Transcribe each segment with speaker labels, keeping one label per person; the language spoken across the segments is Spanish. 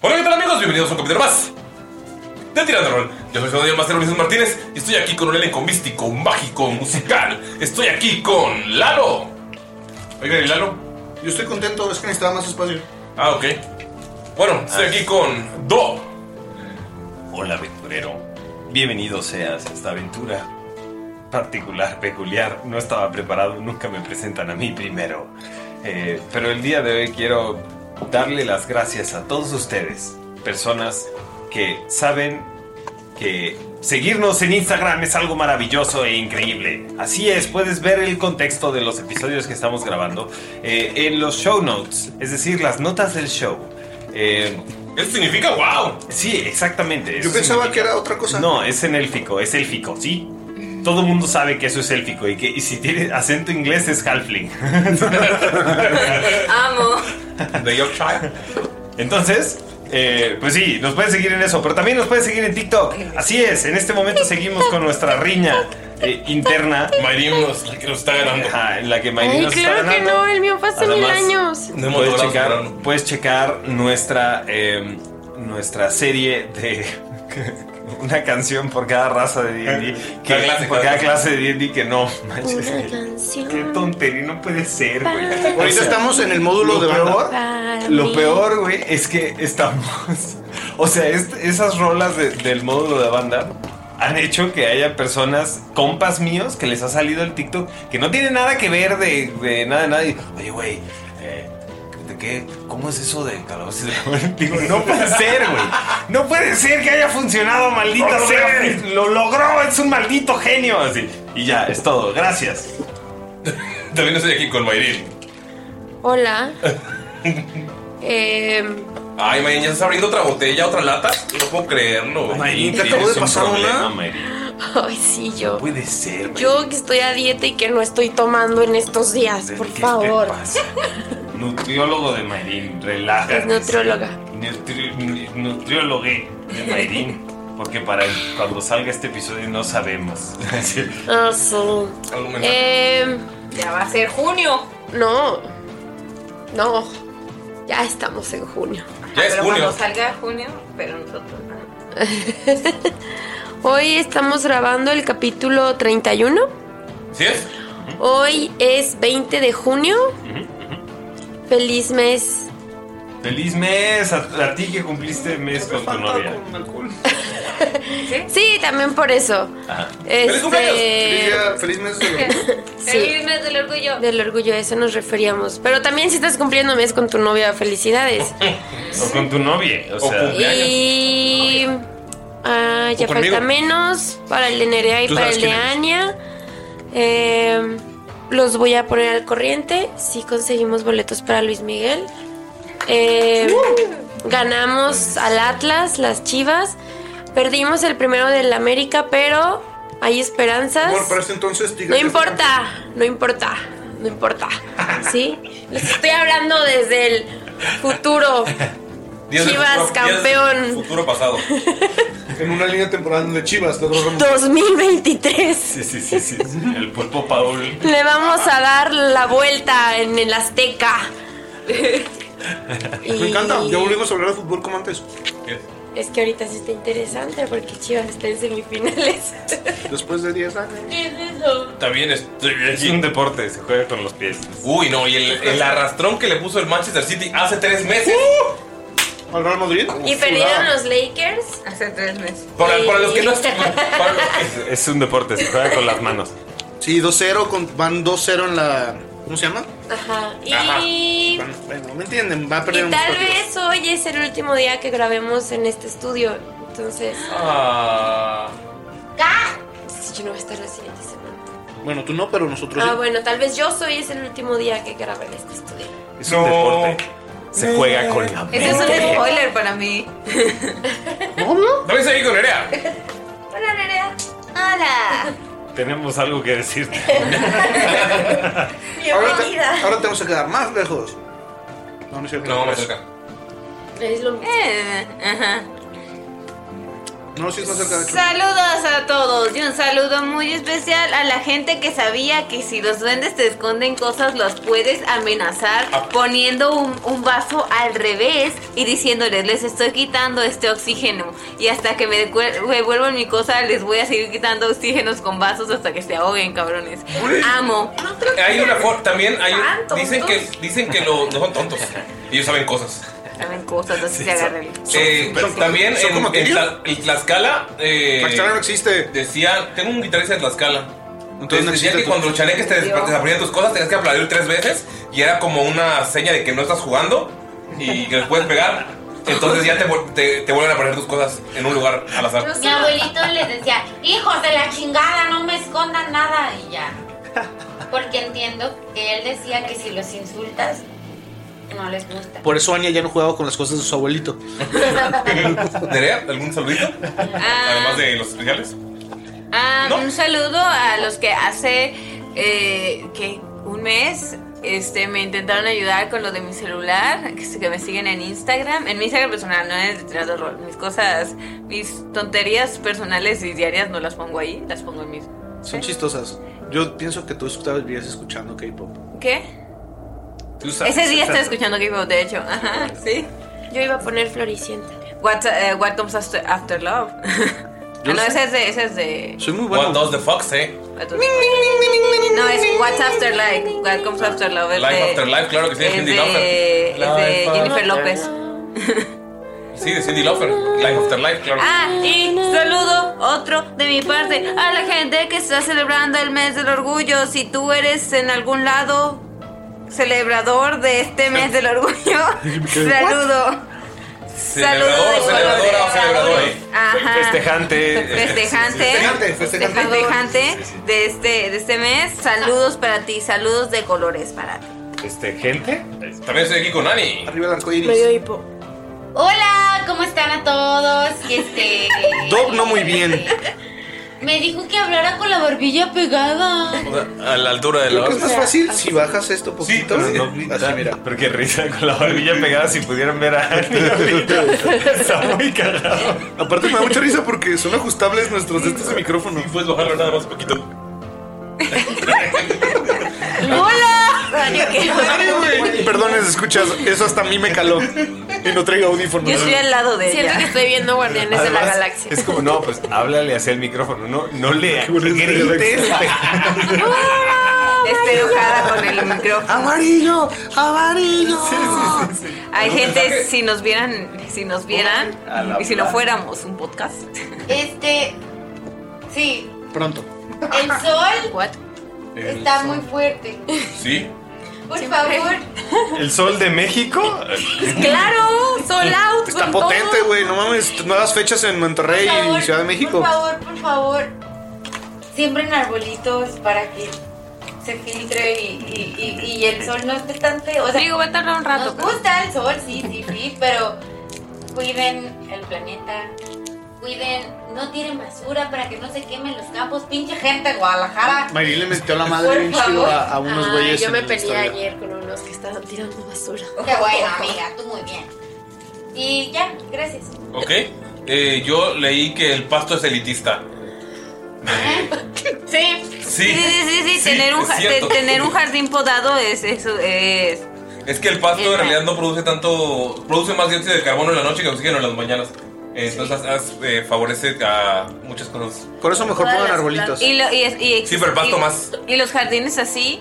Speaker 1: Hola, ¿qué tal amigos? Bienvenidos a un capítulo más de Tirando Rol. Yo soy su Daniel Master Ulises Martínez y estoy aquí con un elenco místico, mágico, musical. Estoy aquí con Lalo. Oigan, ¿y Lalo? Yo estoy contento, es que necesitaba más espacio. Ah, ok. Bueno,
Speaker 2: Ah.
Speaker 1: estoy aquí con Do.
Speaker 3: Hola aventurero, bienvenido seas a esta aventura particular, peculiar. No estaba preparado, nunca me presentan a mí primero. Eh, pero el día de hoy quiero darle las gracias a todos ustedes, personas que saben que seguirnos en Instagram es algo maravilloso e increíble. Así es, puedes ver el contexto de los episodios que estamos grabando eh, en los show notes, es decir, las notas del show. Eh,
Speaker 1: Eso significa wow.
Speaker 3: Sí, exactamente.
Speaker 2: Yo pensaba que era otra cosa.
Speaker 3: No, es en élfico, es élfico, sí. Todo el mundo sabe que eso es élfico y que y si tiene acento inglés es halfling.
Speaker 4: Amo.
Speaker 3: The Yorkshire. Entonces, eh, pues sí, nos pueden seguir en eso, pero también nos pueden seguir en TikTok. Así es, en este momento seguimos con nuestra riña eh, interna. Mayrim, la que nos está ganando. en la que Mayrim
Speaker 4: Ay,
Speaker 3: nos está
Speaker 4: claro que
Speaker 3: ganando.
Speaker 4: no, el mío fue hace mil
Speaker 3: Además,
Speaker 4: años.
Speaker 3: Puedes checar, puedes checar nuestra, eh, nuestra serie de una canción por cada raza de D&D. que-
Speaker 1: Cada clase,
Speaker 3: por
Speaker 1: cada
Speaker 3: cada
Speaker 1: clase.
Speaker 3: clase de D&D que no, manches.
Speaker 4: Una canción.
Speaker 3: Qué tontería, no puede ser, güey.
Speaker 2: Ahorita
Speaker 3: O sea,
Speaker 2: estamos en el módulo
Speaker 3: lo
Speaker 2: de
Speaker 3: peor-
Speaker 4: Para
Speaker 3: Lo
Speaker 4: mí.
Speaker 3: peor, güey, es que estamos. O sea, est- esas rolas de- del módulo de banda han hecho que haya personas, compas míos, que les ha salido el TikTok, que no tiene nada que ver de, de nada de nadie. Oye, güey, eh, ¿de qué? ¿Cómo es eso de calabozos y dragones? Digo, no puede ser, güey. ¡Ah! No puede ser que haya funcionado, maldita
Speaker 1: ¡Lo
Speaker 3: sea.
Speaker 1: logré!
Speaker 3: Lo logró, es un maldito genio. Así. Y ya, es todo. Gracias.
Speaker 1: También estoy aquí con Mayrim.
Speaker 4: Hola. Eh,
Speaker 1: Ay, Mayrim, ya estás abriendo otra botella, otra lata. No puedo creerlo.
Speaker 3: Mayrin,
Speaker 1: te
Speaker 3: tienes un problema, Mayrin.
Speaker 4: ay, sí, yo.
Speaker 3: No puede ser, güey.
Speaker 4: Yo que estoy a dieta y que no estoy tomando en estos días, por
Speaker 3: ¿Qué te
Speaker 4: favor.
Speaker 3: pasa? Nutriólogo de Mayrin, relájate.
Speaker 4: Es nutrióloga.
Speaker 3: Nutri- nu- nutriólogo de Mayrin. Porque para el- cuando salga este episodio no sabemos. Sí.
Speaker 4: Ah, sí.
Speaker 1: Algo me-
Speaker 4: Eh,
Speaker 5: Ya va a ser junio.
Speaker 4: no. No. Ya estamos en junio.
Speaker 1: Ya es
Speaker 5: Ah, pero
Speaker 1: junio.
Speaker 5: cuando salga junio, pero nosotros ah. no.
Speaker 4: Hoy estamos grabando el capítulo 31.
Speaker 1: ¿Sí es?
Speaker 4: Hoy es 20 de junio. Feliz mes
Speaker 3: Feliz mes a, a ti que cumpliste mes con tu novia.
Speaker 4: ¿Sí? también por eso.
Speaker 3: Ajá.
Speaker 4: Este-
Speaker 2: Feliz mes
Speaker 4: Sí.
Speaker 5: Feliz mes del orgullo.
Speaker 4: Del orgullo, a eso nos referíamos. Pero también si estás cumpliendo mes con tu novia, felicidades.
Speaker 3: O con tu novia. O sea,
Speaker 4: Y. ah, ya
Speaker 3: O conmigo.
Speaker 4: falta menos para el de Nerea y
Speaker 3: Tú
Speaker 4: para
Speaker 3: sabes
Speaker 4: el de
Speaker 3: quién eres.
Speaker 4: Ania. Eh, los voy a poner al corriente. Si conseguimos boletos para Luis Miguel. Eh,
Speaker 5: Uh.
Speaker 4: ganamos al Atlas, las Chivas. Perdimos el primero del América, pero hay esperanzas.
Speaker 2: Bueno, para este entonces, diga
Speaker 4: No
Speaker 2: que-
Speaker 4: importa, no importa, no importa. ¿Sí? Les estoy hablando desde el futuro.
Speaker 1: Días de
Speaker 4: Chivas
Speaker 1: futuro- días de
Speaker 4: campeón.
Speaker 1: Futuro pasado.
Speaker 2: En una línea temporal de Chivas, de otro ramo.
Speaker 4: 2023.
Speaker 3: Sí, sí, sí, sí. El pulpo Paul.
Speaker 4: Le vamos a dar la vuelta en el Azteca.
Speaker 2: Me encanta, ya volvimos a hablar de fútbol como antes.
Speaker 4: Es que ahorita sí está interesante porque Chivas está en semifinales.
Speaker 2: Después de 10 años.
Speaker 4: ¿Qué es eso?
Speaker 1: También estoy bien.
Speaker 3: Es un deporte, se juega con los pies.
Speaker 1: Uy, no, y el, el arrastrón que le puso el Manchester City hace tres meses.
Speaker 2: ¿Al Real Madrid?
Speaker 4: Y perdieron los Lakers.
Speaker 5: Hace tres meses.
Speaker 1: Para, para los que
Speaker 4: Eh.
Speaker 1: no están.
Speaker 3: Es un deporte, se juega con las manos.
Speaker 2: Sí, 2-0, con- van 2-0 en la. ¿Cómo se llama?
Speaker 4: Ajá.
Speaker 2: Ajá.
Speaker 4: Y
Speaker 2: Van- Bueno, no me entienden, va a perder
Speaker 4: Y
Speaker 2: unos
Speaker 4: tal
Speaker 2: partidos.
Speaker 4: vez hoy es el último día que grabemos en este estudio. Entonces,
Speaker 1: Ah,
Speaker 4: yo no voy a estar la siguiente semana.
Speaker 2: Bueno, tú no, pero nosotros
Speaker 4: Ah,
Speaker 2: sí.
Speaker 4: bueno, tal vez yo soy es el último día que grabé en este estudio.
Speaker 3: Es un deporte. Se juega con la
Speaker 5: Ese es
Speaker 3: mente.
Speaker 5: un spoiler para mí.
Speaker 1: también se con Nerea.
Speaker 4: Hola, Nerea. Hola.
Speaker 3: Tenemos algo que decirte.
Speaker 2: Ahora, te- ahora tenemos que quedar más lejos. No, no es cierto.
Speaker 1: No, más cerca.
Speaker 4: Es lo mismo.
Speaker 5: Eh, ajá.
Speaker 2: No, sí es más cerca de hecho.
Speaker 5: Saludos a todos y un saludo muy especial a la gente que sabía que si los duendes te esconden cosas los puedes amenazar
Speaker 2: Ah.
Speaker 5: poniendo un, un vaso al revés y diciéndoles les estoy quitando este oxígeno y hasta que me decu- devuelvan mi cosa les voy a seguir quitando oxígenos con vasos hasta que se ahoguen cabrones. Amo.
Speaker 1: Hay una for- también hay
Speaker 5: Tantos,
Speaker 1: dicen que dicen que lo- no son tontos. Ellos saben cosas.
Speaker 5: Saben cosas, así se agarran.
Speaker 1: Eh, también
Speaker 2: son
Speaker 1: en,
Speaker 2: como
Speaker 1: en
Speaker 2: aquellos.
Speaker 1: Tla- en Tlaxcala eh,
Speaker 2: Tlaxcala no existe.
Speaker 1: decía, tengo un guitarrista de Tlaxcala. Entonces
Speaker 2: no
Speaker 1: decía
Speaker 2: existe
Speaker 1: que
Speaker 2: tú.
Speaker 1: cuando los chaneques te
Speaker 5: Dios.
Speaker 1: des- desaparecían tus cosas tenías que aplaudir tres veces y era como una seña de que no estás jugando y que les puedes pegar. Entonces ya te, vol- te- te vuelven a poner tus cosas en un lugar al azar.
Speaker 6: Mi abuelito les decía, hijos de la chingada, no me escondan nada y ya. Porque entiendo que él decía que si los insultas, no les gusta.
Speaker 2: Por eso Anya ya no jugaba con las cosas de su abuelito.
Speaker 1: ¿Nerea? ¿Algún saludito? Además de los especiales.
Speaker 5: Ah,
Speaker 1: ¿No?
Speaker 5: Un saludo a los que hace eh, que un mes este, me intentaron ayudar con lo de mi celular, que, se- que me siguen en Instagram, en mi Instagram personal, no en el de Tras de Rol. Mis cosas, mis tonterías personales y diarias no las pongo ahí, las pongo en mis...
Speaker 2: Son chistosas. Yo pienso que tú estabas escuchando K-pop.
Speaker 5: ¿Qué?
Speaker 3: Tú sabes.
Speaker 5: Ese día estaba escuchando K-Pop, de hecho. Ajá, sí.
Speaker 4: Yo iba a poner floricienta.
Speaker 5: What, eh, what Comes After, After Love.
Speaker 2: Yo
Speaker 5: Ah, no,
Speaker 2: sé.
Speaker 5: ese es de... Ese es de
Speaker 2: Soy muy
Speaker 1: What
Speaker 2: bueno.
Speaker 1: does the fox, eh?
Speaker 5: No, es What's After Like. What Comes After Love. es
Speaker 1: Life
Speaker 5: Pues de-
Speaker 1: after life, claro que sí,
Speaker 5: es
Speaker 1: Cindy
Speaker 5: de,
Speaker 1: Lauper.
Speaker 5: es de Jennifer López.
Speaker 1: Sí, de Cindy Lauper. Life after life, claro.
Speaker 5: Ah, y saludo otro de mi parte a la gente que está celebrando el mes del orgullo. Si tú eres en algún lado celebrador de este mes del orgullo, saludo. Saludo
Speaker 1: Celebrador,
Speaker 5: de
Speaker 1: celebradora o celebrador.
Speaker 5: Ajá.
Speaker 3: Festejante.
Speaker 5: Festejante,
Speaker 2: Festejante, festejante.
Speaker 5: festejante
Speaker 3: Sí, sí.
Speaker 5: de este, de este mes. Saludos para ti, saludos de colores para ti.
Speaker 3: Este, gente.
Speaker 1: También estoy aquí con Ani.
Speaker 2: Arriba el arco
Speaker 4: Me dio
Speaker 2: iris.
Speaker 4: hipo.
Speaker 6: Hola, ¿cómo están a todos? Y este.
Speaker 2: Doc no muy bien.
Speaker 6: Me dijo que hablara con la barbilla pegada.
Speaker 1: O sea, a la altura de
Speaker 2: Creo que es
Speaker 1: los.
Speaker 2: más fácil si bajas esto poquito.
Speaker 1: pero
Speaker 3: No,
Speaker 2: así, mira.
Speaker 3: Pero qué risa con la barbilla pegada. Si pudieran ver a Ani ahorita. Está muy cagado.
Speaker 2: Aparte me da mucha risa porque son ajustables nuestros de estos micrófonos.
Speaker 1: Puedes bajarlo nada más un poquito.
Speaker 5: ¡Hola!
Speaker 7: Mm-hmm.
Speaker 5: Yo qué-
Speaker 2: Pues Perdón, escuchas, eso hasta a mí me caló. Y no traigo audífonos.
Speaker 5: Yo estoy al lado de
Speaker 4: Siento
Speaker 5: ella.
Speaker 4: que estoy viendo Guardianes de la
Speaker 3: Además,
Speaker 4: Galaxia.
Speaker 3: Es como, no, pues háblale hacia el micrófono. No, no le
Speaker 2: Guardianes de la
Speaker 3: grites.
Speaker 5: Está enojada con el micrófono.
Speaker 8: Amarillo, amarillo.
Speaker 5: Hay
Speaker 8: Pero
Speaker 5: gente,
Speaker 8: mensaje-
Speaker 5: si nos vieran, si nos vieran,
Speaker 8: A la
Speaker 5: y si no
Speaker 8: plan-
Speaker 5: fuéramos un podcast.
Speaker 6: Este. Sí,
Speaker 8: Pronto.
Speaker 6: el sol
Speaker 3: Eh,
Speaker 6: está muy fuerte.
Speaker 1: ¿Sí?
Speaker 6: Por favor.
Speaker 3: ¿El sol de México?
Speaker 6: ¡Claro! ¡Sol out!
Speaker 8: Está potente, güey. No mames, nuevas fechas en Monterrey
Speaker 6: Por favor,
Speaker 8: y Ciudad de México.
Speaker 6: Por favor, por favor. Siembren arbolitos para que se filtre y, y- y- y el sol no esté tan feo. O sea,
Speaker 5: Digo, va a tardar un rato,
Speaker 6: Nos gusta el sol, sí, sí, sí, pero cuiden el planeta. Cuiden, no tiren basura para que no se quemen los campos. Pinche gente de Guadalajara.
Speaker 8: Mayri le metió la madre bien chido a, a unos
Speaker 4: Ay,
Speaker 8: güeyes.
Speaker 4: Yo me
Speaker 8: en
Speaker 4: peleé
Speaker 8: Instagram.
Speaker 4: ayer con unos que estaban tirando basura.
Speaker 6: Qué bueno, amiga, tú muy bien. Y ya, gracias.
Speaker 1: Ok. Eh, yo leí que el pasto es elitista.
Speaker 6: ¿eh? Sí.
Speaker 1: Sí.
Speaker 5: Sí, sí, sí, sí,
Speaker 1: Sí,
Speaker 5: tener, un
Speaker 1: es
Speaker 5: ja-
Speaker 1: cierto.
Speaker 5: te- tener un jardín podado es eso, es...
Speaker 1: Es que el pasto en realidad no produce tanto. Produce más dióxido de carbono en la noche que oxígeno en las mañanas. Eh, Entonces haz- eh, favorece a muchas cosas.
Speaker 8: Por eso mejor
Speaker 5: Todas
Speaker 8: pongan
Speaker 5: las
Speaker 8: arbolitos.
Speaker 5: plantas. Y, lo- y es- y
Speaker 1: Sí, pero el pasto
Speaker 5: y-
Speaker 1: más.
Speaker 5: Y los jardines así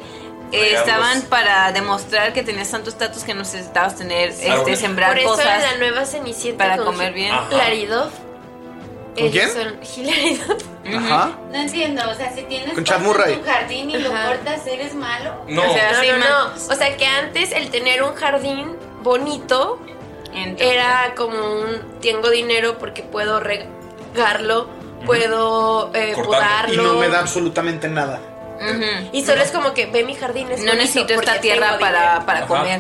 Speaker 5: eh,
Speaker 1: Regados.
Speaker 5: estaban para demostrar que tenías tanto estatus que necesitabas tener, este,
Speaker 1: Árboles. Ah.
Speaker 5: sembrar
Speaker 4: Por eso en
Speaker 5: cosas.
Speaker 4: la nueva cenicienta
Speaker 5: para
Speaker 4: con
Speaker 5: comer bien. Ajá.
Speaker 4: Hilary Duff.
Speaker 8: ¿Con quién?
Speaker 4: ellos son- Hilary Duff.
Speaker 8: Ajá.
Speaker 6: No entiendo, o sea, si tienes
Speaker 8: Con Chad
Speaker 6: pasto en
Speaker 8: Murray.
Speaker 6: tu jardín y lo
Speaker 4: Ajá.
Speaker 6: cortas, ¿eres malo?
Speaker 1: No.
Speaker 5: O sea,
Speaker 4: No,
Speaker 5: sí,
Speaker 4: no,
Speaker 5: man.
Speaker 4: no. O sea que antes el tener un jardín bonito
Speaker 5: Entonces,
Speaker 4: era como un tengo dinero porque puedo regarlo, puedo eh,
Speaker 1: Cortarlo.
Speaker 4: podarlo.
Speaker 8: Y no me da absolutamente nada.
Speaker 5: ujú.
Speaker 3: Mm-hmm.
Speaker 4: Y solo es como que ve mi jardín. Es
Speaker 5: No
Speaker 4: bonito
Speaker 5: necesito esta
Speaker 4: porque
Speaker 5: tierra
Speaker 4: tengo
Speaker 5: para,
Speaker 4: dinero".
Speaker 5: para
Speaker 1: Ajá.
Speaker 5: comer.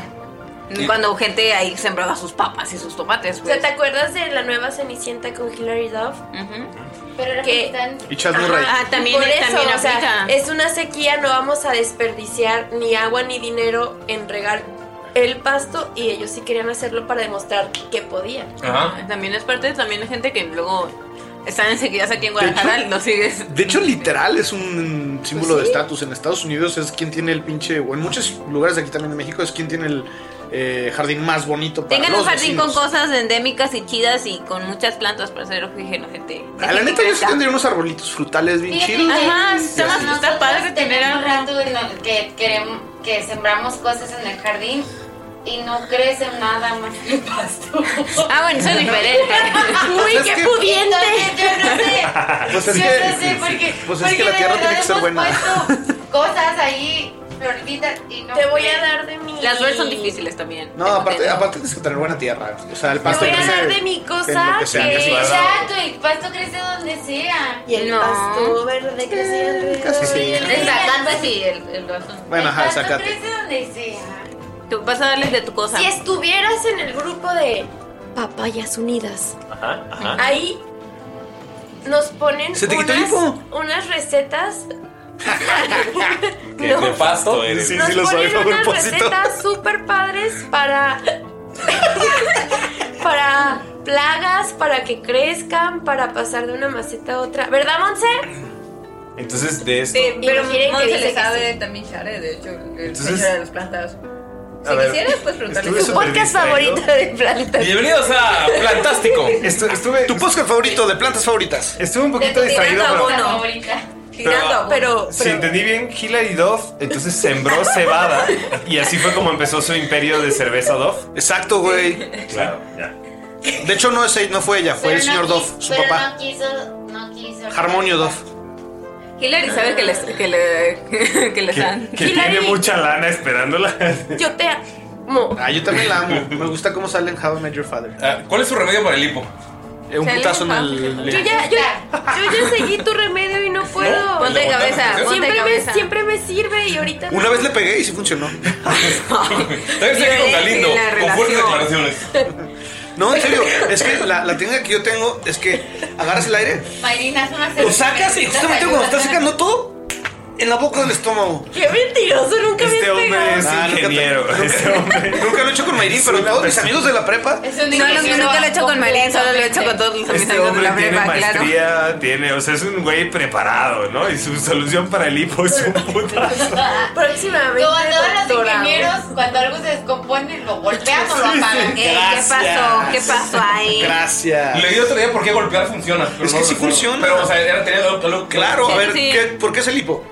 Speaker 1: Sí.
Speaker 5: Cuando gente ahí sembraba sus papas y sus tomates.
Speaker 4: O sea,
Speaker 5: Pues.
Speaker 4: ¿te acuerdas de la nueva Cenicienta con Hilary Duff?
Speaker 5: Ujú.
Speaker 6: Pero ahora
Speaker 4: ¿Qué?
Speaker 6: que están...
Speaker 8: Y Chad Murray.
Speaker 5: Ah, también-
Speaker 4: Por eso,
Speaker 5: también
Speaker 4: o sea,
Speaker 5: aplica.
Speaker 4: es una sequía, no vamos a desperdiciar ni agua ni dinero en regar el pasto y ellos sí querían hacerlo para demostrar que podían.
Speaker 1: Ajá.
Speaker 5: También es parte, también hay gente que luego están enseguida aquí en Guadalajara y no sigues.
Speaker 8: De hecho, literal es un símbolo de estatus. En Estados Unidos es quien tiene el pinche, o en muchos lugares de aquí también en México, es quien tiene el eh, jardín más bonito para
Speaker 5: Tengan un
Speaker 8: los
Speaker 5: jardín
Speaker 8: vecinos.
Speaker 5: con cosas endémicas y chidas y con muchas plantas para hacer oxígeno, gente.
Speaker 8: A Ah, la neta, yo sí
Speaker 5: Crezca.
Speaker 8: tendría unos arbolitos frutales bien
Speaker 6: Fíjate
Speaker 8: chidos.
Speaker 6: que
Speaker 5: Ajá, está más-
Speaker 6: nosotros
Speaker 5: está padre tener
Speaker 6: tenemos
Speaker 5: algo.
Speaker 6: rato en el que queremos que sembramos cosas en el jardín y no crece nada más que el pasto.
Speaker 5: Ah, bueno, eso es diferente.
Speaker 4: ¡Uy,
Speaker 8: Es
Speaker 4: qué
Speaker 8: que-
Speaker 4: pudiente!
Speaker 6: Entonces, yo no sé.
Speaker 8: Pues es
Speaker 6: yo
Speaker 8: que-
Speaker 6: no sé porque
Speaker 8: pues es
Speaker 6: porque
Speaker 8: que la
Speaker 6: de
Speaker 8: tierra
Speaker 6: verdad
Speaker 8: tiene que ser
Speaker 6: hemos
Speaker 8: buena.
Speaker 6: puesto Cosas ahí florititas y no
Speaker 4: Te voy a
Speaker 6: crece.
Speaker 4: dar de mi...
Speaker 5: Las flores son difíciles también.
Speaker 8: No,
Speaker 5: Tengo
Speaker 8: aparte,
Speaker 5: entendido.
Speaker 8: aparte tienes que tener buena tierra. O sea, el
Speaker 4: Te
Speaker 8: pasto
Speaker 4: voy a
Speaker 8: crece
Speaker 4: dar de mi
Speaker 8: en
Speaker 4: cosa
Speaker 8: lo que sea.
Speaker 4: que-
Speaker 6: Exacto, el pasto crece donde sea.
Speaker 4: Y el
Speaker 5: No.
Speaker 4: pasto verde crece alrededor
Speaker 8: casi sí.
Speaker 4: y el-
Speaker 5: Destacando así el, el razón.
Speaker 8: Bueno, ajá,
Speaker 6: el pasto
Speaker 8: sacate.
Speaker 6: crece donde sea.
Speaker 5: Tú vas a darles de tu cosa.
Speaker 4: Si estuvieras en el grupo de Papayas Unidas,
Speaker 3: Ajá, ajá.
Speaker 4: ahí nos ponen
Speaker 8: Ah. Se te quitó el
Speaker 4: unas-
Speaker 8: hipo.
Speaker 4: unas recetas
Speaker 3: Que
Speaker 4: No.
Speaker 3: de pasto eres.
Speaker 8: Sí,
Speaker 4: Nos
Speaker 8: sí lo soy,
Speaker 4: ponen
Speaker 8: a
Speaker 4: unas
Speaker 8: propósito.
Speaker 4: recetas súper padres para. para plagas, para que crezcan, para pasar de una maceta a otra. ¿Verdad, Monse?
Speaker 3: Entonces, de esto.
Speaker 5: Sí, pero
Speaker 4: Y miren que
Speaker 5: Monse
Speaker 4: dice
Speaker 5: le
Speaker 4: que
Speaker 5: sabe también Share, de hecho, el
Speaker 3: Entonces-
Speaker 5: señor de las plantas.
Speaker 3: a
Speaker 5: Si
Speaker 3: ver,
Speaker 5: quisieras, pues preguntarle
Speaker 3: estuve
Speaker 5: su
Speaker 3: súper
Speaker 5: podcast
Speaker 3: distraído.
Speaker 5: favorito de plantas.
Speaker 1: Bienvenidos a Plantástico.
Speaker 3: Estu- estuve,
Speaker 8: Tu podcast favorito de plantas favoritas.
Speaker 3: estuve un
Speaker 5: De tu
Speaker 3: poquito distraído,
Speaker 5: tirando
Speaker 3: pero.
Speaker 5: abono.
Speaker 6: Favorita.
Speaker 5: Tirando a
Speaker 4: Pero.
Speaker 8: ah,
Speaker 3: Si entendí bien, Hilary Duff entonces sembró cebada y así fue como empezó su imperio de cerveza Duff.
Speaker 8: Exacto, güey.
Speaker 3: Claro, ya.
Speaker 8: De hecho, no, es, no fue ella, fue
Speaker 6: Pero
Speaker 8: el
Speaker 6: no
Speaker 8: señor
Speaker 6: quis-
Speaker 8: Doff, su
Speaker 6: pero
Speaker 8: papá.
Speaker 6: No quiso, no quiso.
Speaker 8: Harmonio Doff.
Speaker 5: Hillary sabe que les, que le, que les dan.
Speaker 3: Que
Speaker 4: Hilary-
Speaker 3: tiene mucha lana esperándola.
Speaker 4: Yo te amo.
Speaker 8: Ah, yo también la amo. Me gusta cómo sale en How I Met Your Father.
Speaker 1: Ah, ¿Cuál es su remedio para el hipo?
Speaker 8: Eh, un
Speaker 5: Sale
Speaker 8: putazo en
Speaker 5: en
Speaker 8: el.
Speaker 4: Yo ya, yo, yo ya seguí tu remedio y no puedo.
Speaker 5: Ponte
Speaker 1: ¿Le
Speaker 5: de cabeza,
Speaker 1: botaron?
Speaker 5: ponte de
Speaker 4: Siempre me,
Speaker 5: cabeza.
Speaker 4: siempre me sirve y ahorita.
Speaker 8: Una vez le pegué y sí funcionó.
Speaker 1: También se con Galindo,
Speaker 5: Sí, la
Speaker 1: con fuertes
Speaker 5: relación.
Speaker 1: declaraciones.
Speaker 8: No, en serio, es que la, la técnica que yo tengo es que agarras el aire,
Speaker 6: Marina es una
Speaker 8: lo sacas y justamente cuando estás sacando todo, en la boca del estómago.
Speaker 4: ¡Qué mentiroso! Nunca me
Speaker 3: Este
Speaker 4: has
Speaker 3: hombre
Speaker 4: pegado.
Speaker 3: es
Speaker 8: Ah, nunca te-
Speaker 3: ingeniero. Este hombre. pues,
Speaker 8: Nunca lo he hecho con Mayrin, pero todos mis amigos de la prepa.
Speaker 5: No, no, nunca lo he hecho con Marín, solo lo he hecho con todos los amigos
Speaker 3: Este
Speaker 5: de
Speaker 3: hombre
Speaker 5: la
Speaker 3: tiene
Speaker 5: prepa, claro.
Speaker 3: maestría, tiene, o sea, es un güey preparado, ¿no? Y su solución para el hipo es un putazo.
Speaker 4: Próximamente.
Speaker 6: Como todos los
Speaker 4: doctora.
Speaker 6: ingenieros, cuando algo se descompone, lo golpean o lo
Speaker 3: Sí, sí.
Speaker 6: apagan.
Speaker 5: ¿Qué, ¿Qué pasó? ¿Qué pasó ahí?
Speaker 8: Gracias.
Speaker 1: Leí otro día por qué golpear funciona. pero
Speaker 8: Es que sí
Speaker 1: recuerdo.
Speaker 8: funciona.
Speaker 1: Pero, o sea, era tenía algo- algo-
Speaker 8: Claro, a ver,
Speaker 5: Sí.
Speaker 8: ¿qué- ¿por qué es el hipo?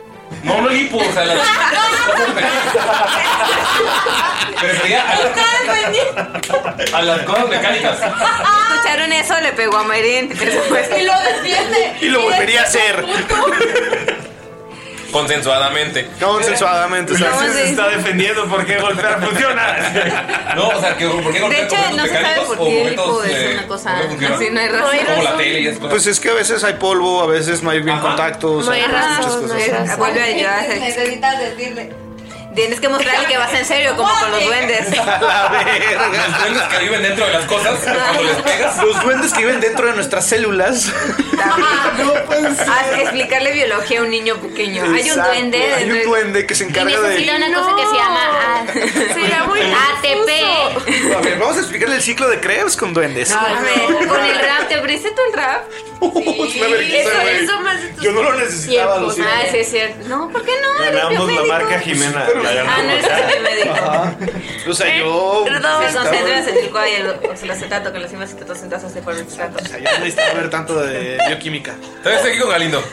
Speaker 1: No, no lipo, o sea, las- me refería a, a las cosas mecánicas.
Speaker 5: ¿Escucharon eso? Le pegó a Marín.
Speaker 6: Y lo defiende.
Speaker 1: Y lo volvería a hacer. Consensuadamente.
Speaker 8: Consensuadamente,
Speaker 1: exacto.
Speaker 3: Luis se está defendiendo porque golpear funciona.
Speaker 1: No, o sea, que, ¿por qué
Speaker 5: De hecho, no se sabe por qué el hipo es una cosa. Así no hay razón.
Speaker 8: Pues es que a veces hay polvo, a veces no hay bien contacto. o sea, muchas cosas.
Speaker 5: Ajá. Vuelve a llorar.
Speaker 6: Necesitas decirle.
Speaker 5: Tienes que mostrarle que vas en serio, como con los duendes.
Speaker 1: Los duendes que viven dentro de las cosas, cuando les pegas.
Speaker 8: Los duendes que viven dentro de nuestras células.
Speaker 5: Ah, explicarle biología a un niño pequeño. Hay un
Speaker 8: Exacto,
Speaker 5: duende.
Speaker 8: Hay
Speaker 5: dentro-
Speaker 8: un duende que se encarga
Speaker 5: necesita
Speaker 8: de.
Speaker 5: una cosa que se llama ah,
Speaker 9: Sería muy
Speaker 5: ATP.
Speaker 8: A ver, vamos a explicarle el ciclo de Krebs con duendes.
Speaker 5: A ver, con el rap, ¿te abriste tú el rap?
Speaker 8: Es una vergüenza,
Speaker 9: Eso,
Speaker 8: güey.
Speaker 9: eso más de tus
Speaker 8: Yo no lo necesitaba, lo
Speaker 9: tiempos.
Speaker 8: siento.
Speaker 5: Ah, sí, es cierto. No, ¿por qué no? Eres
Speaker 3: Ganamos la
Speaker 5: biomédico.
Speaker 3: marca Jimena. La
Speaker 5: Ah, no,
Speaker 3: ganamos.
Speaker 5: eres biomédico.
Speaker 8: O sea, yo.
Speaker 5: Eh, Perdón, se
Speaker 8: necesitaba-
Speaker 5: concentras en el cuadro y el oxalacetato, que las mismas cetonas hace por el acetato.
Speaker 8: o sea, yo no necesitaba ver tanto de bioquímica.
Speaker 1: Todavía estoy aquí con Galindo.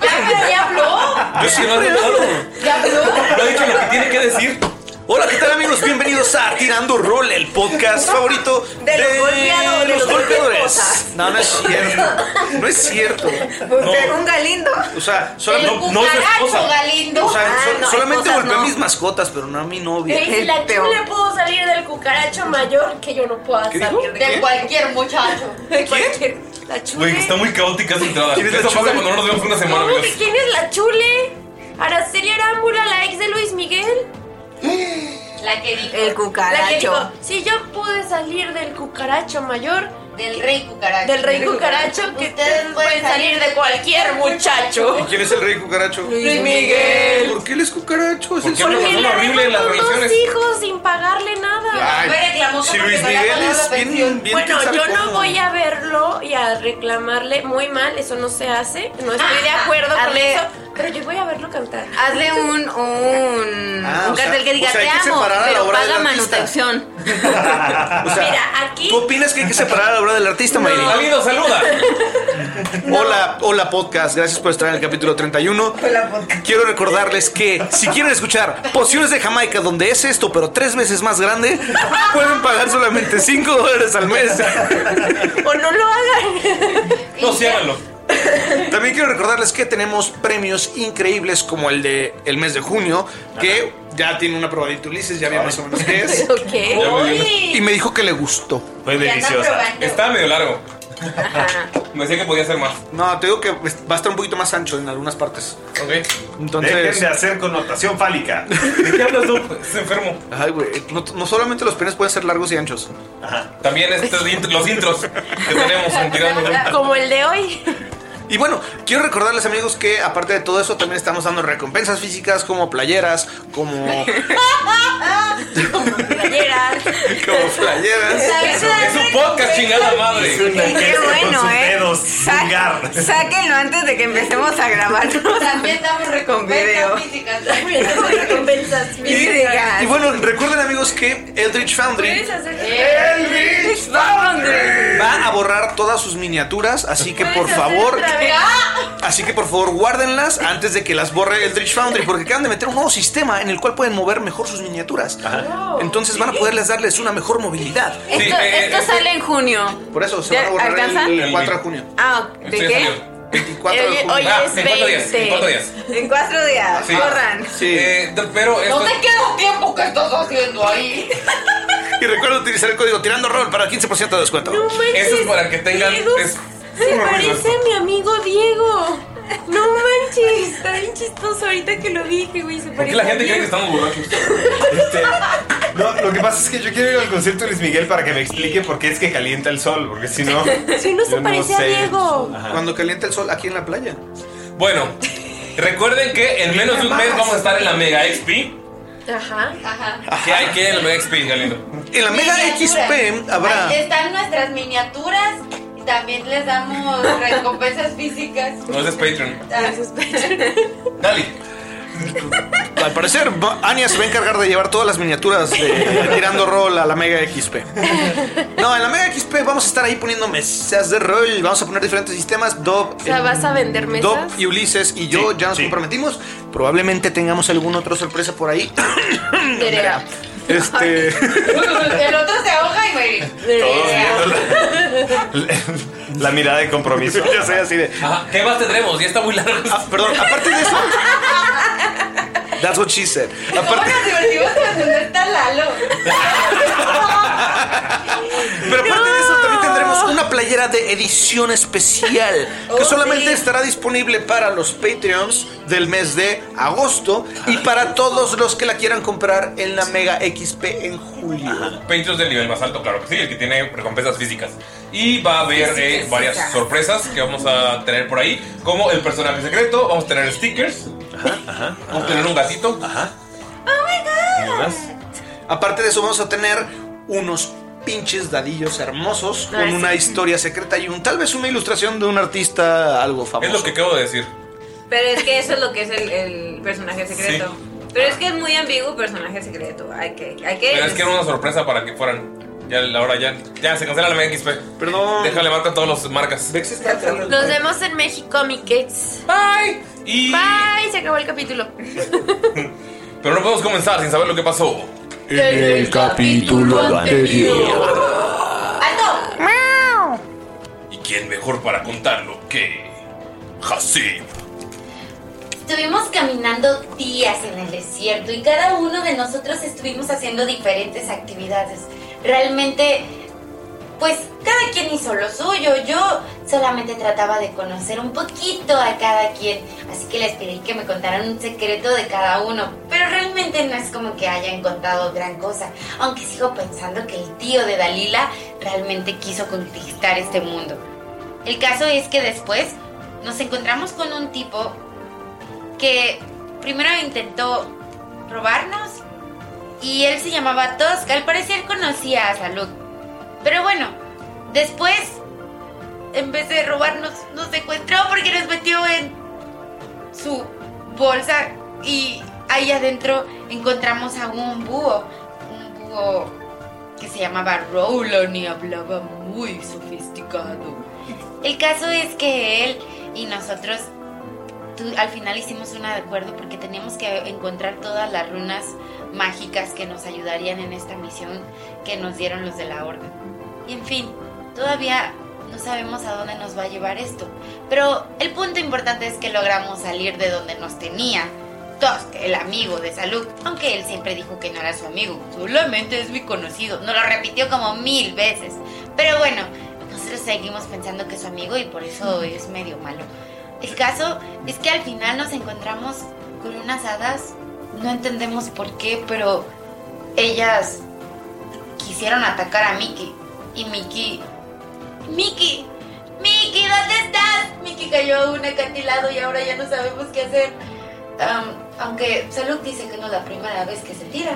Speaker 6: Ya, ya habló.
Speaker 1: Yo sí, no has notado.
Speaker 6: Ya habló.
Speaker 1: No ha dicho lo que tiene que decir.
Speaker 8: Hola, ¿qué tal amigos? Bienvenidos a Tirando Rol, el podcast favorito
Speaker 5: De los golpeadores, de los golpeadores.
Speaker 8: No, no es cierto. No es cierto.
Speaker 5: No. Un galindo.
Speaker 8: O sea,
Speaker 6: El
Speaker 8: solamente,
Speaker 1: no es su
Speaker 6: cucaracho
Speaker 1: esposa.
Speaker 6: galindo.
Speaker 8: o sea,
Speaker 5: Ah,
Speaker 8: sol-
Speaker 5: no,
Speaker 8: solamente
Speaker 5: esposas
Speaker 8: golpeé a
Speaker 5: no.
Speaker 8: mis mascotas, pero no a mi novia.
Speaker 5: Eh,
Speaker 4: Ey, la
Speaker 5: el peor.
Speaker 4: chule pudo salir del cucaracho mayor que yo no puedo
Speaker 8: ¿Qué
Speaker 4: salir
Speaker 8: dijo?
Speaker 4: de
Speaker 6: De cualquier muchacho.
Speaker 4: cualquier. La chule.
Speaker 1: Güey, está muy caótica esa entrada.
Speaker 8: ¿Quién es la
Speaker 1: Eso pasa
Speaker 8: chula?
Speaker 1: cuando no nos vemos por una semana,
Speaker 4: ¿Cómo que
Speaker 1: amigos.
Speaker 4: quién es la chule? Araceli Arámbula, la ex de Luis Miguel.
Speaker 6: La que dijo.
Speaker 5: El
Speaker 4: La que dijo,
Speaker 5: cucaracho.
Speaker 4: si yo pude salir del cucaracho mayor,
Speaker 6: Del rey cucaracho.
Speaker 4: del rey cucaracho, que ustedes pueden salir de cualquier muchacho.
Speaker 8: ¿Y quién es el rey cucaracho?
Speaker 4: Luis Miguel.
Speaker 8: ¿Por qué él es cucaracho? Es
Speaker 1: ¿Por
Speaker 8: el
Speaker 1: qué habla
Speaker 8: sol-
Speaker 1: Porque
Speaker 4: le
Speaker 1: son horribles las
Speaker 4: arrebató dos
Speaker 1: relaciones.
Speaker 4: hijos sin pagarle nada.
Speaker 8: Ay,
Speaker 6: Me reclamó
Speaker 8: si
Speaker 6: como
Speaker 8: Luis
Speaker 6: que me
Speaker 8: Miguel
Speaker 6: había
Speaker 8: es
Speaker 6: pagado la
Speaker 8: bien,
Speaker 6: pensión.
Speaker 8: bien
Speaker 4: Bueno,
Speaker 8: quién sabe
Speaker 4: yo no
Speaker 8: cómo.
Speaker 4: voy a verlo y a reclamarle muy mal, eso no se hace, no estoy de acuerdo con
Speaker 5: Arre.
Speaker 4: eso, pero yo voy a verlo cantar.
Speaker 5: Hazle un, un,
Speaker 8: Ah,
Speaker 5: un
Speaker 8: o sea,
Speaker 5: cartel que diga
Speaker 8: o sea, hay
Speaker 5: te
Speaker 8: que
Speaker 5: amo,
Speaker 8: separar a la
Speaker 5: pero
Speaker 8: obra del
Speaker 5: paga
Speaker 8: artista".
Speaker 5: manutención.
Speaker 8: O sea,
Speaker 4: Mira, aquí-
Speaker 8: ¿Tú opinas que hay que separar la obra del artista, Mayri?
Speaker 1: Galindo, saluda.
Speaker 8: Hola, hola podcast, gracias por estar en el capítulo 31. Quiero recordarles que si quieren escuchar Pociones de Jamaica, donde es esto, pero tres meses más grande, pueden pagar solamente 5 dólares al mes.
Speaker 4: O no lo hagan.
Speaker 1: No, sí, háganlo.
Speaker 8: También quiero recordarles que tenemos premios increíbles como el de el mes de junio, que ya tiene una probadita Ulises, ya había más o menos Pues, qué es.
Speaker 1: Ya
Speaker 4: ok.
Speaker 1: me dio una-
Speaker 8: Y me dijo que le gustó.
Speaker 3: Fue
Speaker 6: Y anda
Speaker 3: deliciosa.
Speaker 6: probando.
Speaker 1: Está medio largo. Me decía que podía hacer más.
Speaker 8: No, te digo que va a estar un poquito más ancho en algunas partes.
Speaker 1: Ok.
Speaker 3: Dejen
Speaker 8: Entonces,
Speaker 3: de hacer connotación fálica.
Speaker 1: ¿De qué hablas tú? Es enfermo.
Speaker 8: ay, güey, no, no solamente los penes pueden ser largos y anchos.
Speaker 1: También estos int- los intros que tenemos en tirando.
Speaker 4: Como el de hoy.
Speaker 8: Y bueno, quiero recordarles amigos que aparte de todo eso también estamos dando recompensas físicas como playeras, como,
Speaker 4: Playeras.
Speaker 8: como playeras.
Speaker 5: ¿Sabes?
Speaker 1: Es un podcast, chingada madre.
Speaker 5: Y qué bueno, ¿eh? Sa- Sáquenlo antes de que empecemos a grabar.
Speaker 6: También damos
Speaker 5: video.
Speaker 6: recompensas físicas. también damos recompensas.
Speaker 4: Recompensas.
Speaker 5: Y digan,
Speaker 8: Y bueno, recuerden amigos que Eldritch Foundry
Speaker 4: Puedes hacer-
Speaker 5: Eh.
Speaker 8: va a borrar todas sus miniaturas, así que por
Speaker 4: puedes hacer
Speaker 8: favor,
Speaker 4: otra vez.
Speaker 8: así que por favor guárdenlas antes de que las borre Eldritch Foundry porque acaban de meter un nuevo sistema en el cual pueden mover mejor sus miniaturas. Entonces van a poderles darles una mejor movilidad.
Speaker 5: Esto,
Speaker 1: eh,
Speaker 5: esto
Speaker 1: eh,
Speaker 5: sale en junio.
Speaker 8: Por eso se van a
Speaker 5: ¿Ya
Speaker 8: borrar
Speaker 5: alcanza?
Speaker 8: el,
Speaker 1: El-
Speaker 8: 4 de junio.
Speaker 5: Ah, ¿de
Speaker 1: Esto ya
Speaker 5: qué?
Speaker 1: salió.
Speaker 8: 24 de
Speaker 4: Oye,
Speaker 8: junio.
Speaker 4: oye.
Speaker 1: Ah,
Speaker 4: es
Speaker 1: en cuatro días. En
Speaker 4: 20.
Speaker 1: cuatro días.
Speaker 5: En cuatro días.
Speaker 1: Sí.
Speaker 5: Corran.
Speaker 8: Sí.
Speaker 1: Eh, de- pero
Speaker 6: No
Speaker 1: esto.
Speaker 6: te queda tiempo que estás haciendo ahí.
Speaker 8: Y recuerda utilizar el código tirando rol para 15% de descuento.
Speaker 4: No manches.
Speaker 1: Eso es para que tengan-
Speaker 4: Diego
Speaker 1: es-
Speaker 4: se parece a mi amigo Diego. No manches. Está bien chistoso ahorita que lo dije, güey. Se
Speaker 1: ¿Por qué
Speaker 4: parece
Speaker 1: la
Speaker 4: a
Speaker 1: gente cree que
Speaker 4: Diego.
Speaker 1: estamos borrachos?
Speaker 3: Este, no, lo que pasa es que yo quiero ir al concierto de Luis Miguel para que me explique por qué es que calienta el sol, porque si no.
Speaker 4: Si no
Speaker 3: yo
Speaker 4: se parece a
Speaker 3: sé.
Speaker 4: Diego.
Speaker 8: Cuando calienta el sol aquí en la playa.
Speaker 1: Bueno, recuerden que en menos de un mes vamos a estar en la Mega XP.
Speaker 4: Ajá.
Speaker 1: ¿Qué hay que ir en la Mega XP, Galindo?
Speaker 8: En la Mega
Speaker 6: Miniaturas.
Speaker 8: XP habrá.
Speaker 6: Ahí están nuestras miniaturas y también les damos recompensas físicas.
Speaker 1: No ese es Patreon.
Speaker 6: Ah,
Speaker 1: Dali.
Speaker 8: Al parecer, va- Anya se va a encargar de llevar todas las miniaturas de, de Tirando Roll a la Mega XP. No, en la Mega XP vamos a estar ahí poniendo mesas de rol. Vamos a poner diferentes sistemas. Dob,
Speaker 4: O sea,
Speaker 8: el-
Speaker 4: ¿vas a vender
Speaker 8: Dob
Speaker 4: mesas?
Speaker 8: y Ulises y yo ya nos comprometimos. Probablemente tengamos alguna otra sorpresa por ahí. Este.
Speaker 6: El otro se ahoga y muere.
Speaker 5: La mirada de compromiso.
Speaker 8: Yo soy así de.
Speaker 1: ¿Qué más tendremos? Ya está muy largo.
Speaker 8: Ah, perdón, aparte de eso. That's what she said. Aparte,
Speaker 6: Nos divertimos cuando no está Lalo.
Speaker 8: pero aparte de eso, también tendremos una playera de edición especial que
Speaker 6: Oh,
Speaker 8: solamente
Speaker 6: sí.
Speaker 8: estará disponible para los Patreons del mes de agosto y para todos los que la quieran comprar en la Mega XP en julio.
Speaker 1: Patreons del nivel más alto, claro que sí, el que tiene recompensas físicas. Y va a haber eh,
Speaker 8: Físicas.
Speaker 1: varias sorpresas que vamos a tener por ahí, como el personaje secreto, vamos a tener stickers, vamos a tener un gatito.
Speaker 8: Aparte de eso, vamos a tener unos pinches dadillos hermosos
Speaker 1: Ah,
Speaker 8: con
Speaker 1: sí.
Speaker 8: una historia secreta y un tal vez una ilustración de un artista algo famoso.
Speaker 1: Es lo que acabo de decir.
Speaker 10: Pero es que eso es lo que es el, el personaje secreto. Pero es que es muy ambiguo el personaje secreto. Hay que. Hay que
Speaker 1: Pero es que era una sorpresa para que fueran. Ya la hora ya. Ya se cancela la MXP. Perdón. Déjale marca a todas las marcas.
Speaker 4: Nos vemos en México, mi Kates.
Speaker 1: Bye. Y-
Speaker 4: Bye, se acabó el capítulo.
Speaker 1: Pero no podemos comenzar sin saber lo que pasó.
Speaker 4: En
Speaker 11: el capítulo anterior.
Speaker 1: ¡Alto! ¿Y quién mejor para contarlo que Hasib?
Speaker 6: Estuvimos caminando días en el desierto y cada uno de nosotros estuvimos haciendo diferentes actividades. Realmente, pues cada quien hizo lo suyo. Yo solamente trataba de conocer un poquito a cada quien, así que les pedí que me contaran un secreto de cada uno. Pero realmente no es como que hayan contado gran cosa, aunque sigo pensando que el tío de Dalila realmente quiso conquistar este mundo. El caso es que después nos encontramos con un tipo que primero intentó robarnos y él se llamaba Tosk. Al parecer conocía a Salud. Pero bueno, después, en vez de robarnos, nos secuestró porque nos metió en su bolsa y ahí adentro encontramos a un búho. Un búho que se llamaba Roland y hablaba muy sofisticado. El caso es que él y nosotros tú- al final hicimos un acuerdo porque teníamos que encontrar todas las runas mágicas que nos ayudarían en esta misión que nos dieron los de la orden. Y en fin, todavía no sabemos a dónde nos va a llevar esto. Pero el punto importante es que logramos salir de donde nos tenía. Tusk, el amigo de Salud, aunque él siempre dijo que no era su amigo, solamente es mi conocido. Nos lo repitió como mil veces. Pero bueno, nosotros seguimos pensando que es su amigo y por eso es medio malo. El caso es que al final nos encontramos con unas hadas, no entendemos por qué, pero ellas quisieron atacar a Mickey. Y Mickey... Mickey, Mickey, ¿dónde estás? Mickey cayó a un acantilado y ahora ya no sabemos qué hacer. Am, aunque Salud dice que no es la primera vez que se tira.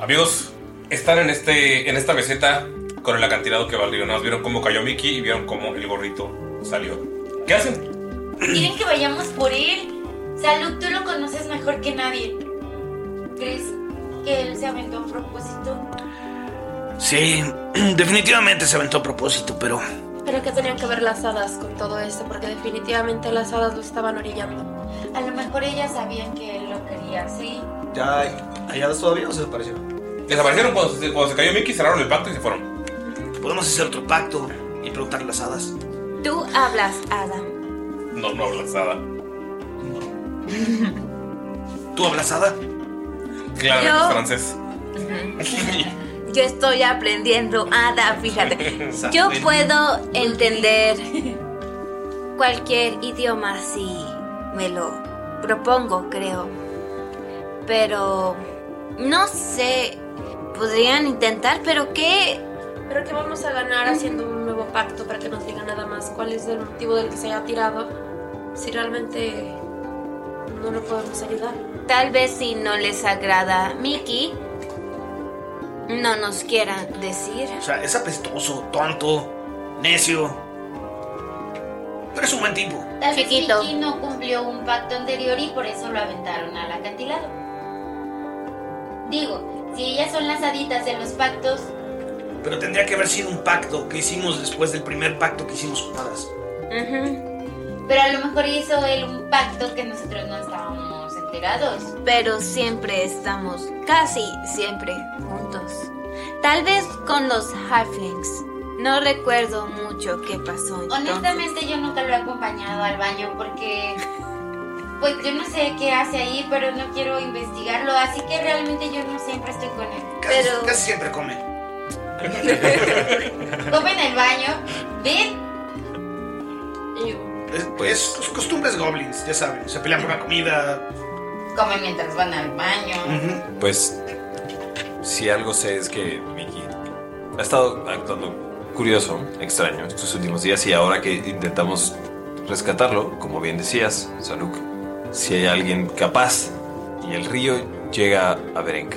Speaker 1: Amigos, están en, este, en esta meseta con el acantilado que valió. Nada más vieron cómo cayó Mickey y vieron cómo el gorrito salió. ¿Qué hacen?
Speaker 6: ¿Quieren que vayamos por él? Salud, tú lo conoces mejor que nadie. ¿Crees que él se aventó a propósito?
Speaker 8: Sí, definitivamente se aventó a propósito, pero
Speaker 4: Pero que tenían que ver las hadas con todo esto, porque definitivamente las hadas lo estaban orillando.
Speaker 6: A lo mejor ellas sabían que él lo quería, sí.
Speaker 8: ¿ya hay hadas todavía o se desapareció?
Speaker 1: Desaparecieron cuando se, cuando se cayó Mickey, cerraron el pacto y se fueron.
Speaker 8: Podemos hacer otro pacto y preguntarle a las hadas.
Speaker 10: Tú hablas, Adam.
Speaker 1: No, no hablas nada.
Speaker 8: ¿Tú hablas hada?
Speaker 1: Claramente
Speaker 10: Yo-
Speaker 1: es francés.
Speaker 10: Yo estoy aprendiendo, Ada, fíjate. Yo
Speaker 1: Saben.
Speaker 10: puedo entender cualquier idioma si me lo propongo, creo. Pero no sé, podrían intentar, pero ¿qué?
Speaker 4: Pero que vamos a ganar haciendo un nuevo pacto para que nos diga nada más cuál es el motivo del que se haya tirado, si realmente no lo podemos ayudar.
Speaker 10: Tal vez si no les agrada a Mickey, no nos quieran decir.
Speaker 8: O sea, es apestoso, tonto, necio.
Speaker 12: Pero es un buen tipo.
Speaker 6: Tal vez Kiki no cumplió un pacto anterior y por eso lo aventaron al acantilado. Digo, si ellas son las haditas de los pactos,
Speaker 8: Pero tendría que haber sido un pacto que hicimos después del primer pacto que hicimos con hadas.
Speaker 6: pero a lo mejor hizo él un pacto que nosotros no estábamos enterados.
Speaker 10: Pero siempre estamos, casi siempre, juntos. Tal vez con los halflings. No recuerdo mucho qué pasó. entonces.
Speaker 6: Honestamente yo nunca lo he acompañado al baño porque pues yo no sé qué hace ahí, pero no quiero investigarlo, así que realmente yo no siempre estoy con él.
Speaker 8: Casi,
Speaker 6: Pero
Speaker 8: casi siempre come.
Speaker 6: come en el baño, ven.
Speaker 8: Es, es sus costumbres goblins, ya saben. Se pelean por la comida.
Speaker 6: Come mientras van al baño.
Speaker 3: Pues, si algo sé es que Mickey ha estado actuando curioso, extraño, estos últimos días y ahora que intentamos rescatarlo, como bien decías, Saluk, si hay alguien capaz y el río llega a Berenk.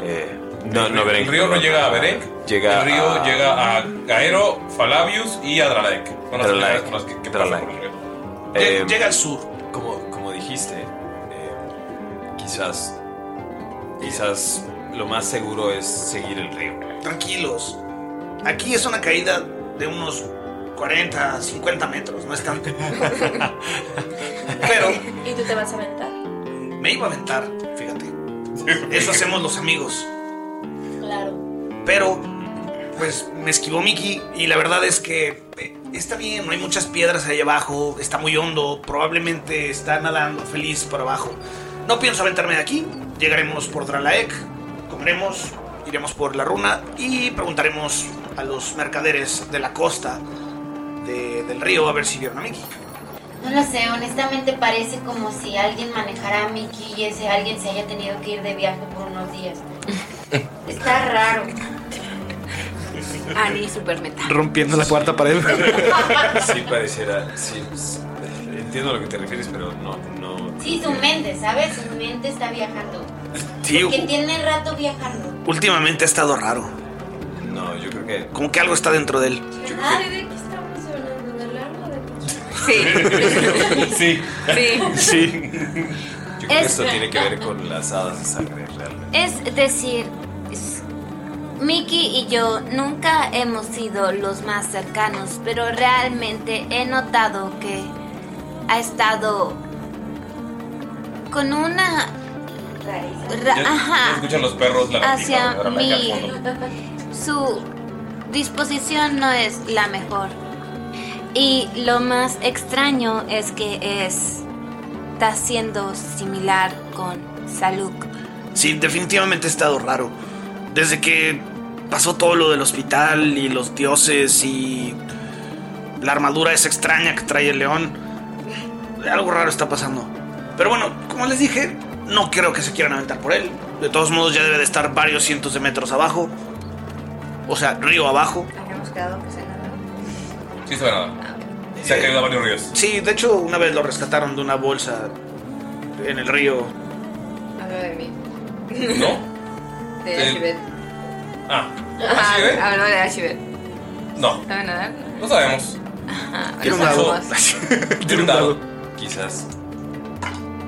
Speaker 3: Eh, no, no Berenk.
Speaker 1: El río no
Speaker 3: perdón.
Speaker 1: llega a Berenk.
Speaker 3: Llega
Speaker 1: el río
Speaker 3: a-
Speaker 1: llega a Gaero, Falabius y a Dralaek. Son las
Speaker 3: Dralaek,
Speaker 1: primeras con las que- que
Speaker 3: Dralaek.
Speaker 1: pasan por el río.
Speaker 3: Eh,
Speaker 1: Llega al sur.
Speaker 3: Como, como dijiste, eh, quizás, quizás lo más seguro es seguir el río.
Speaker 8: Tranquilos. Aquí es una caída de unos 40, 50 metros, no es tanto. Pero
Speaker 4: ¿Y tú te vas a aventar?
Speaker 8: me iba a aventar, fíjate. Eso hacemos los amigos.
Speaker 4: Claro.
Speaker 8: Pero, pues me esquivó Mickey y la verdad es que eh, está bien, no hay muchas piedras ahí abajo, está muy hondo, probablemente está nadando feliz para abajo. No pienso aventarme de aquí, llegaremos por Dralaek, comeremos, iremos por la runa y preguntaremos a los mercaderes de la costa de- del río a ver si vieron a Mickey.
Speaker 6: No lo sé, honestamente parece como si alguien manejara a Mickey y ese alguien se haya tenido que ir de viaje por unos días. Está raro.
Speaker 4: Ah,
Speaker 10: Ani Supermeta.
Speaker 12: Rompiendo la cuarta pared.
Speaker 3: Sí, pareciera. Sí, s- entiendo a lo que te refieres, pero no. no
Speaker 6: Sí, su mente, ¿sabes? Su mente está viajando.
Speaker 8: Sí,
Speaker 6: Que tiene rato viajando.
Speaker 8: últimamente ha estado raro.
Speaker 3: No, yo creo que...
Speaker 8: Como que algo está dentro de él.
Speaker 5: Ay, ¿de qué estamos hablando? ¿De largo o de poquito?
Speaker 3: sí.
Speaker 10: Sí.
Speaker 3: Sí. Yo creo que
Speaker 10: Es-
Speaker 3: esto tiene que ver con las hadas de sangre realmente.
Speaker 10: Es decir, es- Mickey y yo nunca hemos sido los más cercanos, pero realmente he notado que ha estado con una... ra-
Speaker 1: Ya- ya
Speaker 10: ajá,
Speaker 1: Escuchan los perros la
Speaker 10: hacia
Speaker 1: la- la- la-
Speaker 10: mí.
Speaker 1: al fondo.
Speaker 10: Su disposición no es la mejor. Y lo más extraño es que es... Está siendo similar con Saluk.
Speaker 8: Sí, definitivamente ha estado raro. Desde que pasó todo lo del hospital y los dioses y la armadura esa extraña que trae el león, algo raro está pasando. Pero bueno, como les dije, no creo que se quieran aventar por él. De todos modos, ya debe de estar varios cientos de metros abajo. O sea, río abajo.
Speaker 5: Habíamos quedado
Speaker 10: pues,
Speaker 5: que
Speaker 1: Sí,
Speaker 5: se
Speaker 1: se ve nada. Se ha caído a varios ríos.
Speaker 8: Eh, Sí, de hecho, una vez lo rescataron de una bolsa en el río.
Speaker 5: Hablo de mí.
Speaker 1: ¿No?
Speaker 5: De
Speaker 1: El-
Speaker 5: Ashibet.
Speaker 1: Ah,
Speaker 5: Ajá, Hablo de Ashibet.
Speaker 1: no.
Speaker 5: ¿Saben nadar?
Speaker 1: No sabemos.
Speaker 5: Ajá,
Speaker 1: Tiene un
Speaker 5: ¿les hago
Speaker 1: dado.
Speaker 5: más?
Speaker 1: Tiene un dado. Quizás.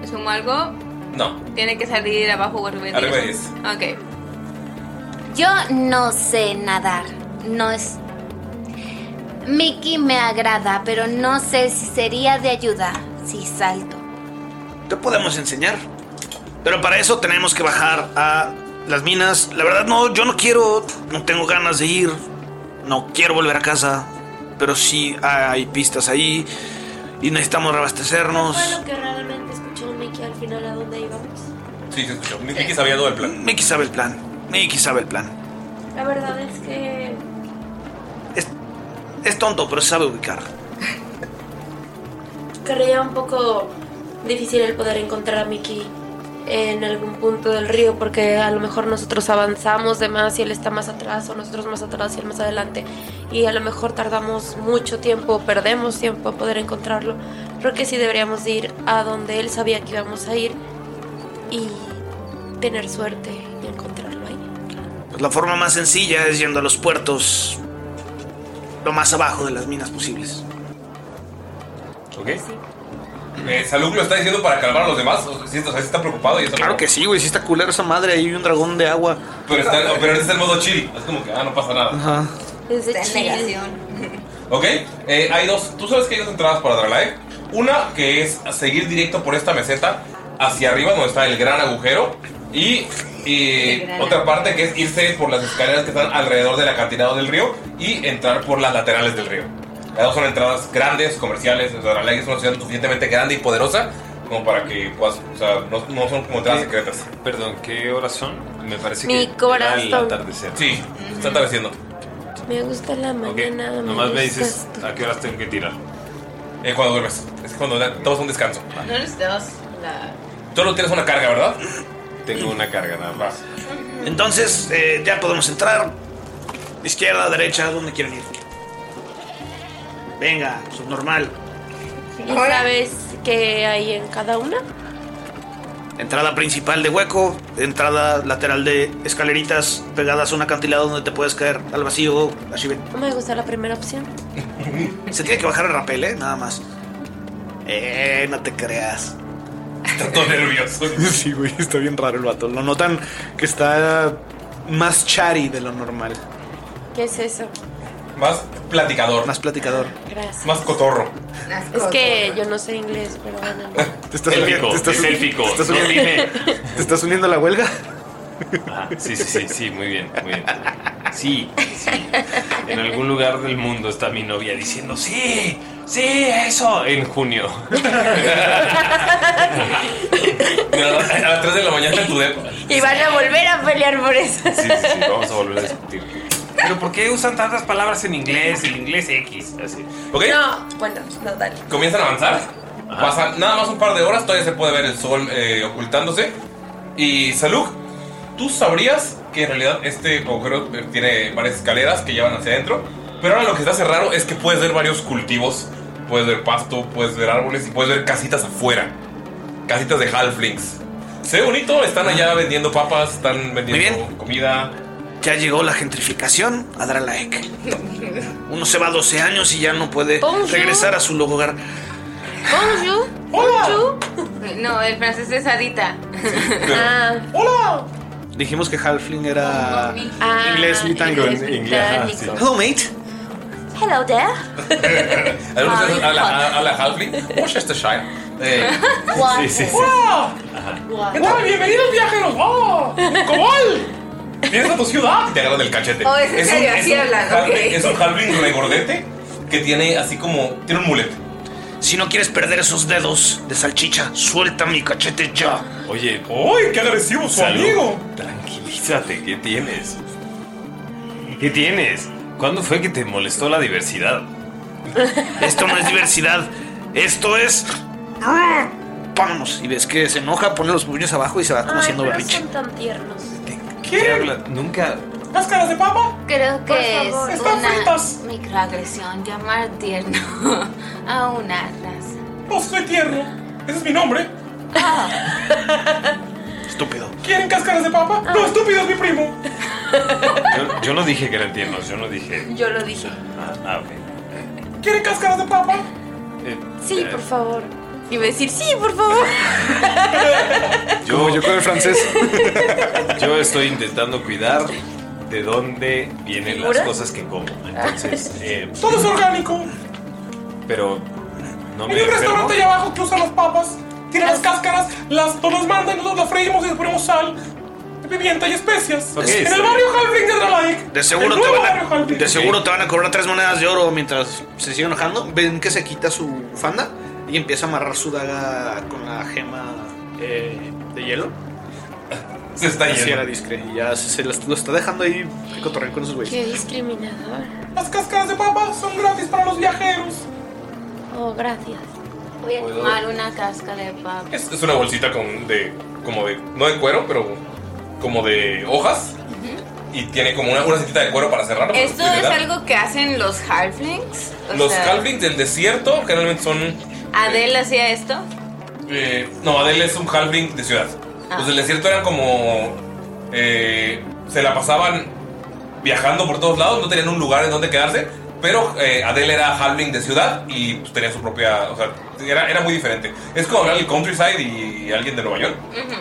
Speaker 5: ¿Sumo algo?
Speaker 1: No.
Speaker 5: ¿Tiene que salir abajo o arriba de
Speaker 1: Arriba de
Speaker 5: diez? Ok.
Speaker 10: Yo no sé nadar. No es. Mickey me agrada, pero no sé si sería de ayuda si salto.
Speaker 8: Te podemos enseñar. Pero para eso tenemos que bajar a las minas. La verdad, no, yo no quiero, no tengo ganas de ir. No quiero volver a casa. Pero sí hay pistas ahí. Y necesitamos reabastecernos.
Speaker 4: Fue lo que raramente escuchó Mickey al final a dónde íbamos.
Speaker 1: Sí, se escuchó. Mickey sabía todo el plan.
Speaker 8: Mickey sabe el plan. Mickey sabe el plan.
Speaker 4: La verdad es que
Speaker 8: Es tonto, pero sabe ubicar.
Speaker 4: creía un poco difícil el poder encontrar a Mickey en algún punto del río porque a lo mejor nosotros avanzamos de más y él está más atrás o nosotros más atrás y él más adelante y a lo mejor tardamos mucho tiempo, perdemos tiempo a poder encontrarlo. Creo que sí deberíamos de ir a donde él sabía que íbamos a ir y tener suerte y encontrarlo ahí.
Speaker 8: Pues la forma más sencilla es yendo a los puertos. Lo más abajo de las minas posibles.
Speaker 1: ¿ok? Eh, Salud lo está diciendo para calmar a los demás. O sea, sí, o sea, sí está preocupado y está
Speaker 2: Claro que sí, güey. Sí está culero esa madre. Ahí hay un dragón de agua.
Speaker 1: Pero, está, pero ahorita está en este modo chill. Es como que, ah, no pasa nada.
Speaker 2: Ajá.
Speaker 5: Es de negación.
Speaker 1: Ok, eh, hay dos. Tú sabes que hay dos entradas para Dralae. Una que es seguir directo por esta meseta hacia arriba, donde está el gran agujero. Y, y otra parte que es irse por las escaleras que están alrededor del acantilado del río y entrar por las laterales del río. Las dos son entradas grandes, comerciales. O sea, Dralae es una ciudad suficientemente grande y poderosa como para que puedas. O sea, no, no son como entradas secretas.
Speaker 3: Perdón, ¿qué horas son? Me parece
Speaker 4: Mi
Speaker 3: que
Speaker 4: corazón.
Speaker 3: era el atardecer.
Speaker 1: Sí, está atardeciendo.
Speaker 4: Me gusta la mañana. me
Speaker 3: Nomás me
Speaker 4: gustas
Speaker 3: dices
Speaker 4: tú.
Speaker 3: a qué horas tengo que tirar.
Speaker 1: Eh, cuando duermes. Es cuando da- tomas un descanso.
Speaker 5: No necesitabas la.
Speaker 1: Solo tienes una carga, ¿verdad?
Speaker 3: Tengo una carga nada más.
Speaker 8: Entonces, eh, ya podemos entrar. Izquierda, derecha, ¿dónde quieren ir? Venga, subnormal.
Speaker 4: ¿Y sabes qué hay en cada una?
Speaker 8: Entrada principal de hueco, entrada lateral de escaleritas pegadas a un acantilado donde te puedes caer al vacío. Así ven.
Speaker 4: No me gusta la primera opción.
Speaker 8: Se tiene que bajar el rapel, ¿eh? Nada más. Eh, no te creas.
Speaker 1: Está todo nervioso.
Speaker 2: Sí, güey, está bien raro el vato. Lo notan que está más chari de lo normal.
Speaker 4: ¿Qué es eso?
Speaker 1: Más platicador.
Speaker 2: Más platicador.
Speaker 4: Gracias.
Speaker 1: Más cotorro.
Speaker 4: Es que yo no sé inglés, pero bueno.
Speaker 2: Te estás
Speaker 3: Élfico,
Speaker 2: uniendo- te estás
Speaker 3: es
Speaker 2: uni-
Speaker 3: élfico,
Speaker 2: te estás
Speaker 3: no
Speaker 2: uniendo- ¿Te estás uniendo a la huelga?
Speaker 3: Ah, sí, sí, sí, sí, muy bien, muy bien. Sí, sí. En algún lugar del mundo está mi novia diciendo, sí, sí, eso, en junio.
Speaker 1: Mira, a las 3 de la mañana en tu depa.
Speaker 4: Y van a volver a pelear por eso.
Speaker 3: Sí, sí, sí, vamos a volver a discutir. Pero ¿por qué usan tantas palabras en inglés? El inglés X, así.
Speaker 1: ¿Ok?
Speaker 4: No, bueno, no, dale.
Speaker 1: Comienzan a avanzar. Pasan nada más un par de horas, todavía se puede ver el sol eh, ocultándose. Y Saluk, tú sabrías que en realidad este agujero eh, tiene varias escaleras que llevan hacia adentro. Pero ahora lo que se hace raro es que puedes ver varios cultivos. Puedes ver pasto, puedes ver árboles y puedes ver casitas afuera. Casitas de halflings. Se ve bonito, están allá vendiendo papas, están vendiendo comida.
Speaker 8: Ya llegó la gentrificación E a Dralaek. Uno se va a 12 años y ya no puede
Speaker 5: Bonjour.
Speaker 8: regresar a su lugar.
Speaker 5: Bonjour. Bonjour. No, el francés es Adita.
Speaker 4: Ah.
Speaker 5: Hola.
Speaker 2: Dijimos que Halfling era
Speaker 4: Ah,
Speaker 2: inglés británico.
Speaker 4: inglés Inglés, ajá, sí. británico.
Speaker 2: Hello, mate.
Speaker 4: Hello there.
Speaker 1: Algunos dicen a la, a, a la halfling, Worcestershire. Eh,
Speaker 13: Guau. Guau. ¿Qué tal? Bienvenidos viajeros. ¡Oh! ¡Cobol!
Speaker 1: ¿Vienes a tu ciudad? Y Te agarran el cachete.
Speaker 13: Oh, es en serio, así
Speaker 1: un
Speaker 13: hablan,
Speaker 1: halfling-
Speaker 13: ok.
Speaker 1: Es un halfling regordete que tiene así como. Tiene un mulet.
Speaker 8: Si no quieres perder esos dedos de salchicha, suelta mi cachete ya.
Speaker 3: Oye,
Speaker 1: ¡Uy, qué agresivo su
Speaker 3: Salud.
Speaker 1: amigo!
Speaker 3: tranquilízate, ¿qué tienes? ¿Qué tienes? ¿Cuándo fue que te molestó la diversidad?
Speaker 8: Esto no es diversidad, esto es.
Speaker 4: Ah,
Speaker 8: Vamos, y ves que se enoja, pone los puños abajo y se va como haciendo
Speaker 4: pero
Speaker 8: berrinche.
Speaker 4: son tan tiernos.
Speaker 3: ¿Qué habla? Nunca.
Speaker 1: ¿Cáscaras de papa?
Speaker 5: Creo
Speaker 4: Por
Speaker 5: que es
Speaker 4: favor. Están
Speaker 5: una
Speaker 4: fritas.
Speaker 5: microagresión llamar tierno a una raza.
Speaker 1: No soy tierno. Ese es mi nombre.
Speaker 8: Estúpido.
Speaker 1: Ah. ¿Quieren cáscaras de papa?
Speaker 13: Ah.
Speaker 1: ¡No, estúpido, es mi primo!
Speaker 3: Yo, yo no dije que eran tiernos, yo no dije.
Speaker 4: Yo lo dije.
Speaker 3: Ah, ah, ok.
Speaker 1: ¿Quieren cáscaras de papa?
Speaker 3: Eh,
Speaker 4: Sí,
Speaker 3: eh,
Speaker 4: por favor. Iba a decir, sí, por favor.
Speaker 3: Yo,
Speaker 2: yo con el francés.
Speaker 3: Yo estoy intentando cuidar de dónde vienen
Speaker 1: ¿Figuras?
Speaker 3: las cosas que como.
Speaker 4: Ah.
Speaker 3: Entonces, eh,
Speaker 1: Todo es orgánico.
Speaker 3: pero no me
Speaker 1: Hay un
Speaker 3: enfermo.
Speaker 1: restaurante allá abajo que usa las papas. Tiene las cáscaras, las nos las mandan, nosotros las freímos y les ponemos sal, pimienta y especias.
Speaker 8: Ok.
Speaker 1: en el barrio Halfling de Dralaek.
Speaker 8: Este, De seguro,
Speaker 1: El
Speaker 8: te
Speaker 1: nuevo
Speaker 8: van,
Speaker 1: barrio
Speaker 8: a,
Speaker 1: Halfling.
Speaker 8: de seguro te van a cobrar tres monedas de oro mientras se sigue enojando. Ven que se quita su fanda y empieza a amarrar su daga con la gema eh, de hielo.
Speaker 1: Se está
Speaker 8: Así
Speaker 1: yendo.
Speaker 8: era discre. Y ya se las- lo está dejando ahí que cotorrean con esos güeyes.
Speaker 4: Qué discriminador.
Speaker 1: Las cáscaras de papa son gratis para los viajeros.
Speaker 4: Oh, gracias.
Speaker 5: Voy a tomar una cáscara de papa.
Speaker 1: Es, es una bolsita con de como de no de cuero, pero como de hojas y tiene como una, una setita de cuero para cerrarlo.
Speaker 5: Esto
Speaker 1: Le
Speaker 5: es
Speaker 1: da-
Speaker 5: algo que hacen los halflings. O
Speaker 1: Los
Speaker 5: sea,
Speaker 1: halflings del desierto generalmente son
Speaker 5: Adele hacía esto.
Speaker 1: eh, no, Adele es un halfling de ciudad.
Speaker 5: Ah.
Speaker 1: Los del desierto eran como eh, se la pasaban viajando por todos lados, no tenían un lugar en donde quedarse Pero eh, Adele era halfling de ciudad y pues, tenía su propia. O sea, era, era muy diferente. Es como hablar el countryside y alguien de Nueva York.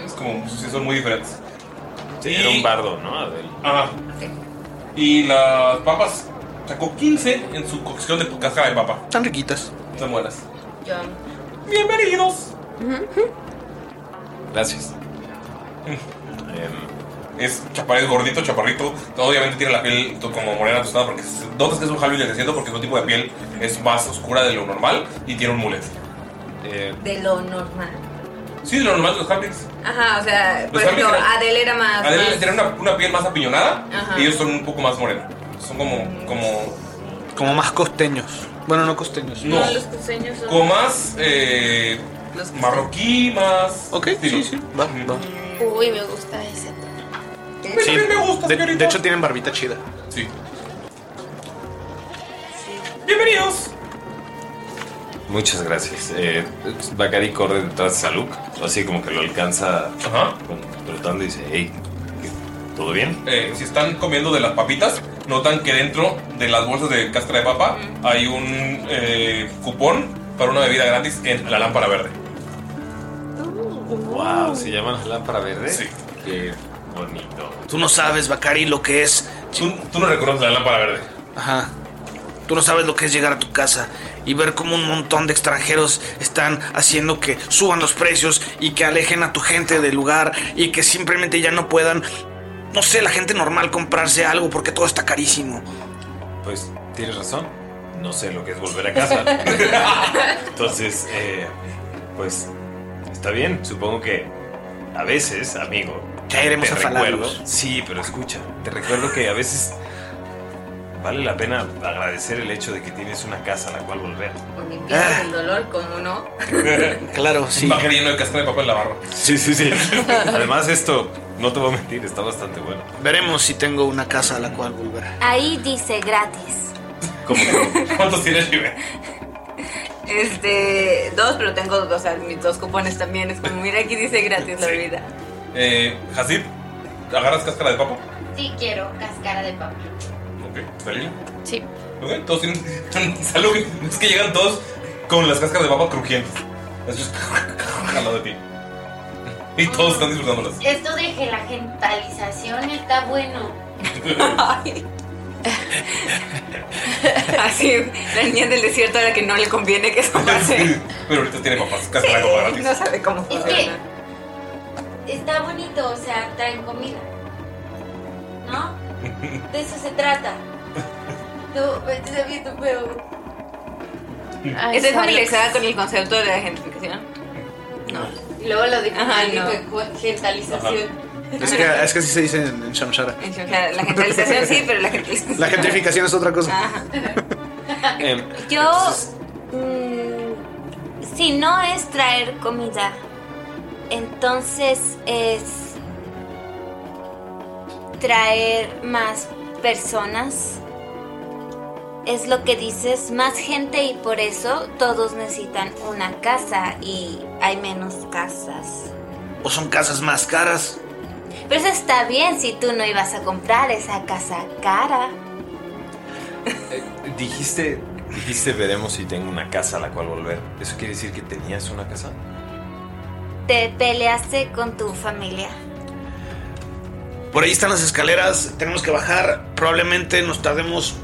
Speaker 1: Es como, sí, son muy diferentes.
Speaker 3: Era un bardo, ¿no? Adel?
Speaker 1: Ajá. Y las papas sacó 15 en su cocción de cáscara de papa.
Speaker 2: Están riquitas.
Speaker 1: Están buenas.
Speaker 13: Bienvenidos.
Speaker 3: Gracias.
Speaker 1: Mm. Es chaparrito, gordito, chaparrito. Obviamente tiene la piel to- como morena tostada porque es- notas que es un halfling de cielo porque su tipo de piel es más oscura de lo normal y tiene un mulet.
Speaker 3: Eh.
Speaker 5: De lo normal.
Speaker 1: sí, de lo normal de los halflings.
Speaker 5: Ajá, o sea, por
Speaker 1: Los Ah.
Speaker 5: ejemplo,
Speaker 1: árbitros-
Speaker 5: Adele era más.
Speaker 1: Adele
Speaker 5: más-
Speaker 1: tiene una, una piel más apiñonada
Speaker 5: Ajá.
Speaker 1: y ellos son un poco más morenos. Son como, como
Speaker 2: Como más costeños. Bueno, no costeños.
Speaker 1: No.
Speaker 5: los cruceños son.
Speaker 1: Como más eh, marroquí, más. Ok, sí, sí.
Speaker 2: Va, va.
Speaker 4: Uy, me gusta ese.
Speaker 2: Sí. de, de hecho, tienen barbita chida.
Speaker 1: Sí.
Speaker 13: Bienvenidos.
Speaker 3: Muchas gracias. Eh, Bacari corre detrás de Saluk, así como que lo alcanza como trotando y dice, hey, ¿todo bien?
Speaker 1: Eh, si están comiendo de las papitas, notan que dentro de las bolsas de cáscara de papa hay un eh, cupón para una bebida gratis en la lámpara verde.
Speaker 3: Wow, se llama la lámpara verde.
Speaker 1: Sí.
Speaker 3: Qué bonito.
Speaker 8: Tú no sabes, Bacari, lo que es.
Speaker 1: Tú, no reconoces la lámpara verde.
Speaker 8: Ajá. Tú no sabes lo que es llegar a tu casa y ver cómo un montón de extranjeros están haciendo que suban los precios y que alejen a tu gente del lugar y que simplemente ya no puedan, no sé, la gente normal comprarse algo porque todo está carísimo.
Speaker 3: Pues tienes razón. No sé lo que es volver a casa. Entonces, eh, pues está bien. Supongo que a veces, amigo,
Speaker 8: Ya iremos
Speaker 3: te
Speaker 8: a
Speaker 3: recuerdo.
Speaker 8: falarlos.
Speaker 3: Sí, pero escucha, te recuerdo que a veces vale la pena agradecer el hecho de que tienes una casa a la cual volver.
Speaker 8: Ah,
Speaker 5: Limpiar el dolor, como no.
Speaker 8: Claro, sí.
Speaker 1: Bacari lleno de cáscara de papa en la barra.
Speaker 3: Sí, sí, sí. Además, esto, no te voy a mentir, está bastante bueno.
Speaker 8: Veremos si tengo una casa a la cual volver.
Speaker 5: Ahí dice gratis.
Speaker 1: ¿Cuántos tienes, Jive?
Speaker 5: Este, dos, pero tengo, o sea, mis dos cupones también. Es como, mira, aquí dice gratis la vida.
Speaker 1: Eh, Hasib, ¿agarras cáscara de papa?
Speaker 6: Sí quiero cascara de papa.
Speaker 1: Ok, Dalila.
Speaker 4: Sí.
Speaker 1: Ok, todos tienen. Salud. Es que llegan todos con las cáscaras de papa crujientes. Así es, al lado de ti. Y todos están disfrutándolas.
Speaker 6: Esto de gelatalización está bueno.
Speaker 5: Así, la niña del desierto a la que no le conviene que eso
Speaker 2: Ah,
Speaker 5: pase.
Speaker 1: Pero ahorita tiene papas, cáscara de papa gratis.
Speaker 5: No sabe cómo
Speaker 6: Es
Speaker 5: funciona.
Speaker 6: que está bonito, o sea, traen comida. ¿No? De eso se trata. Tú, pues, vete sabiendo, pero. Ay,
Speaker 5: ¿Estás
Speaker 6: Alex.
Speaker 5: familiarizada con el concepto de la gentrificación?
Speaker 6: Luego lo dijo
Speaker 5: Ajá,
Speaker 6: dijo
Speaker 5: Ajá.
Speaker 6: gentalización.
Speaker 2: Es que, es que así se dice en, en Shamshara.
Speaker 5: O sea, la gentralización sí, pero la gentrificación.
Speaker 2: La gentrificación es otra cosa.
Speaker 8: Em,
Speaker 5: Yo.
Speaker 10: Mm, si no es traer comida, entonces es traer más personas. Es lo que dices, más gente y por eso todos necesitan una casa y hay menos casas.
Speaker 8: O son casas más caras.
Speaker 10: Pero eso Pues está bien si tú no ibas a comprar esa casa cara.
Speaker 3: Eh, Dijiste, dijiste, veremos si tengo una casa a la cual volver. ¿Eso quiere decir que tenías una casa?
Speaker 10: Te peleaste con tu familia.
Speaker 8: Por ahí están las escaleras, tenemos que bajar. Probablemente nos tardemos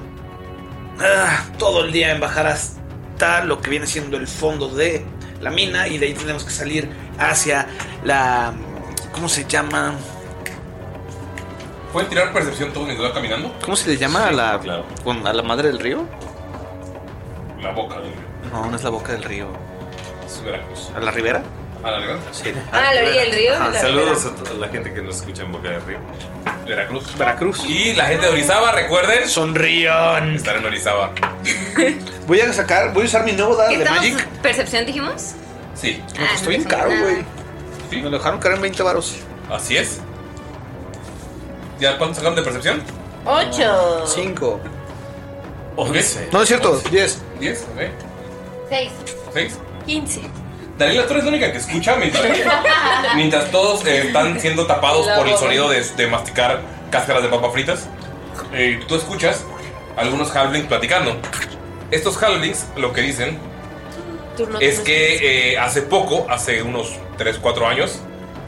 Speaker 8: ah, todo el día en bajar hasta lo que viene siendo el fondo de la mina y de ahí tenemos que salir hacia la... ¿Cómo se llama?
Speaker 1: ¿Pueden tirar percepción todos mientras van caminando?
Speaker 2: ¿Cómo se le llama a, la, con- a la madre del río?
Speaker 1: La boca del
Speaker 2: No, no es la boca del río.
Speaker 1: Es Veracruz.
Speaker 2: ¿A la ribera?
Speaker 1: ¿A la verdad?
Speaker 2: Sí.
Speaker 5: Ah, la orilla del río.
Speaker 3: Ah,
Speaker 5: la
Speaker 3: saludos a toda la gente que nos escucha en Boca del Río.
Speaker 1: Veracruz.
Speaker 2: Veracruz.
Speaker 1: Y la gente de Orizaba, recuerden.
Speaker 8: Sonrían.
Speaker 1: Estar en Orizaba.
Speaker 2: Voy a sacar, voy a usar mi nuevo dado
Speaker 5: ¿Qué
Speaker 2: de
Speaker 5: estamos?
Speaker 2: Magic.
Speaker 5: ¿Percepción dijimos?
Speaker 1: Sí.
Speaker 5: Ah,
Speaker 2: Pues, Estoy bien
Speaker 5: no
Speaker 2: caro,
Speaker 5: nada.
Speaker 2: güey. Me lo dejaron caer en 20 varos.
Speaker 1: Así es. ¿Ya cuánto sacaron de percepción?
Speaker 2: Ah.
Speaker 5: Ocho.
Speaker 2: 5.
Speaker 1: Once.
Speaker 2: No es cierto, 10.
Speaker 1: 10, ok.
Speaker 6: Seis.
Speaker 1: 6.
Speaker 4: 15.
Speaker 1: Dalila, tú eres la única que escucha mientras, mientras todos eh, están siendo tapados por el sonido de, de masticar cáscaras de papas fritas. Eh, tú escuchas algunos halflings platicando. Estos halflings lo que dicen
Speaker 4: Tú no
Speaker 1: es
Speaker 4: tienes-
Speaker 1: que eh, hace poco, hace unos 3, 4 años,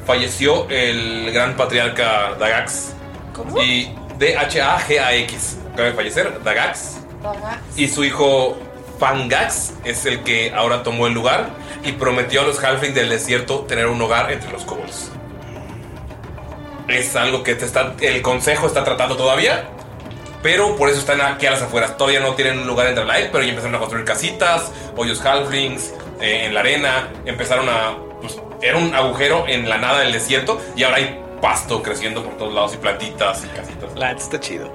Speaker 1: falleció el gran patriarca Dagax.
Speaker 4: ¿Cómo?
Speaker 1: Y D-H-A-G-A-X. Acaba de fallecer Dagax.
Speaker 14: Dagax.
Speaker 1: Y su hijo Fangax es el que ahora tomó el lugar y prometió a los halflings del desierto tener un hogar entre los kobolds. Es algo que te está, el consejo está tratando todavía, pero por eso están aquí a las afueras. Todavía no tienen un lugar entre la pero ya empezaron a construir casitas, hoyos halflings eh, en la arena. Empezaron a. pues, era un agujero en la nada del desierto y ahora hay pasto creciendo por todos lados y plantitas y casitas.
Speaker 2: La está chido.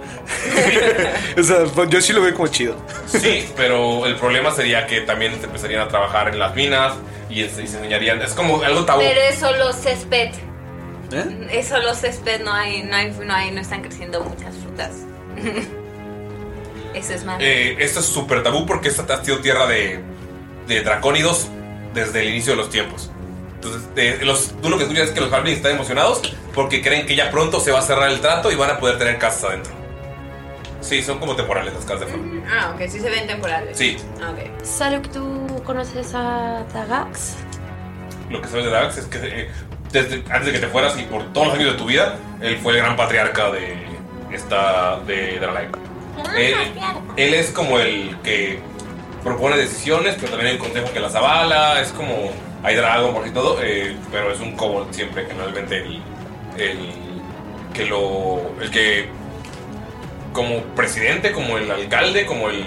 Speaker 2: O sea,
Speaker 8: pues,
Speaker 2: yo sí lo veo como chido.
Speaker 1: Sí, pero el problema sería que también se empezarían a trabajar en las minas y se y se enseñarían. Es como algo tabú.
Speaker 5: Pero es solo césped.
Speaker 1: ¿Eh?
Speaker 5: Es solo césped, no hay, no hay, no hay, no están creciendo muchas frutas. Eso es malo.
Speaker 2: Eh.
Speaker 1: Eh, esto es súper tabú porque esta ha sido tierra de, de dracónidos desde el inicio de los tiempos. Entonces, eh, los, tú lo que escuchas es que los halflings están emocionados porque creen que ya pronto se va a cerrar el trato y van a poder tener casas adentro. Sí, son como temporales las casas de flor.
Speaker 14: Ah, ok, sí se ven temporales.
Speaker 1: Sí,
Speaker 14: Ah, Ok.
Speaker 4: Saluk, ¿tú conoces a Dagax?
Speaker 1: lo que sabes de Dax es que eh, desde- antes de que te fueras y por todos los años de tu vida, él fue el gran patriarca de esta de Dralaek. Él, Eh, él es como el que propone decisiones, pero también hay un consejo que las avala, es como hay dragón por y todo, eh, pero es un kobold siempre generalmente el, el que lo el que como presidente, como el alcalde, como el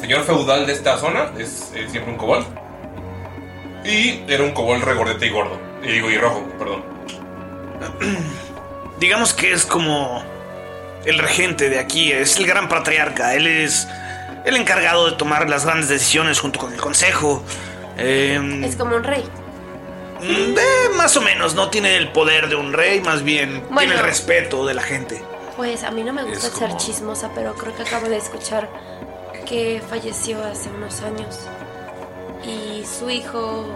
Speaker 1: señor feudal de esta zona, es, es siempre un kobold. Y era un kobold regordete y gordo. Y digo, y rojo, perdón.
Speaker 8: Digamos que es como el regente de aquí, es el gran patriarca. Él es el encargado de tomar las grandes decisiones junto con el consejo. Em,
Speaker 4: Es como un rey.
Speaker 8: mm, eh, más o menos, no tiene el poder de un rey, más bien
Speaker 4: Bueno.
Speaker 8: tiene el respeto de la gente.
Speaker 4: Pues a mí no me gusta
Speaker 8: Es
Speaker 4: ser
Speaker 8: como-
Speaker 4: chismosa, pero creo que acabo de escuchar que falleció hace unos años. Y su hijo,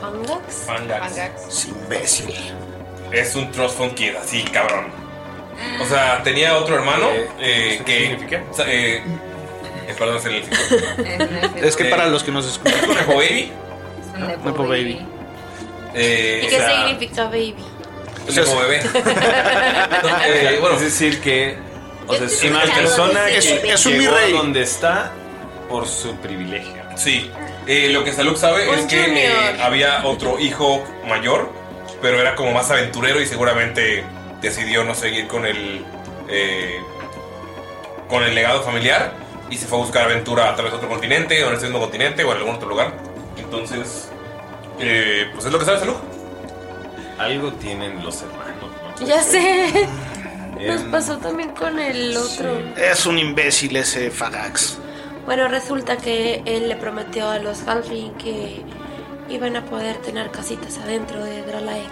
Speaker 4: Pangax.
Speaker 1: Pangax.
Speaker 8: Es imbécil.
Speaker 1: Es un Trust Fund Kid, así, cabrón. O sea, tenía otro hermano eh, que. o sea, eh, eh, perdón, es el Eh,
Speaker 2: Es que para los que nos escuchan.
Speaker 1: Es un Nepo Baby.
Speaker 2: Nepo baby.
Speaker 1: Eh,
Speaker 4: ¿Y
Speaker 1: o
Speaker 4: qué
Speaker 1: sea,
Speaker 4: significa baby?
Speaker 1: un Nepo Bebé. Eh, bueno,
Speaker 3: es decir que o sea, es una
Speaker 1: escuchado
Speaker 3: persona que
Speaker 1: que se ve. Es un mi
Speaker 3: llegó a
Speaker 1: rey.
Speaker 3: donde está por su privilegio.
Speaker 1: Sí. Eh, lo que Saluk sabe es que eh, había otro hijo mayor, pero era como más aventurero y seguramente decidió no seguir con el eh, con el legado familiar y se fue a buscar aventura a través de otro continente o en ese mismo continente o en algún otro lugar. Entonces, eh, pues es lo que sabe Saluk.
Speaker 3: Algo tienen los hermanos.
Speaker 1: pues
Speaker 3: ¿no?
Speaker 4: Ya sé. Nos
Speaker 3: Em,
Speaker 4: pasó también con el otro.
Speaker 8: Es un imbécil ese Fagax.
Speaker 4: Bueno, resulta que él le prometió a los Halfling que iban a poder tener casitas adentro de Dralaek.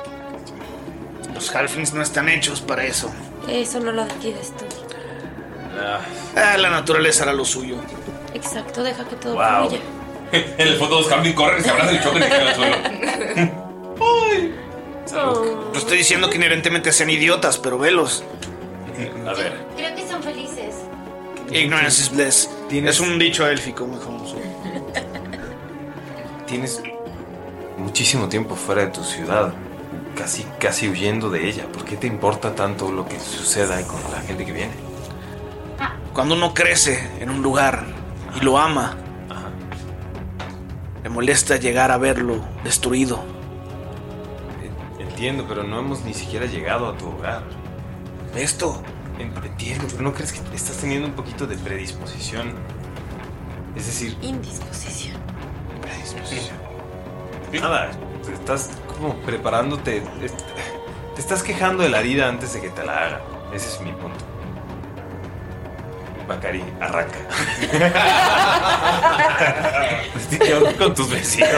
Speaker 8: Los halflings no están hechos para eso.
Speaker 4: Eso no lo decides tú.
Speaker 8: Ah, la naturaleza hará lo suyo.
Speaker 4: Exacto, deja que todo
Speaker 8: Wow.
Speaker 4: fluya.
Speaker 1: en el fondo los Hamlin corren y se abrazan y chocan y se caen al suelo.
Speaker 8: No estoy diciendo que inherentemente sean idiotas, pero velos.
Speaker 3: A ver.
Speaker 6: Creo que son felices.
Speaker 8: Ignorance is bliss. Es un dicho élfico muy famoso.
Speaker 3: Tienes muchísimo tiempo fuera de tu ciudad, casi, casi huyendo de ella. ¿Por qué te importa tanto lo que suceda con la gente que viene?
Speaker 8: Cuando uno crece en un lugar y lo ama, le molesta llegar a verlo destruido.
Speaker 3: Entiendo, pero no hemos ni siquiera llegado a tu hogar.
Speaker 8: Esto.
Speaker 3: Entiendo, pero ¿no crees que estás teniendo un poquito de predisposición? Es decir,
Speaker 4: Indisposición.
Speaker 3: Nada, te estás como preparándote. es- Te estás quejando de la herida antes de que te la haga. Ese es mi punto. Bacari, arranca. ¿Qué onda con tus vecinos?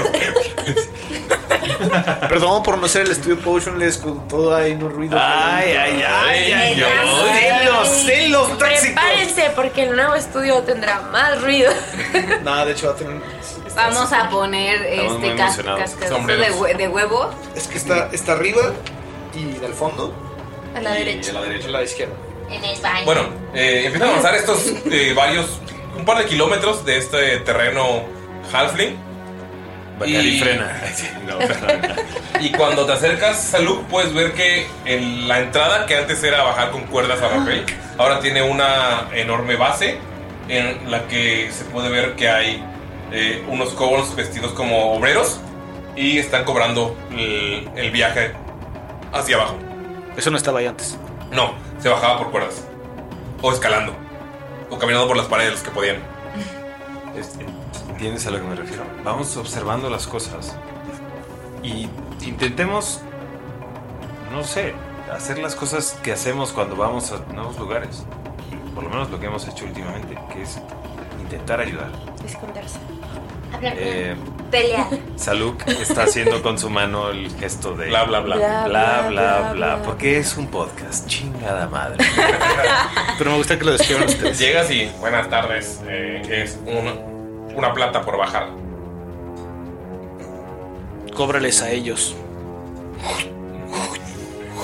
Speaker 2: Perdón por no ser el estudio Potionless con todo ahí no ruido.
Speaker 3: Ay, ay, ay, ay, yo-
Speaker 2: Celos, celos tóxicos.
Speaker 4: Prepárense porque el nuevo estudio tendrá más ruido.
Speaker 2: Nada, de hecho va a tener.
Speaker 5: Vamos a poner
Speaker 2: Estamos muy
Speaker 5: este cas-
Speaker 2: emocionados.
Speaker 5: cascarudo de,
Speaker 2: Sombreros.
Speaker 5: hue- de huevo.
Speaker 2: Es que está, está arriba y del fondo.
Speaker 4: A la
Speaker 2: y
Speaker 4: derecha.
Speaker 2: A la derecha. A la izquierda.
Speaker 6: en el baño.
Speaker 1: Bueno, eh, empiezan a avanzar estos eh, varios, un par de kilómetros de este terreno halfling.
Speaker 3: Bacari frena. No, perdón.
Speaker 1: Y cuando te acercas, Saluk, puedes ver que en la entrada que antes era bajar con cuerdas a papel, ahora tiene una enorme base en la que se puede ver que hay eh, unos kobolds vestidos como obreros y están cobrando el, el viaje hacia abajo.
Speaker 2: Eso no estaba ahí antes.
Speaker 1: No, se bajaba por cuerdas. O escalando. O caminando por las paredes los que podían.
Speaker 3: Este, ¿Entiendes a lo que me refiero? Vamos observando las cosas y intentemos, no sé, hacer las cosas que hacemos cuando vamos a nuevos lugares. Por lo menos lo que hemos hecho últimamente, que es intentar ayudar.
Speaker 4: Esconderse.
Speaker 6: Hablar con-
Speaker 3: Eh,
Speaker 6: Pelear.
Speaker 3: Saluk está haciendo con su mano el gesto de
Speaker 1: Bla, bla, bla.
Speaker 3: bla bla bla,
Speaker 1: bla,
Speaker 3: bla, porque es un podcast, chingada madre.
Speaker 1: Pero me gusta que lo describan ustedes. Llegas y buenas tardes. eh, es un- una plata por bajar.
Speaker 2: Cóbrales a ellos.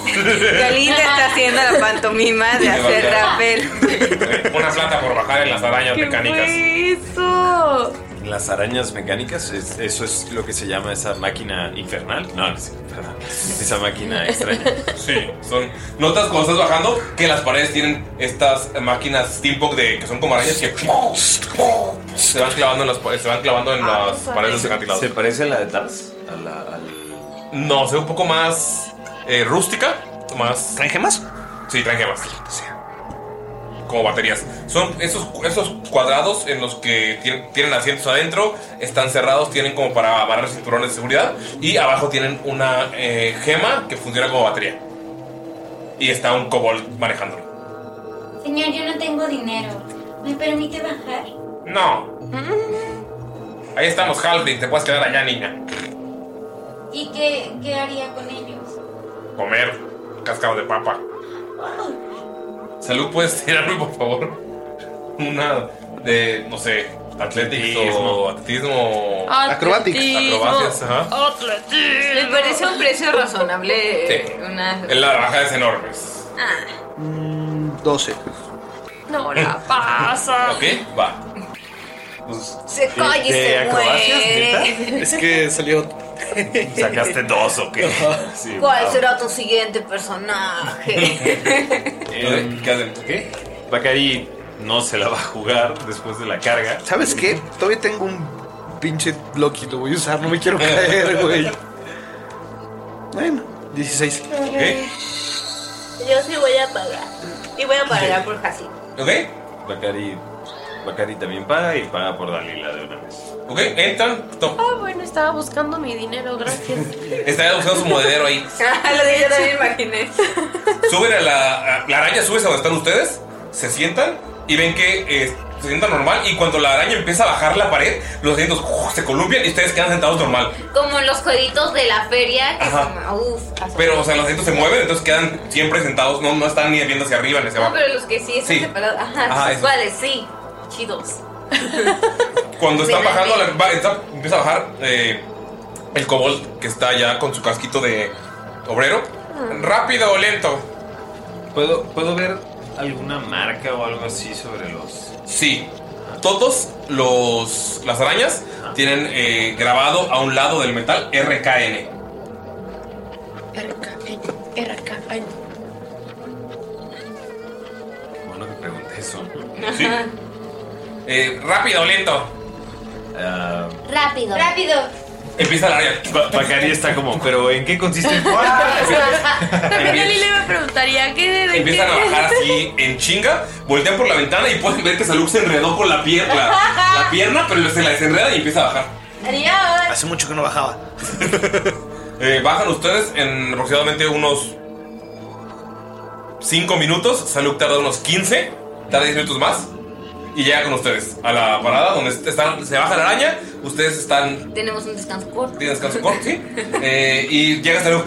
Speaker 5: Galinda está haciendo la pantomima de hacer rapel.
Speaker 1: Una plata por bajar en las arañas mecánicas.
Speaker 5: Eso.
Speaker 3: Las arañas mecánicas, es- eso es lo que se llama esa máquina infernal. No, no es infernal, esa máquina extraña.
Speaker 1: Sí, son. Notas cuando estás bajando que las paredes tienen estas máquinas steampunk de que son como arañas que se van clavando en las, pa- se van clavando en las paredes de los acantilados.
Speaker 3: ¿Se parece a la de Tars? A la- al-
Speaker 1: No, se ve un poco más eh, rústica, más. ¿Traen gemas? Ah, Sí, traen gemas. Como baterías. Son esos, esos cuadrados en los que tienen, tienen asientos adentro, están cerrados, tienen como para amarrar cinturones de seguridad y abajo tienen una eh, gema que funciona como batería. Y está un kobold manejándolo.
Speaker 6: Señor, yo no tengo dinero. ¿Me permite bajar?
Speaker 1: No,
Speaker 4: Mm.
Speaker 1: ahí estamos, Halfling, te puedes quedar allá, niña.
Speaker 6: ¿Y qué, qué haría con ellos?
Speaker 1: Comer cascado de papa. Salud, puedes tirarme, por favor. Una de, no sé, atletismo o atletismo.
Speaker 5: Atletismo.
Speaker 1: Acrobacias, ajá.
Speaker 5: Atletismo. Me parece un precio razonable. eh,
Speaker 1: Sí.
Speaker 5: Una...
Speaker 1: En la bajada es enorme. es-
Speaker 5: Ah,
Speaker 2: 12.
Speaker 5: no
Speaker 8: Eh.
Speaker 5: la pasa.
Speaker 1: Ok, va.
Speaker 3: Pues,
Speaker 5: Se cae y
Speaker 3: ¿de
Speaker 5: se
Speaker 3: acrobacias,
Speaker 5: muere.
Speaker 3: neta? que salió. ¿Sacaste dos o qué? Sí, Ah,
Speaker 5: ¿Cuál
Speaker 3: wow.
Speaker 5: será tu siguiente personaje?
Speaker 3: Eh,
Speaker 1: ¿Qué?
Speaker 3: Bacari no se la va a jugar después de la carga.
Speaker 2: ¿Sabes qué? Todavía tengo un pinche bloque y lo voy a usar. No me quiero caer, güey. Bueno, 16.
Speaker 5: Yo sí voy a pagar. Y voy a pagar por Hasi.
Speaker 1: ¿Ok?
Speaker 3: Bacari, Bacari también paga y paga por Dalila de una vez.
Speaker 1: Ok, entran.
Speaker 4: Ah, bueno, estaba buscando mi dinero, gracias.
Speaker 1: Está usando su monedero ahí.
Speaker 5: Ah, Lo dije, yo también imaginé.
Speaker 1: Suben a la, a- la araña, sube a donde están ustedes, se sientan y ven que eh, se sientan normal y cuando la araña empieza a bajar la pared, los asientos uf, se columpian y ustedes quedan sentados normal.
Speaker 5: Como los jueguitos de la feria
Speaker 1: que
Speaker 5: Ajá. Uf,
Speaker 1: Pero, o sea, los asientos se mueven, entonces quedan siempre sentados, no, no están ni viendo hacia arriba ni hacia
Speaker 5: No,
Speaker 1: abajo.
Speaker 5: pero los que sí están
Speaker 1: Sí.
Speaker 5: separados. Ajá,
Speaker 1: Ajá,
Speaker 5: esos
Speaker 1: esos.
Speaker 5: cuales sí. Chidos.
Speaker 1: Cuando están bajando, la- va- está- empieza a bajar eh, el kobold que está ya con su casquito de obrero. Rápido o lento.
Speaker 3: ¿Puedo, ¿Puedo ver alguna marca o algo así sobre los.?
Speaker 1: Sí. Todos los las arañas
Speaker 3: Ah.
Speaker 1: tienen eh, grabado a un lado del metal RKN.
Speaker 4: RKN.
Speaker 3: Bueno, que pregunté eso.
Speaker 1: Sí. Eh, rápido o lento.
Speaker 3: Ah,
Speaker 6: Rápido. Rápido.
Speaker 1: empieza la araña.
Speaker 3: Ba- Bacari está como, ¿pero en qué consiste el
Speaker 4: También
Speaker 1: Empieza-
Speaker 4: Dalila me preguntaría qué de qué?
Speaker 1: Empiezan a bajar así en chinga, voltean por la ventana y pueden ver que Saluk se enredó con la pierna, la, la pierna, pero se la desenreda y empieza a bajar.
Speaker 6: Adiós.
Speaker 1: Hace mucho que no bajaba. Eh, bajan ustedes en aproximadamente unos 5 minutos. Saluk tarda unos 15, tarda 10 minutos más. Y llega con ustedes a la parada donde están, se baja la araña. Ustedes están.
Speaker 5: Tenemos un descanso corto.
Speaker 1: Tienen descanso corto, sí. Eh, y llega Saluk.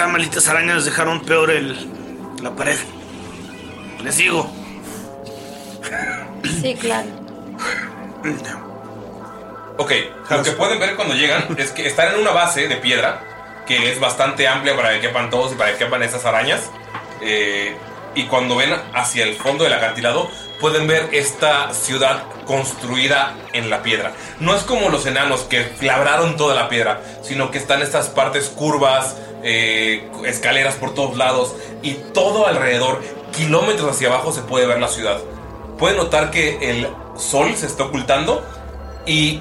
Speaker 8: Ah, malditas arañas dejaron peor el, la pared. Les digo.
Speaker 4: Sí, claro.
Speaker 1: Ok, lo que pueden ver cuando llegan es que están en una base de piedra que es bastante amplia para que quepan todos y para que quepan esas arañas. Eh, y cuando ven hacia el fondo del acantilado, pueden ver esta ciudad construida en la piedra. No es como los enanos que labraron toda la piedra, sino que están estas partes curvas, eh, escaleras por todos lados y todo alrededor, kilómetros hacia abajo, se puede ver la ciudad. Pueden notar que el sol se está ocultando y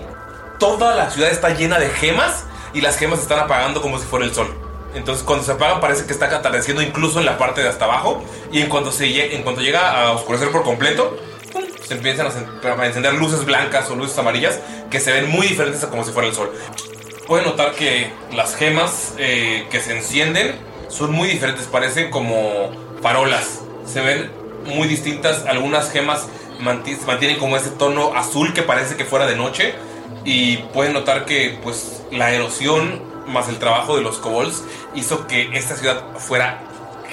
Speaker 1: toda la ciudad está llena de gemas y las gemas se están apagando como si fuera el sol. Entonces cuando se apagan parece que está atardeciendo incluso en la parte de hasta abajo y en cuanto, se lle- en cuanto llega a oscurecer por completo ¡pum! se empiezan a, cen- a encender luces blancas o luces amarillas que se ven muy diferentes a como si fuera el sol. Pueden notar que las gemas eh, que se encienden son muy diferentes, parecen como farolas. Se ven muy distintas, algunas gemas manti- mantienen como ese tono azul que parece que fuera de noche y pueden notar que pues la erosión más el trabajo de los kobolds hizo que esta ciudad fuera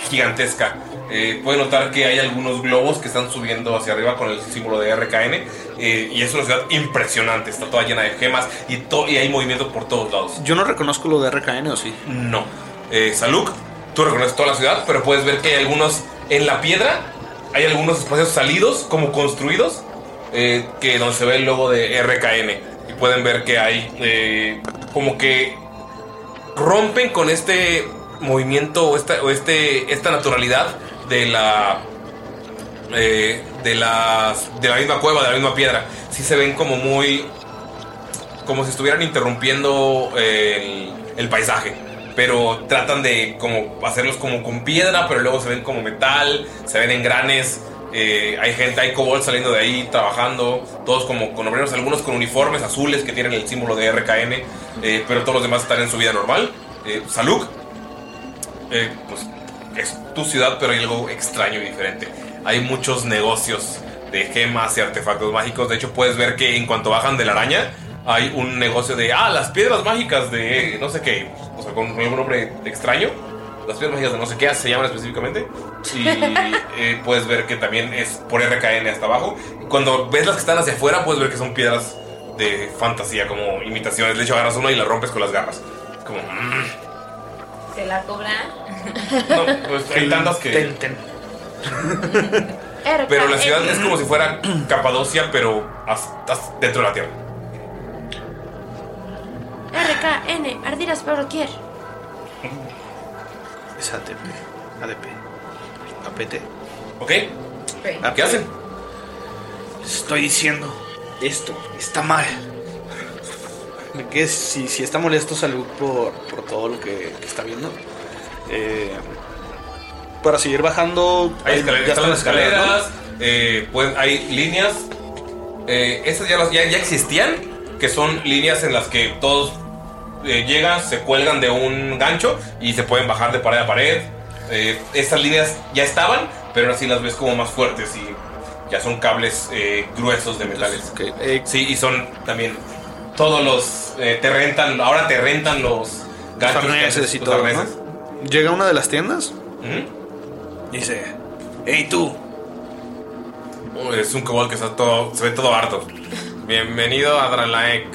Speaker 1: gigantesca. Eh, pueden notar que hay algunos globos que están subiendo hacia arriba con el símbolo de RKN eh, y es una ciudad impresionante, está toda llena de gemas y, to- y hay movimiento por todos lados.
Speaker 2: Yo no reconozco lo de RKN, ¿o sí?
Speaker 1: No. Eh, Saluk, tú reconoces toda la ciudad, pero puedes ver que hay algunos en la piedra, hay algunos espacios salidos, como construidos, eh, que donde se ve el logo de RKN. Y pueden ver que hay eh, como que rompen con este movimiento o esta, o este, esta naturalidad de la eh, de las de la misma cueva, de la misma piedra. Sí se ven como muy como si estuvieran interrumpiendo el, el paisaje. Pero tratan de como hacerlos como con piedra, pero luego se ven como metal, se ven engranes. eh, hay gente, hay kobolds saliendo de ahí trabajando, todos como con obreros, algunos con uniformes azules que tienen el símbolo de RKN, eh, pero todos los demás están en su vida normal. Eh, Saluk, eh, pues es tu ciudad, pero hay algo extraño y diferente. Hay muchos negocios de gemas y artefactos mágicos. De hecho, puedes ver que en cuanto bajan de la araña, hay un negocio de, ah, las piedras mágicas de no sé qué, o sea, con algún nombre extraño. Las piedras mágicas de no sé qué se llaman específicamente. Y eh, puedes ver que también es por RKN hasta abajo. Cuando ves las que están hacia afuera, puedes ver que son piedras de fantasía, como imitaciones. De hecho, agarras una y la rompes con las garras. Es como... mm.
Speaker 5: ¿Se la cobran?
Speaker 1: Pues hay tantas que. Pero
Speaker 5: eh,
Speaker 1: la ciudad es como si fuera Capadocia, pero hasta- hasta dentro de la tierra.
Speaker 4: RKN, ardiras por doquier.
Speaker 2: Es ATP. ADP. APT.
Speaker 1: ¿Ok?
Speaker 2: ¿Qué hacen?
Speaker 8: Estoy diciendo, esto está mal.
Speaker 2: que si, si está molesto Salud por, por todo lo que, que está viendo. Eh, para seguir bajando,
Speaker 1: Hay
Speaker 2: ahí
Speaker 1: escalera-
Speaker 2: ya
Speaker 1: están las
Speaker 2: escaleras, ¿no?
Speaker 1: escaleras, eh, pueden- hay líneas. eh, esas ya, las- ya, ya existían, que son líneas en las que todos eh, llegan, se cuelgan de un gancho y se pueden bajar de pared a pared. Eh, estas líneas ya estaban, pero ahora sí las ves como más fuertes y ya son cables eh, gruesos de metales.
Speaker 2: eh,
Speaker 1: sí, y son también todos los... eh, te rentan, ahora te rentan los ganchos. que
Speaker 2: Arneses
Speaker 1: antes-
Speaker 2: y
Speaker 1: los
Speaker 2: todo, ¿no?
Speaker 1: arneses.
Speaker 2: Llega a una de las tiendas.
Speaker 8: Dice, hey tú.
Speaker 1: Uy, Es un kobold que está todo, se ve todo harto. Bienvenido a Dralaek.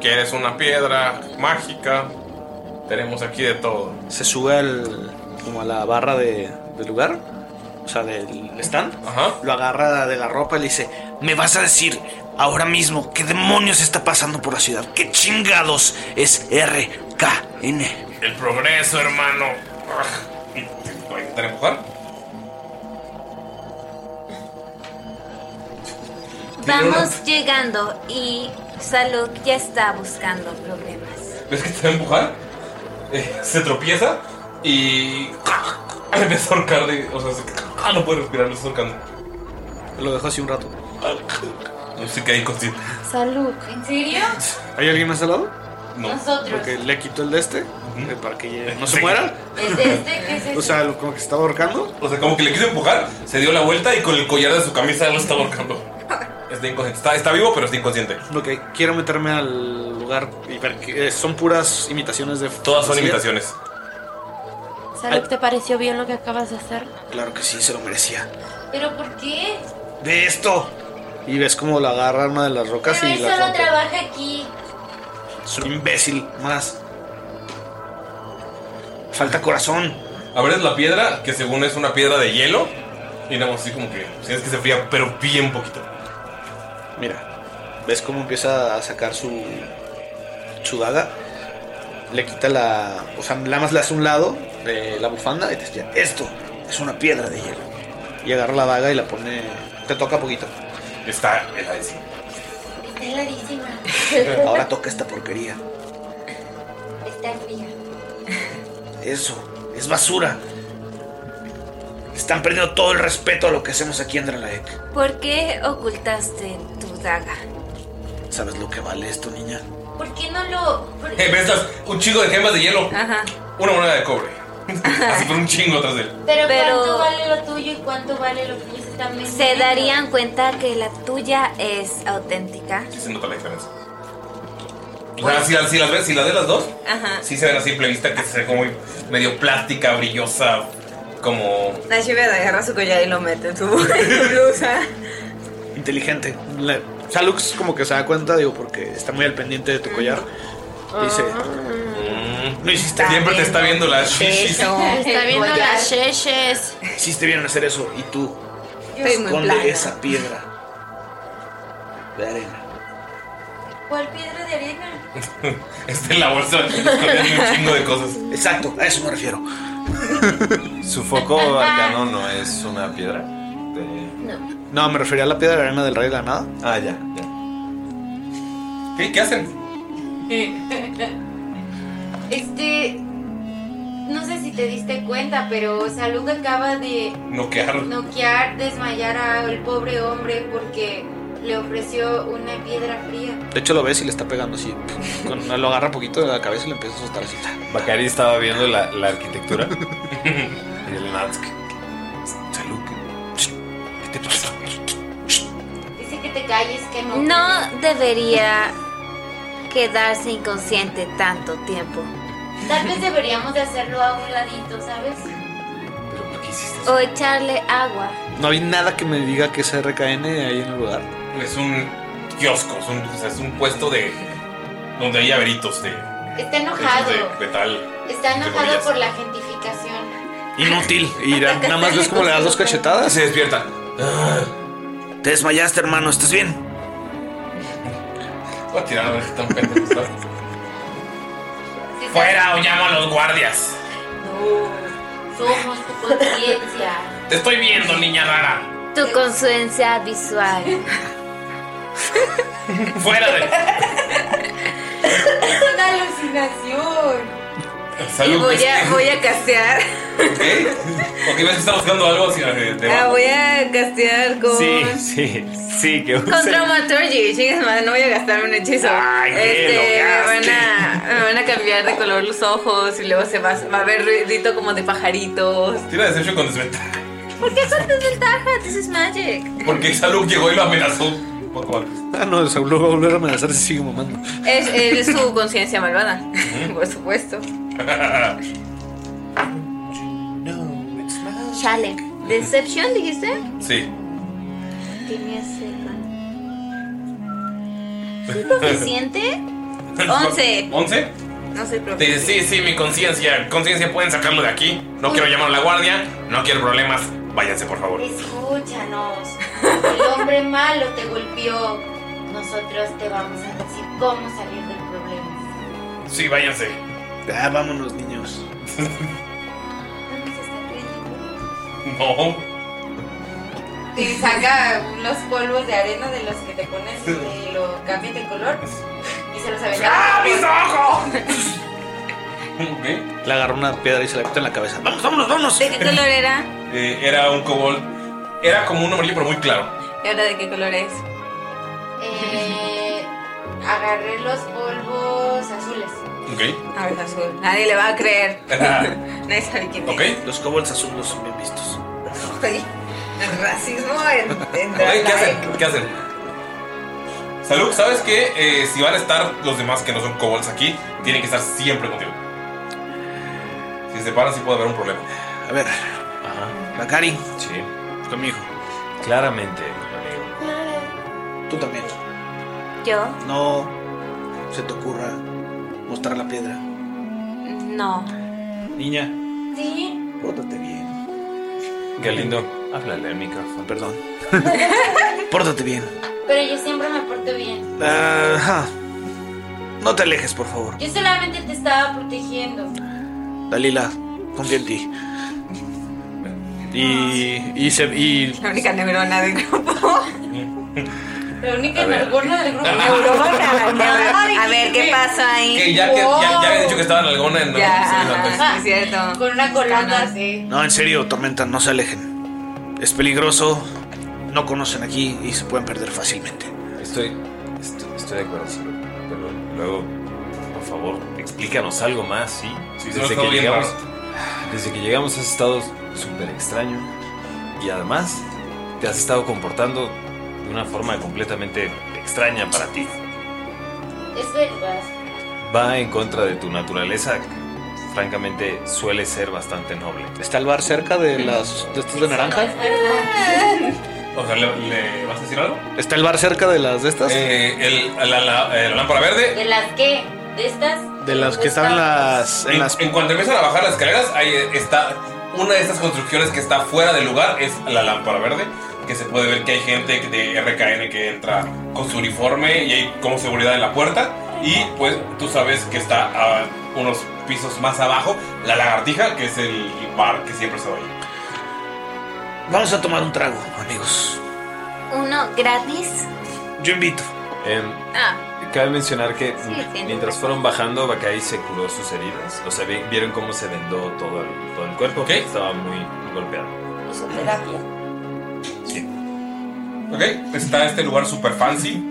Speaker 1: ¿Quieres una piedra mágica? Tenemos aquí de todo.
Speaker 2: Se sube al, como a la barra de, del lugar. O sea, del stand.
Speaker 8: Lo agarra de la ropa y le dice, me vas a decir ahora mismo qué demonios está pasando por la ciudad. ¿Qué chingados es RKN?
Speaker 1: El progreso, hermano. Voy a intentar empujar.
Speaker 5: Vamos llegando y Salud ya está buscando problemas.
Speaker 1: ¿Ves que te va a empujar? Eh, se tropieza y. Empieza a ahorcar de. O sea, se- ah, no puede respirar, lo está ahorcando.
Speaker 2: Lo dejo así un rato.
Speaker 1: No sé qué hay inconsciente.
Speaker 4: Salud.
Speaker 6: ¿En serio?
Speaker 2: ¿Hay alguien más al lado?
Speaker 1: No.
Speaker 6: Nosotros.
Speaker 2: Porque le quito el de este. eh, Para que eh, no se
Speaker 1: Sí.
Speaker 2: muera.
Speaker 6: ¿Es este? ¿Qué es este?
Speaker 2: O sea, lo- como que estaba ahorcando.
Speaker 1: O sea, como que le quiso empujar, se dio la vuelta y con el collar de su camisa lo está ahorcando. Está inconsciente. Está, está vivo, pero está inconsciente.
Speaker 2: Ok, quiero meterme al lugar y ver que eh, son puras imitaciones de.
Speaker 1: Todas son imitaciones.
Speaker 4: Salud, ¿te pareció bien lo que acabas de hacer?
Speaker 2: Claro que sí, se lo merecía.
Speaker 6: ¿Pero por qué?
Speaker 2: ¡De esto! Y ves como la agarra una de las rocas
Speaker 6: Pero
Speaker 2: y
Speaker 6: él
Speaker 2: la
Speaker 6: solo
Speaker 2: rompe.
Speaker 6: trabaja aquí.
Speaker 2: Es un imbécil más.
Speaker 8: Falta corazón.
Speaker 1: Abres la piedra, que según es una piedra de hielo. Y nada más así como que sientes que se fría, pero bien poquito.
Speaker 2: Mira, ves cómo empieza a sacar su, su daga. Le quita la. O sea, nada más le hace un lado eh, la bufanda y te dice: Esto es una piedra de hielo. Y agarra la daga y la pone. Te toca poquito.
Speaker 1: Está heladísimo.
Speaker 6: Está heladísima.
Speaker 2: Ahora toca esta porquería.
Speaker 6: Está fría.
Speaker 8: Eso, es basura. Están perdiendo todo el respeto a lo que hacemos aquí en Dralaek.
Speaker 10: ¿Por qué ocultaste tu daga?
Speaker 8: ¿Sabes lo que vale esto, niña?
Speaker 10: ¿Por qué no lo...? por-
Speaker 1: Eh, ves las- un chingo de gemas de hielo.
Speaker 10: Ajá.
Speaker 1: Una moneda de cobre. Así con un chingo atrás de él.
Speaker 6: Pero,
Speaker 10: Pero-
Speaker 6: ¿cuánto vale lo tuyo y cuánto vale lo que ellos están vendiendo?
Speaker 10: ¿Se darían cuenta que la tuya es auténtica?
Speaker 1: Sí, se nota la diferencia. O sea, si, las- si las ves, si las ves las dos,
Speaker 5: Ajá.
Speaker 1: sí se ven a simple vista que se ve como medio plástica, brillosa, como
Speaker 5: La Shived agarra su collar y lo mete en su en su blusa.
Speaker 2: Inteligente. La- Salux, como que se da cuenta, digo, porque está muy al pendiente de tu collar.
Speaker 4: Ah.
Speaker 2: Dice:
Speaker 1: No hiciste Mm. Siempre te está viendo la shishis.
Speaker 6: Ah,
Speaker 4: Está
Speaker 15: El
Speaker 4: viendo
Speaker 15: collar.
Speaker 4: las cheches.
Speaker 2: Hiciste bien en hacer eso. Y tú,
Speaker 4: Estoy muy
Speaker 2: esconde
Speaker 4: plana.
Speaker 2: esa piedra de arena.
Speaker 6: ¿Cuál piedra de arena?
Speaker 1: Está en la bolsa escondiendo un chingo de cosas.
Speaker 8: Exacto, a eso me refiero.
Speaker 3: Su foco arcano no es una piedra. de-
Speaker 6: No.
Speaker 2: No, me refería a la piedra de arena del rey de la nada.
Speaker 3: Ah, ya, ya.
Speaker 1: ¿Qué, qué hacen?
Speaker 6: Este. No sé si te diste cuenta, pero Salud acaba de
Speaker 1: Noquear.
Speaker 6: noquear, desmayar al pobre hombre porque le ofreció una piedra fría.
Speaker 2: De hecho, lo ves y le está pegando así. Con- lo agarra poquito de la cabeza y le empieza a soltar así.
Speaker 3: Bacari estaba viendo la, la arquitectura. y el Natsk. Salud. ¿Qué te pasa?
Speaker 6: Dice que te calles, que no.
Speaker 10: No debería quedarse inconsciente tanto tiempo.
Speaker 6: Tal vez deberíamos de hacerlo a un ladito, ¿sabes?
Speaker 10: O echarle agua.
Speaker 2: No hay nada que me diga que es RKN ahí en el lugar.
Speaker 1: Es un kiosco, es un, o sea, es un puesto de. donde hay averitos de.
Speaker 6: Está enojado.
Speaker 1: hechos de metal.
Speaker 6: Está enojado
Speaker 1: comillas.
Speaker 6: por la gentificación.
Speaker 8: Inútil.
Speaker 2: Y ya, nada más ves como le das dos cachetadas.
Speaker 1: Se despierta.
Speaker 8: Te desmayaste, hermano. ¿Estás bien?
Speaker 1: Voy a tirar este a ver qué tan pendejo está. ¡Fuera o llamo a los guardias!
Speaker 6: Somos tu conciencia.
Speaker 1: ¡Te estoy viendo, niña rara!
Speaker 10: Tu conciencia visual.
Speaker 1: ¡Fuera de!
Speaker 6: Una alucinación.
Speaker 5: Y
Speaker 1: Salud. pues, este.
Speaker 5: voy a, voy a castear.
Speaker 1: ¿Qué? ¿O que ves que está buscando algo así de. de-
Speaker 5: Ah, voy a castear con.
Speaker 3: Sí, sí, sí, que
Speaker 5: Con Traumaturgy, chingas madre, no voy a gastar un hechizo.
Speaker 3: Ay, que
Speaker 5: este,
Speaker 3: lo
Speaker 5: me van,
Speaker 3: gaste.
Speaker 5: a, me van a cambiar de color los ojos y luego se va, va a ver ruidito como de pajaritos.
Speaker 1: Tira Deception con desventaja.
Speaker 5: ¿Por qué con desventaja? This is magic.
Speaker 1: Porque Salud llegó y lo amenazó. Un poco antes.
Speaker 2: Ah, no, el Saulo va a volver a amenazar si sigue mamando.
Speaker 5: Es, es su conciencia malvada, por supuesto.
Speaker 10: Chale.
Speaker 5: ¿Deception dijiste?
Speaker 1: sí.
Speaker 10: Tienes
Speaker 5: ¿Suficiente? Once.
Speaker 1: ¿Once?
Speaker 5: No soy
Speaker 1: Te
Speaker 5: profe.
Speaker 1: dice, sí, sí, mi conciencia. Conciencia, pueden sacarlo de aquí. No quiero llamar a la guardia. No quiero problemas. Váyanse, por favor.
Speaker 6: Escúchanos. El hombre malo te golpeó. Nosotros te vamos a decir cómo salir del problema.
Speaker 1: Sí, váyanse.
Speaker 2: Ah, vámonos, niños.
Speaker 1: No.
Speaker 6: Y saca los polvos de arena de los que te pones y te lo cambias de color. Y se los aventa.
Speaker 1: ¡Ah, mis ojos!
Speaker 2: Le agarra una piedra y se la quita en la cabeza. Vamos, vámonos, vámonos.
Speaker 5: ¿De qué color era?
Speaker 1: Eh, era un cobalt. Era como un amarillo, pero muy claro.
Speaker 5: ¿Y ahora de qué color es?
Speaker 6: Eh, agarré los polvos azules.
Speaker 1: Ok.
Speaker 5: A ver, Ah, azul. Nadie le va a creer. Nadie sabe quién es.
Speaker 8: Los kobolds azules son bien vistos.
Speaker 5: Oye, el racismo en, en
Speaker 1: Ok, ¿Qué hacen? ¿Qué hacen? Salud, ¿sabes que si van a estar los demás que no son kobolds aquí, tienen que estar siempre contigo. Si se separan, sí puede haber un problema.
Speaker 8: A ver. Bacari.
Speaker 3: Sí.
Speaker 8: Conmigo.
Speaker 3: Claramente, amigo.
Speaker 8: Tú también.
Speaker 10: Yo
Speaker 8: No se te ocurra mostrar la piedra.
Speaker 10: no.
Speaker 8: Niña,
Speaker 15: Sí.
Speaker 8: pórtate bien.
Speaker 3: Galindo, háblale al micrófono.
Speaker 2: Perdón. Pórtate bien.
Speaker 6: Pero yo siempre me porto bien.
Speaker 2: Ajá. No te alejes, por favor.
Speaker 6: Yo solamente te estaba protegiendo.
Speaker 2: Dalila, confía en ti. Y, y, se, y
Speaker 5: La única neurona del grupo.
Speaker 6: La única
Speaker 1: A ver.
Speaker 6: energona del grupo.
Speaker 5: A ver, ¿qué pasa ahí?
Speaker 1: Que ya, que, ya, ya había dicho que estaba en alguna en
Speaker 5: Ya,
Speaker 1: en-
Speaker 5: ajá, es cierto.
Speaker 6: Con una colata así.
Speaker 2: No, en serio, Tormenta, no se alejen. Es peligroso, no conocen aquí y se pueden perder fácilmente.
Speaker 3: Estoy, estoy, estoy de acuerdo, sí, pero luego, por favor, explícanos algo más, ¿sí?
Speaker 1: Sí, se nos
Speaker 3: desde,
Speaker 1: quedó
Speaker 3: que
Speaker 1: bien
Speaker 3: llegamos, desde que llegamos has estado súper extraño y además te has estado comportando de una forma completamente extraña para ti.
Speaker 6: Es verdad.
Speaker 3: Va en contra de tu naturaleza, que francamente suele ser bastante noble.
Speaker 2: ¿Está el bar cerca de las de estas de naranja?
Speaker 1: O sea, ¿le, le vas a decir algo?
Speaker 2: ¿Está el bar cerca de las de estas?
Speaker 1: Eh, el, la, la- eh, la lámpara verde.
Speaker 6: ¿De las qué? ¿De estas?
Speaker 2: De las que están las en las
Speaker 1: En cuanto empiezan a bajar las escaleras, ahí está una de estas construcciones que está fuera del lugar, es la lámpara verde, que se puede ver que hay gente de RKN que entra con su uniforme y hay como seguridad en la puerta. Y pues tú sabes que está a unos pisos más abajo la lagartija, que es el bar que siempre se oye.
Speaker 2: Vamos a tomar un trago, amigos.
Speaker 10: Uno gratis.
Speaker 2: Yo invito.
Speaker 1: Em,
Speaker 10: Ah,
Speaker 3: Cabe mencionar que
Speaker 10: Sí, sí.
Speaker 3: mientras fueron bajando, Bacay se curó sus heridas. O sea, vi- vieron cómo se vendó todo el, todo el cuerpo, que estaba muy golpeado.
Speaker 10: su terapia.
Speaker 1: Ok, está este lugar super fancy.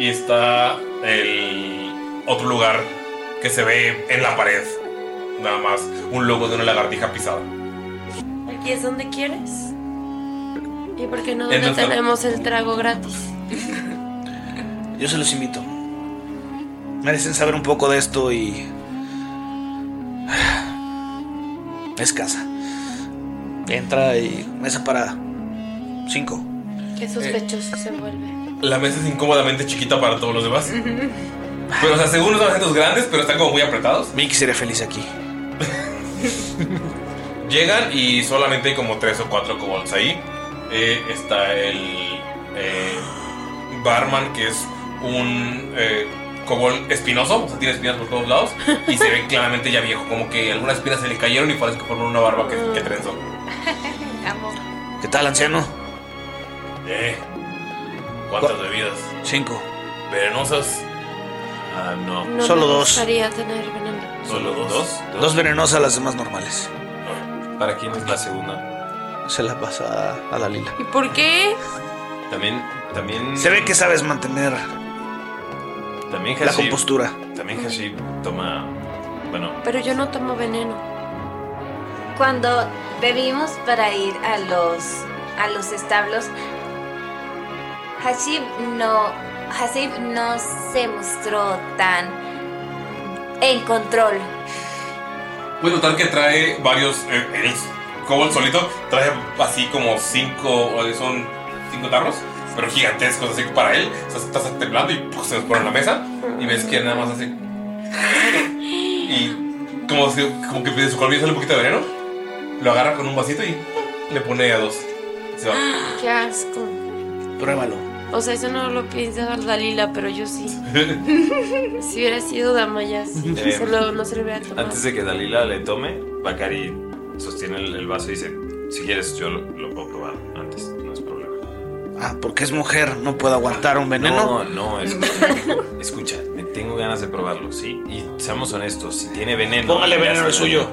Speaker 1: Y está el otro lugar que se ve en la pared. Nada más, un logo de una lagartija pisada.
Speaker 4: Aquí es donde quieres. ¿Y por qué no
Speaker 1: En
Speaker 4: donde
Speaker 1: nuestro-
Speaker 4: tenemos el trago gratis?
Speaker 2: Yo se los invito. Merecen saber un poco de esto y es casa. Entra y mesa para cinco.
Speaker 1: Eh.
Speaker 4: Qué sospechoso se vuelve.
Speaker 1: La mesa es incómodamente chiquita para todos los demás. Pero, o sea, según los asientos grandes, pero están como muy apretados.
Speaker 2: Mickey sería feliz aquí.
Speaker 1: Llegan y solamente hay como tres o cuatro kobolds ahí. Eh, está el eh, barman, que es un eh, kobold espinoso, o sea, tiene espinas por todos lados. Y se ve claramente ya viejo, como que algunas espinas se le cayeron y parece que formó una barba que, que trenzó.
Speaker 5: Oh.
Speaker 10: Amo.
Speaker 2: ¿Qué tal, anciano?
Speaker 1: Eh, ¿Cuántas bebidas?
Speaker 2: Cinco.
Speaker 1: ¿Venenosas?
Speaker 3: Ah, no.
Speaker 4: No
Speaker 2: Solo
Speaker 4: me
Speaker 2: dos.
Speaker 4: gustaría tener veneno.
Speaker 3: ¿Solo dos? Dos,
Speaker 2: Dos venenosas, las demás normales.
Speaker 3: ¿Para quién es la segunda?
Speaker 2: Se la pasa a Dalila.
Speaker 4: ¿Y por qué?
Speaker 3: También, también.
Speaker 2: Se ve que sabes mantener
Speaker 3: También
Speaker 2: la
Speaker 3: Hashib-
Speaker 2: compostura.
Speaker 3: También Hashib toma. Bueno,
Speaker 4: Pero yo no tomo veneno.
Speaker 10: Cuando bebimos para ir a los a los establos, Hashib no Hashib no se mostró tan en control.
Speaker 1: Voy a notar que trae varios. eh, el kobold solito trae así como cinco. eh, Son cinco tarros, pero gigantescos así para él. O sea, estás temblando y ¡puf! se los pone en la mesa. Y ves que nada más así. Y como, si- como que de su colmillo sale un poquito de veneno. Lo agarra con un vasito y le pone a dos. Se va.
Speaker 4: Qué asco.
Speaker 2: Pruébalo.
Speaker 4: O sea, eso no lo piensa Dalila, pero yo sí. Si hubiera sido Damaya, sí.
Speaker 3: Eh,
Speaker 4: Solo no se lo hubiera tomado.
Speaker 3: antes de que Dalila le tome, Bakari sostiene el, el vaso y dice: Si quieres, yo lo, lo puedo probar antes, no es problema.
Speaker 2: Ah, porque es mujer, no puede aguantar un veneno.
Speaker 3: No, no, es. Escucha, me tengo ganas de probarlo, ¿sí? Y seamos honestos, si tiene veneno.
Speaker 2: Póngale veneno al
Speaker 3: el
Speaker 2: suyo.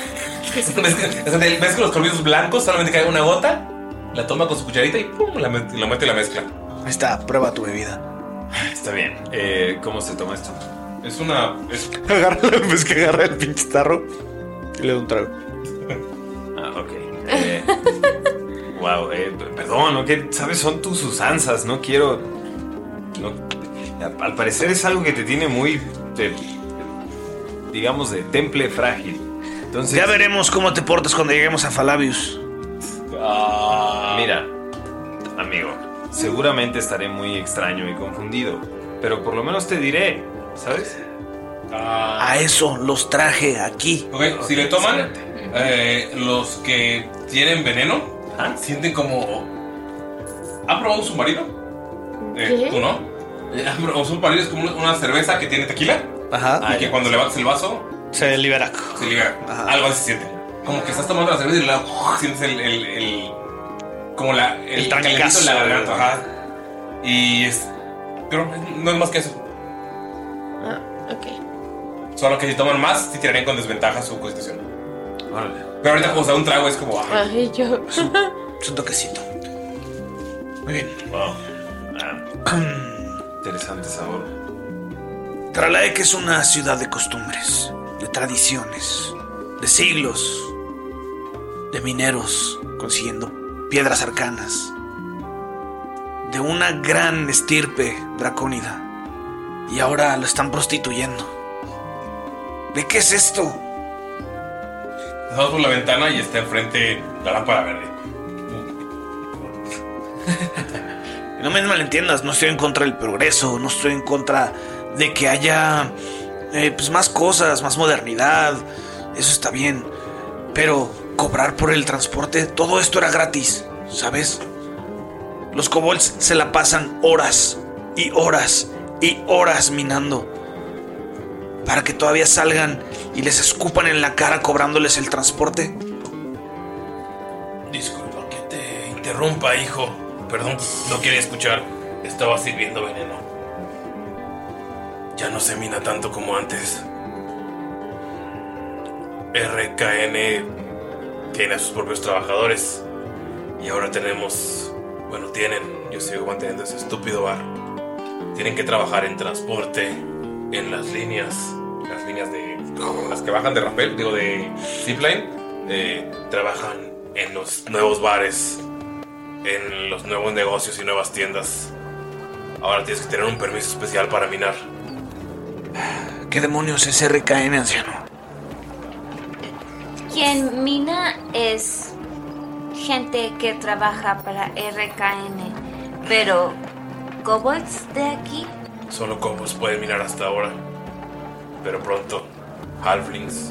Speaker 1: ¿Ves que, o sea, ves que los colmillos blancos solamente cae una gota? La toma con su cucharita y ¡pum! La, met- la mete en la mezcla.
Speaker 2: Ahí está, prueba tu bebida.
Speaker 3: Está bien. Eh, ¿Cómo se toma esto?
Speaker 1: Es una. es-
Speaker 2: Agarra, ves pues, que agarra el pinche tarro y le da un trago.
Speaker 3: Ah, ok. Eh, wow, eh, p- perdón, ok, sabes, son tus usanzas, no quiero. no- a- al parecer es algo que te tiene muy. de- digamos, de temple frágil. Entonces.
Speaker 2: Ya veremos cómo te portas cuando lleguemos a Falabius.
Speaker 1: Ah.
Speaker 3: Mira, amigo, seguramente estaré muy extraño y confundido, pero por lo menos te diré, ¿sabes?
Speaker 8: A eso los traje aquí.
Speaker 1: Ah. Ok, si le toman, eh, los que tienen veneno sienten como. oh, ¿Han probado un submarino? Eh,
Speaker 3: ¿Qué?
Speaker 1: ¿Tú no? Eh, ¿han probado Un submarino es como una- una cerveza que tiene tequila. Y que cuando levantas el vaso.
Speaker 8: Ah, Se libera.
Speaker 1: Se libera. Algo así se siente. Como que estás tomando la cerveza y la, sientes el. el, el- como la, el,
Speaker 8: trancazo.
Speaker 1: calentito en la garganta. Ajá. Y es. Pero no es más que eso.
Speaker 4: Ah, ok.
Speaker 1: Solo que si toman más, sí tirarían con desventaja su constitución. Pero ahorita, como sea, un trago es como. ah,
Speaker 4: Ay, yo.
Speaker 8: Es un toquecito. Muy bien.
Speaker 3: Interesante sabor.
Speaker 8: Tralaek es una ciudad de costumbres, de tradiciones, de siglos, de mineros consiguiendo piedras arcanas, de una gran estirpe dracónida. Y ahora lo están prostituyendo. ¿De qué es esto?
Speaker 1: Pasamos por la ventana y está enfrente la lámpara verde.
Speaker 8: No me malentiendas, no estoy en contra del progreso, no estoy en contra de que haya eh, pues más cosas, más modernidad, eso está bien, pero cobrar por el transporte, todo esto era gratis, ¿sabes? Los kobolds se la pasan horas y horas y horas minando para que todavía salgan y les escupan en la cara cobrándoles el transporte.
Speaker 1: Disculpa que te interrumpa, hijo. Perdón, no quería escuchar. Estaba sirviendo veneno. Ya no se mina tanto como antes. RKN tiene a sus propios trabajadores. Y ahora tenemos. Bueno, tienen. Yo sigo manteniendo ese estúpido bar. Tienen que trabajar en transporte, en las líneas. Las líneas de. Las que bajan de rappel, digo de zipline. eh, trabajan en los nuevos bares, en los nuevos negocios y nuevas tiendas. Ahora tienes que tener un permiso especial para minar.
Speaker 8: ¿Qué demonios es RKN, anciano?
Speaker 10: Quien mina es gente que trabaja para RKN, pero kobolds de aquí
Speaker 1: Solo cobos pueden minar hasta ahora. Pero pronto, halflings.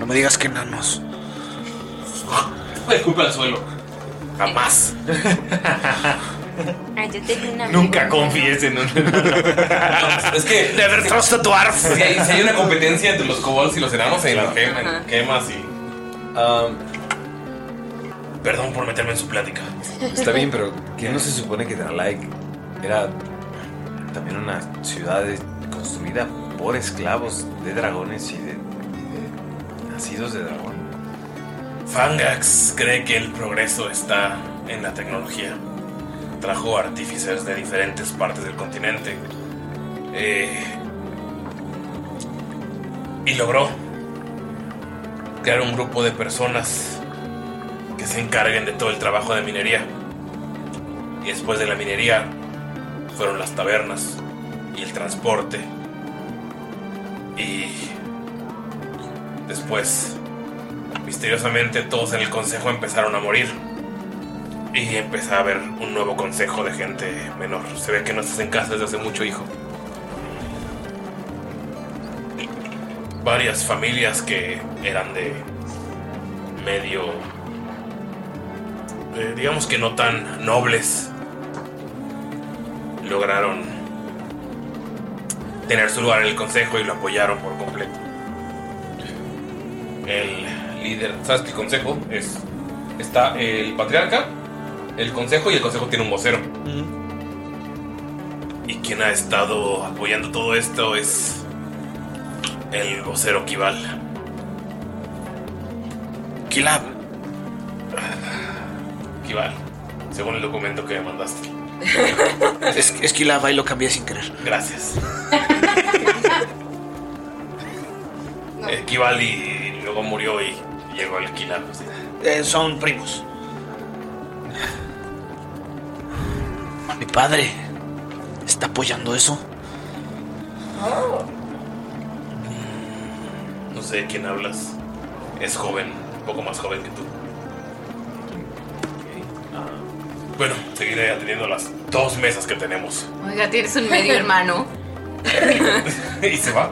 Speaker 8: No me digas que enanos.
Speaker 1: Disculpa al suelo. Jamás.
Speaker 10: Ay, Ah, yo tengo una
Speaker 3: Nunca confíes en un.
Speaker 1: es que.
Speaker 8: Never trust a dwarf.
Speaker 1: Si hay, si hay una competencia entre los kobolds y los enanos, en las quema- en quemas y. Perdón por meterme en su plática.
Speaker 3: Está bien, pero ¿qué no se supone que Tralaik era también una ciudad de- construida por esclavos de dragones y de, de nacidos de dragón?
Speaker 1: Fangax cree que el progreso está en la tecnología. Trajo artífices de diferentes partes del continente. Eh, y logró crear un grupo de personas que se encarguen de todo el trabajo de minería. Y después de la minería fueron las tabernas y el transporte. Y después Misteriosamente todos en el consejo empezaron a morir. Y empecé a ver un nuevo consejo de gente menor. Se ve que no estás en casa desde hace mucho, hijo. Varias familias que eran de medio... eh, digamos que no tan nobles. Lograron tener su lugar en el consejo y lo apoyaron por completo el líder. ¿Sabes que el consejo es? Está el patriarca, el consejo y el consejo tiene un vocero. Y quien ha estado apoyando todo esto es el vocero Kival. Kilab. Kival, según el documento que me mandaste.
Speaker 8: Es, es que la bailo cambié sin querer.
Speaker 1: Gracias. El Kival y luego murió y llegó pues. el Kilab. sí.
Speaker 8: Eh, son primos. Mi padre está apoyando eso.
Speaker 6: Oh,
Speaker 1: No sé de quién hablas. Es joven, un poco más joven que tú. Bueno, seguiré atendiendo las dos mesas que tenemos.
Speaker 5: Oiga, tienes un medio hermano.
Speaker 1: y se va.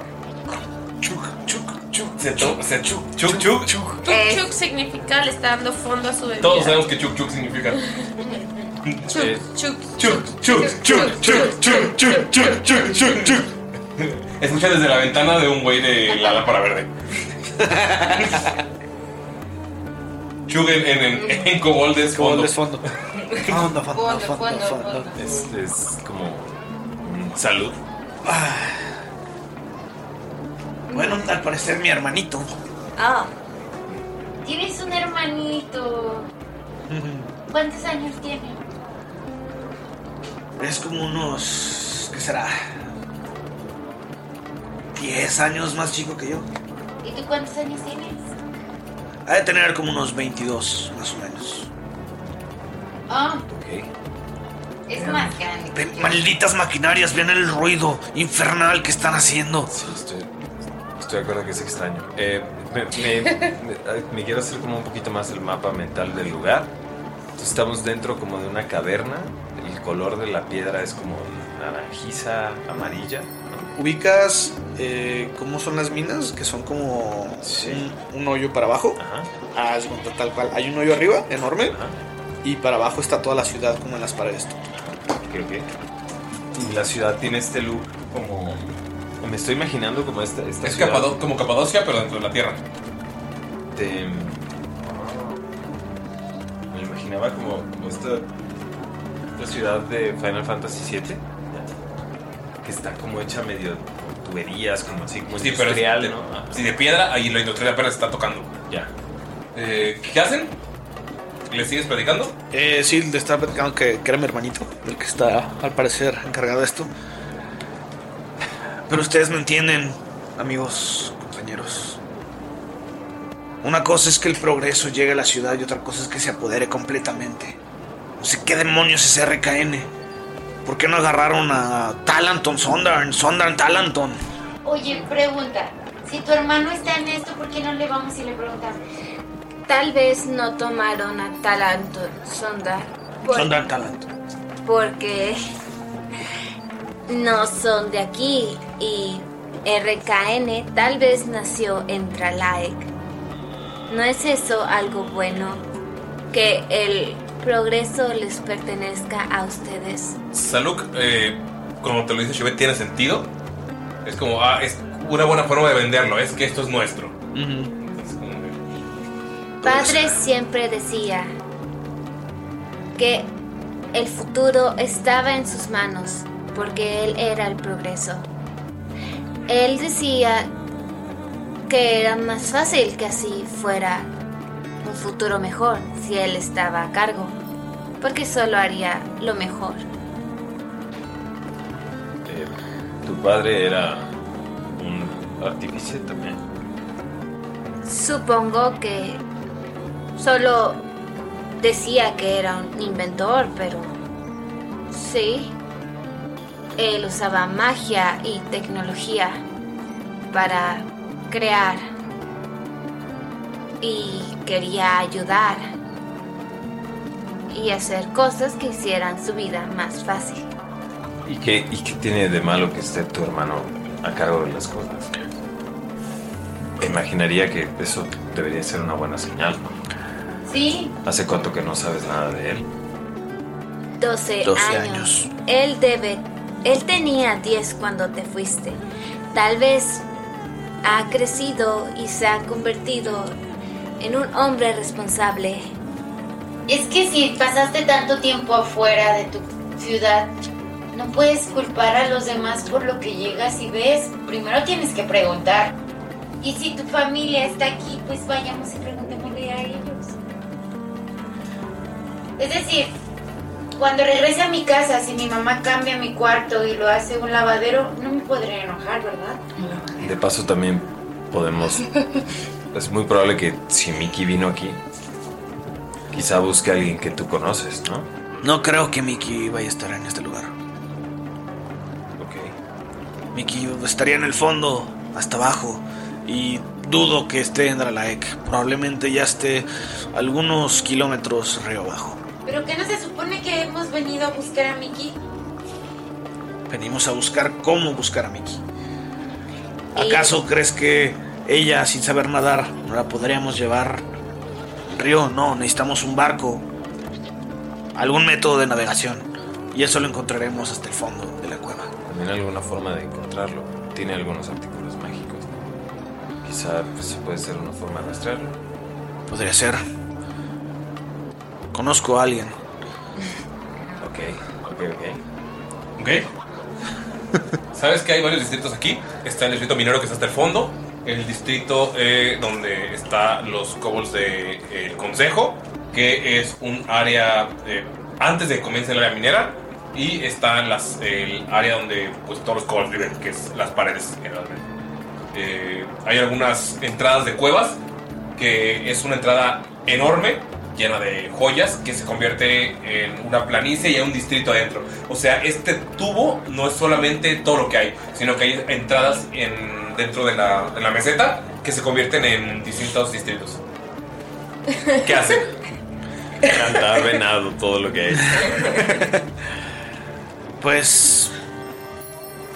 Speaker 1: Chuk, chuk, chuk. Se to- se chuk, chuk, chuk.
Speaker 4: Chuk chuk significa le está dando fondo a su bebida.
Speaker 1: Todos sabemos que chuk, chuk significa. Eh,
Speaker 4: Chuk.
Speaker 1: Chuk, chuk, chuk, chuk, chuk, chuk, chuk, chuk, chuk, chuk. Escucha desde la ventana de un güey de la lámpara verde. Chug en, en, en, en Kobold es fondo. Pues
Speaker 8: Fondo,
Speaker 4: Fondo,
Speaker 8: fondo,
Speaker 4: fondo,
Speaker 8: fondo, fondo.
Speaker 4: fondo.
Speaker 3: Es,
Speaker 1: Este
Speaker 3: es como mm, salud.
Speaker 8: Bueno, al parecer mi hermanito.
Speaker 6: Ah. Tienes un hermanito. ¿Cuántos años tiene?
Speaker 8: Es como unos. ¿Qué será? 10 años más chico que yo.
Speaker 6: ¿Y tú cuántos años tienes?
Speaker 8: Ha de tener como unos 22, más o menos.
Speaker 6: Ah, es más grande.
Speaker 8: Ven, malditas maquinarias, ven el ruido infernal que están haciendo.
Speaker 3: Estoy, estoy de acuerdo que es extraño. Eh, me, me- me- me quiero hacer como un poquito más el mapa mental del lugar. Entonces, estamos dentro como de una caverna. El color de la piedra es como naranjiza, amarilla.
Speaker 8: ubicas eh, cómo son las minas, que son como un, un hoyo para abajo. Ah, haz de cuenta, tal cual. Hay un hoyo arriba, enorme, y para abajo está toda la ciudad como en las paredes.
Speaker 3: Creo que. Y la ciudad tiene este look como... Me estoy imaginando como esta, esta
Speaker 1: Es
Speaker 3: ciudad
Speaker 1: Capado- como Capadocia, pero dentro de la tierra.
Speaker 3: de- Me lo imaginaba como, como esta, esta ciudad de Final Fantasy VII, que está como hecha medio tuberías, como así, como
Speaker 1: Sí, pero es
Speaker 3: industrial,
Speaker 1: de-
Speaker 3: ¿no? Ah, pues Ajá.
Speaker 1: sí, de piedra, ahí la industria apenas está tocando.
Speaker 3: Ya.
Speaker 1: Eh, ¿Qué hacen? ¿Le sigues platicando?
Speaker 8: Eh, sí, le estaba platicando que, que era mi hermanito, el que está al parecer encargado de esto. Pero ustedes no entienden, amigos, compañeros. Una cosa es que el progreso llegue a la ciudad y otra cosa es que se apodere completamente. No sé qué demonios es RKN. ¿Por qué no agarraron a Talanton, Sondarn, Sondarn, Talanton?
Speaker 6: Oye, pregunta. Si tu hermano está en esto, ¿por qué no le vamos y le preguntamos? Tal vez no tomaron a
Speaker 10: Talanto, sonda. por-
Speaker 8: Sondarn, Talanton.
Speaker 10: porque no son de aquí y RKN tal vez nació en Tralaek. ¿No es eso algo bueno? Que el progreso les pertenezca a ustedes.
Speaker 1: Saluk, eh, como te lo dice Shivet, tiene sentido. Es como, ah, es una buena forma de venderlo, es que esto es nuestro.
Speaker 10: Padre siempre decía que el futuro estaba en sus manos porque él era el progreso. Él decía que era más fácil que así fuera un futuro mejor si él estaba a cargo, porque solo haría lo mejor.
Speaker 3: Eh, tu padre era un artífice también.
Speaker 10: Supongo que solo decía que era un inventor, pero sí. Él usaba magia y tecnología para crear y quería ayudar y hacer cosas que hicieran su vida más fácil.
Speaker 3: ¿Y qué, ¿Y qué tiene de malo que esté tu hermano a cargo de las cosas? Me imaginaría que eso debería ser una buena señal.
Speaker 10: Sí,
Speaker 3: ¿Hace cuánto que no sabes nada de él?
Speaker 10: 12,
Speaker 3: 12
Speaker 10: Eh, años. Él debe. Él tenía 10 cuando te fuiste. Tal vez ha crecido y se ha convertido en un hombre responsable.
Speaker 6: Es que si pasaste tanto tiempo afuera de tu ciudad, no puedes culpar a los demás por lo que llegas y ves. Primero tienes que preguntar. Y si tu familia está aquí, pues vayamos y preguntémosle a ellos. Es decir, cuando regrese a mi casa, si mi mamá cambia mi cuarto y lo hace un lavadero, no me podré enojar, ¿verdad?
Speaker 3: De paso también podemos... es muy probable que si Mickey vino aquí, quizá busque a alguien que tú conoces, ¿no?
Speaker 8: No creo que Mickey vaya a estar en este lugar.
Speaker 3: Ok.
Speaker 8: Mickey estaría en el fondo, hasta abajo, y dudo que esté en Dralaek. Probablemente ya esté algunos kilómetros río abajo.
Speaker 6: ¿Pero qué no se supone que hemos venido a buscar a Mickey?
Speaker 8: Venimos a buscar cómo buscar a Mickey. ¿Acaso crees que ella, sin saber nadar, no la podríamos llevar al río? No, necesitamos un barco, algún método de navegación. Y eso lo encontraremos hasta el fondo de la cueva.
Speaker 3: También alguna forma de encontrarlo. Tiene algunos artículos mágicos. Quizá pues, se puede ser una forma de rastrearlo.
Speaker 8: Podría ser. Conozco a alguien.
Speaker 3: Ok, ok, ok.
Speaker 1: ¿Ok? ¿Sabes que hay varios distritos aquí? Está el distrito minero que está hasta el fondo, el distrito eh, donde están los kobolds del consejo, que es un área eh, antes de que comience el área minera, y está las, el área donde pues, todos los kobolds viven, que es las paredes generalmente. Eh, hay algunas entradas de cuevas, que es una entrada enorme, llena de joyas, que se convierte en una planicie y hay un distrito adentro. O sea, este tubo no es solamente todo lo que hay, sino que hay entradas en, dentro de la, de la meseta que se convierten en distintos distritos. ¿Qué hacen?
Speaker 3: Cantar venado, todo lo que es.
Speaker 8: Pues,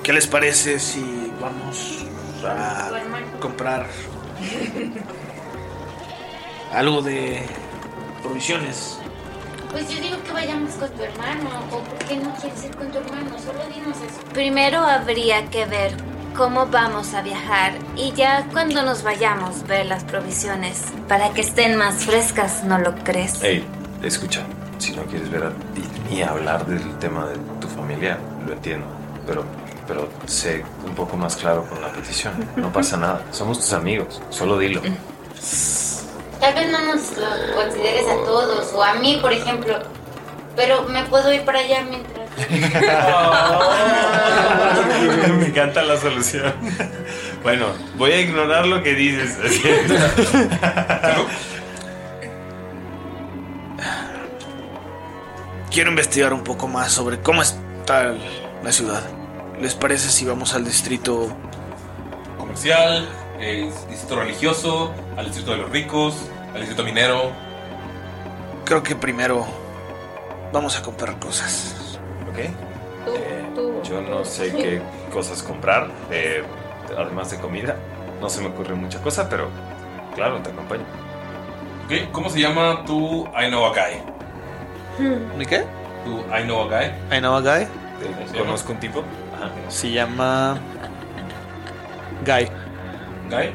Speaker 8: ¿qué les parece si vamos a comprar algo de provisiones?
Speaker 6: Pues yo digo que vayamos con tu hermano, o por qué no quieres ir con tu hermano, solo dinos eso.
Speaker 10: Primero habría que ver cómo vamos a viajar y ya cuando nos vayamos ver las provisiones para que estén más frescas, ¿no lo crees?
Speaker 3: Hey, escucha, si no quieres ver a ti ni hablar del tema de tu familia, lo entiendo, pero, pero sé un poco más claro con la petición. No pasa nada, somos tus amigos, solo dilo.
Speaker 6: Tal vez no nos lo consideres a todos, o a mí, por ejemplo. Pero me puedo ir para allá mientras.
Speaker 3: Me encanta la solución. Bueno, voy a ignorar lo que dices.
Speaker 8: Quiero investigar un poco más sobre cómo está la ciudad. ¿Les parece si vamos al distrito?
Speaker 1: Comercial, el distrito religioso, al distrito de los ricos, al distrito minero.
Speaker 8: Creo que primero vamos a comprar cosas.
Speaker 3: ¿Ok? Eh, Yo no sé qué cosas comprar, eh, además de comida. No se me ocurre mucha cosa, pero claro, te acompaño.
Speaker 1: Ok, ¿Cómo se llama tu I know a guy?
Speaker 8: ¿Y qué?
Speaker 1: Tu I know a guy.
Speaker 8: I know a guy.
Speaker 3: Conozco un tipo. Ajá.
Speaker 8: Se llama. Guy.
Speaker 1: Guy.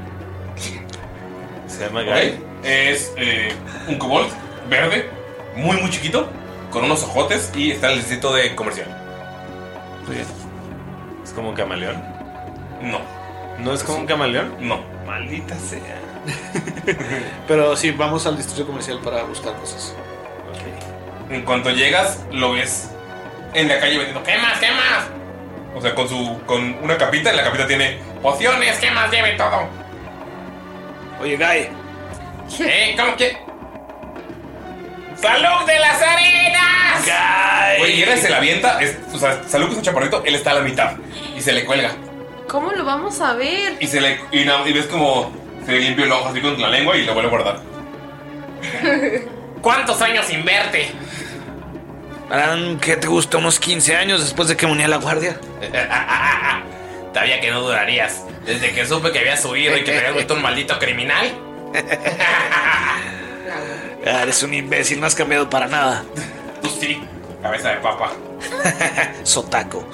Speaker 3: Se llama
Speaker 1: Guy. Es eh, un kobold verde, muy muy chiquito, con unos ojotes y está en el distrito de comercial.
Speaker 3: Muy bien. ¿Es como un camaleón?
Speaker 1: No.
Speaker 3: ¿No es como un camaleón?
Speaker 1: No.
Speaker 3: Maldita sea.
Speaker 8: Pero sí, vamos al distrito comercial para buscar cosas.
Speaker 1: En cuanto llegas, lo ves en la calle vendiendo ¿Qué más? ¿Qué más? O sea, con su con una capita, en la capita tiene pociones, ¿qué más lleve todo?
Speaker 8: Oye, Guy.
Speaker 1: ¿Eh? ¿Cómo que? ¡Salud de las arenas! Oye, llega y se la avienta. es- o sea, Salud que es un chaparrito, él está a la mitad. Y se le cuelga.
Speaker 15: ¿Cómo lo vamos a ver?
Speaker 1: Y se le. Y, na- y ves como se limpia el ojo así con la lengua y lo vuelve a guardar. ¿Cuántos años sin verte?
Speaker 8: Harán, ¿qué te gusta? Unos 15 años después de que me uní a la guardia.
Speaker 1: Eh,
Speaker 13: Sabía que no durarías. Desde que supe que habías huido y que te habías vuelto un maldito criminal.
Speaker 8: Ah, eres un imbécil, no has cambiado para nada.
Speaker 1: Tú sí, cabeza de papa.
Speaker 8: Sotaco,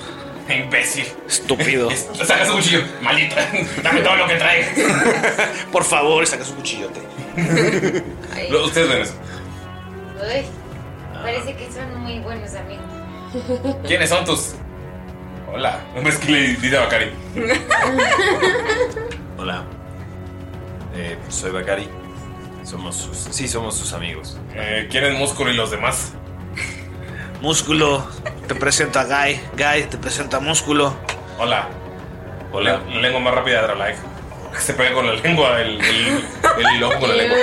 Speaker 1: Imbécil.
Speaker 8: estúpido.
Speaker 1: Sacas un cuchillo. Maldito. Dame todo lo que traes.
Speaker 8: Por favor, sacas un cuchillote.
Speaker 1: Lo- Ustedes ven eso.
Speaker 6: Uy,
Speaker 3: Ah.
Speaker 6: parece que son muy buenos amigos.
Speaker 1: ¿Quiénes son tus.? Hola. Es que le dice a Bacari.
Speaker 3: Hola. Eh, soy Bakari. Somos sus. Sí, somos sus amigos.
Speaker 1: ¿Quieren músculo y los demás?
Speaker 8: Músculo, te presento a Guy. Guy, te presento a Músculo.
Speaker 1: Hola. Hola. La, la lengua más rápida de Dralaek. Que se pega con la lengua el, el, el ojo con la lengua.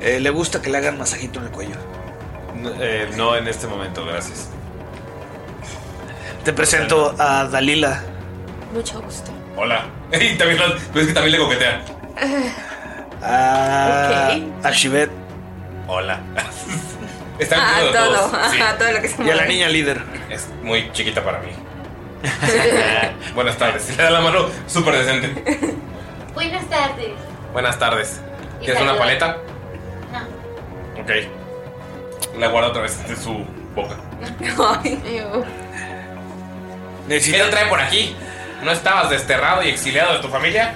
Speaker 8: Eh, le gusta que le hagan masajito en el cuello.
Speaker 3: No, eh, no en este momento, gracias.
Speaker 8: Te presento a Dalila.
Speaker 15: Mucho gusto.
Speaker 1: Hola. Y también lo- pero es que también le coquetea.
Speaker 8: A, a Shivet.
Speaker 1: Hola. Está
Speaker 5: A
Speaker 1: en
Speaker 5: todo,
Speaker 1: todos. Sí.
Speaker 5: a Ah, todo lo que se
Speaker 8: Y a la
Speaker 5: mueve.
Speaker 8: niña líder.
Speaker 1: Es muy chiquita para mí. Buenas tardes. Y Le da la mano súper decente.
Speaker 6: Buenas tardes.
Speaker 1: Buenas tardes.
Speaker 6: Y
Speaker 1: ¿Quieres una
Speaker 6: saluda.
Speaker 1: paleta?
Speaker 6: No.
Speaker 1: Ok. La guarda otra vez en su boca.
Speaker 13: ¿Qué te trae por aquí? ¿No estabas desterrado y exiliado de tu familia?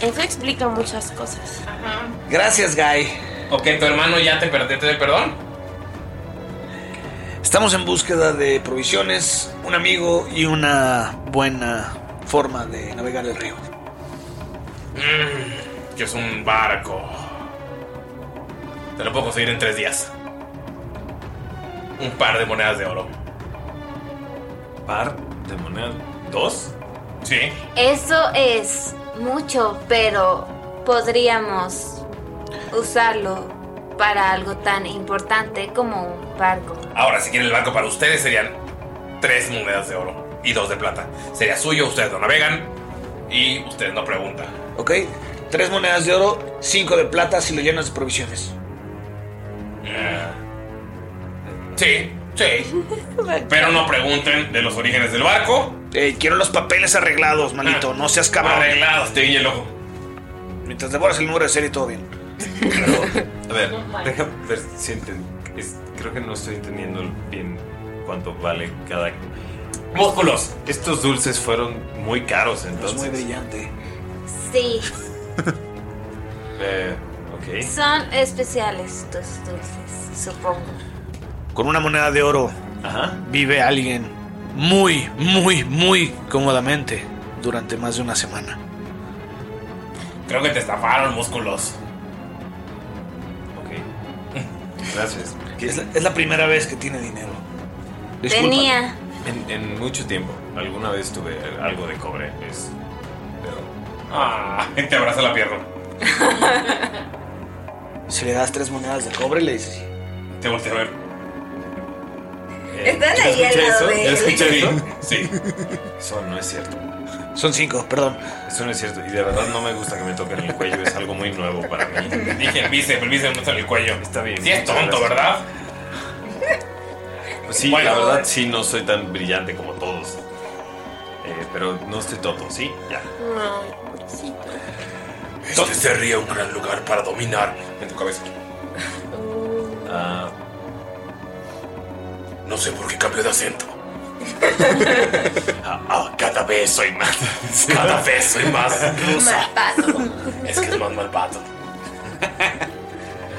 Speaker 4: Eso explica muchas cosas.
Speaker 2: Gracias, Guy.
Speaker 13: ¿O que tu hermano ya te perdió el perdón?
Speaker 8: Estamos en búsqueda de provisiones, un amigo y una buena forma de navegar el río.
Speaker 1: Mm, que es un barco. Te lo puedo conseguir en tres días. Un par de monedas de oro.
Speaker 3: ¿Par de monedas? ¿Dos?
Speaker 1: Sí.
Speaker 10: Eso es mucho, pero podríamos usarlo para algo tan importante como un barco.
Speaker 1: Ahora, si quieren el barco para ustedes, serían tres monedas de oro y dos de plata. Sería suyo, ustedes lo navegan y ustedes no preguntan.
Speaker 8: ¿Ok? Tres monedas de oro, cinco de plata si lo llenas de provisiones.
Speaker 1: Sí, sí. Pero no pregunten de los orígenes del barco. Ah,
Speaker 8: quiero los papeles arreglados, manito. No seas cabrón.
Speaker 1: Arreglados, te guille el ojo.
Speaker 8: Mientras devoras el número de serie, todo bien.
Speaker 3: A ver, déjame ver si enten- es- creo que no estoy entendiendo bien cuánto vale cada.
Speaker 1: ¡Músculos!
Speaker 3: Estos dulces fueron muy caros entonces.
Speaker 8: muy brillante.
Speaker 10: Sí,
Speaker 3: Eh, ok.
Speaker 10: son especiales tus dulces, supongo.
Speaker 8: Con una moneda de oro vive alguien muy, muy, muy cómodamente durante más de una semana.
Speaker 1: Creo que te estafaron, músculos.
Speaker 3: Gracias.
Speaker 8: Es la, es la primera vez que tiene dinero.
Speaker 3: Disculpa.
Speaker 10: Tenía.
Speaker 3: En, en mucho tiempo, alguna vez tuve algo de cobre. Es. pero-
Speaker 1: Ah, te abraza la pierna.
Speaker 8: Si le das tres monedas de cobre, le dices.
Speaker 1: Te volteé a ver.
Speaker 3: Eh,
Speaker 8: Están ¿ya ahí al escuché lado eso? de ¿Ya él. escuché eso?
Speaker 1: Sí.
Speaker 3: Eso no es cierto.
Speaker 8: Son cinco, perdón.
Speaker 3: Eso no es cierto. Y de verdad no me gusta que me toquen el cuello. Es algo muy nuevo para mí.
Speaker 1: Dije el bíceps, el bíceps no está en el cuello.
Speaker 3: Está bien.
Speaker 1: Sí es
Speaker 3: muchas
Speaker 1: tonto,
Speaker 3: gracias.
Speaker 1: ¿verdad?
Speaker 3: Pues sí, la verdad sí no soy tan brillante como todos. Eh, pero no estoy tonto, ¿sí? Ya.
Speaker 4: No, sí.
Speaker 1: Este sería un gran lugar para dominar en tu cabeza.
Speaker 3: Ah,
Speaker 1: No sé por qué cambio de acento. Ah, ah, cada vez soy más. Cada vez soy más rusa. Es que es más malvado.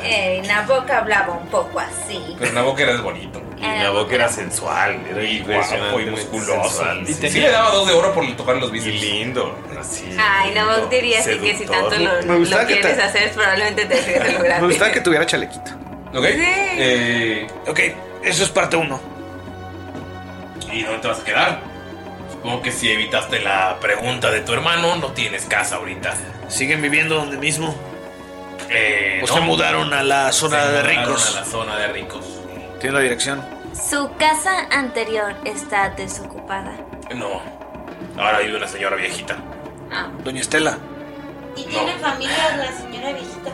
Speaker 5: Eh, Naboca hablaba un poco así.
Speaker 1: Pero Naboker es bonito.
Speaker 3: y la boca era sensual. Era
Speaker 1: Y
Speaker 3: impresionante,
Speaker 1: guapo y musculoso.
Speaker 3: sensual,
Speaker 1: Y
Speaker 3: sí.
Speaker 1: te- sí le daba dos de oro por tocar los bíceps.
Speaker 3: lindo. Así.
Speaker 5: Ay, Naboc diría así
Speaker 3: Seductor.
Speaker 5: que si tanto lo,
Speaker 3: Me gustaba
Speaker 5: lo
Speaker 3: que te-
Speaker 5: quieres hacer, probablemente te hagas el
Speaker 8: Me
Speaker 5: gratis.
Speaker 8: gustaba que tuviera chalequito.
Speaker 1: Ok.
Speaker 5: Sí.
Speaker 8: eh, Ok, eso es parte uno.
Speaker 1: ¿Y dónde te vas a quedar? Supongo que si evitaste la pregunta de tu hermano, no tienes casa ahorita.
Speaker 8: ¿Siguen viviendo donde mismo?
Speaker 1: Eh,
Speaker 8: ¿O se
Speaker 1: no.
Speaker 8: mudaron a la zona
Speaker 1: Se
Speaker 8: de
Speaker 1: mudaron
Speaker 8: ricos?
Speaker 1: A la zona de ricos.
Speaker 8: ¿Tiene la dirección?
Speaker 10: Su casa anterior está desocupada.
Speaker 1: Eh, No. Ahora vive una señora viejita. Ah,
Speaker 8: Doña Estela.
Speaker 6: ¿Y tiene familia la señora viejita?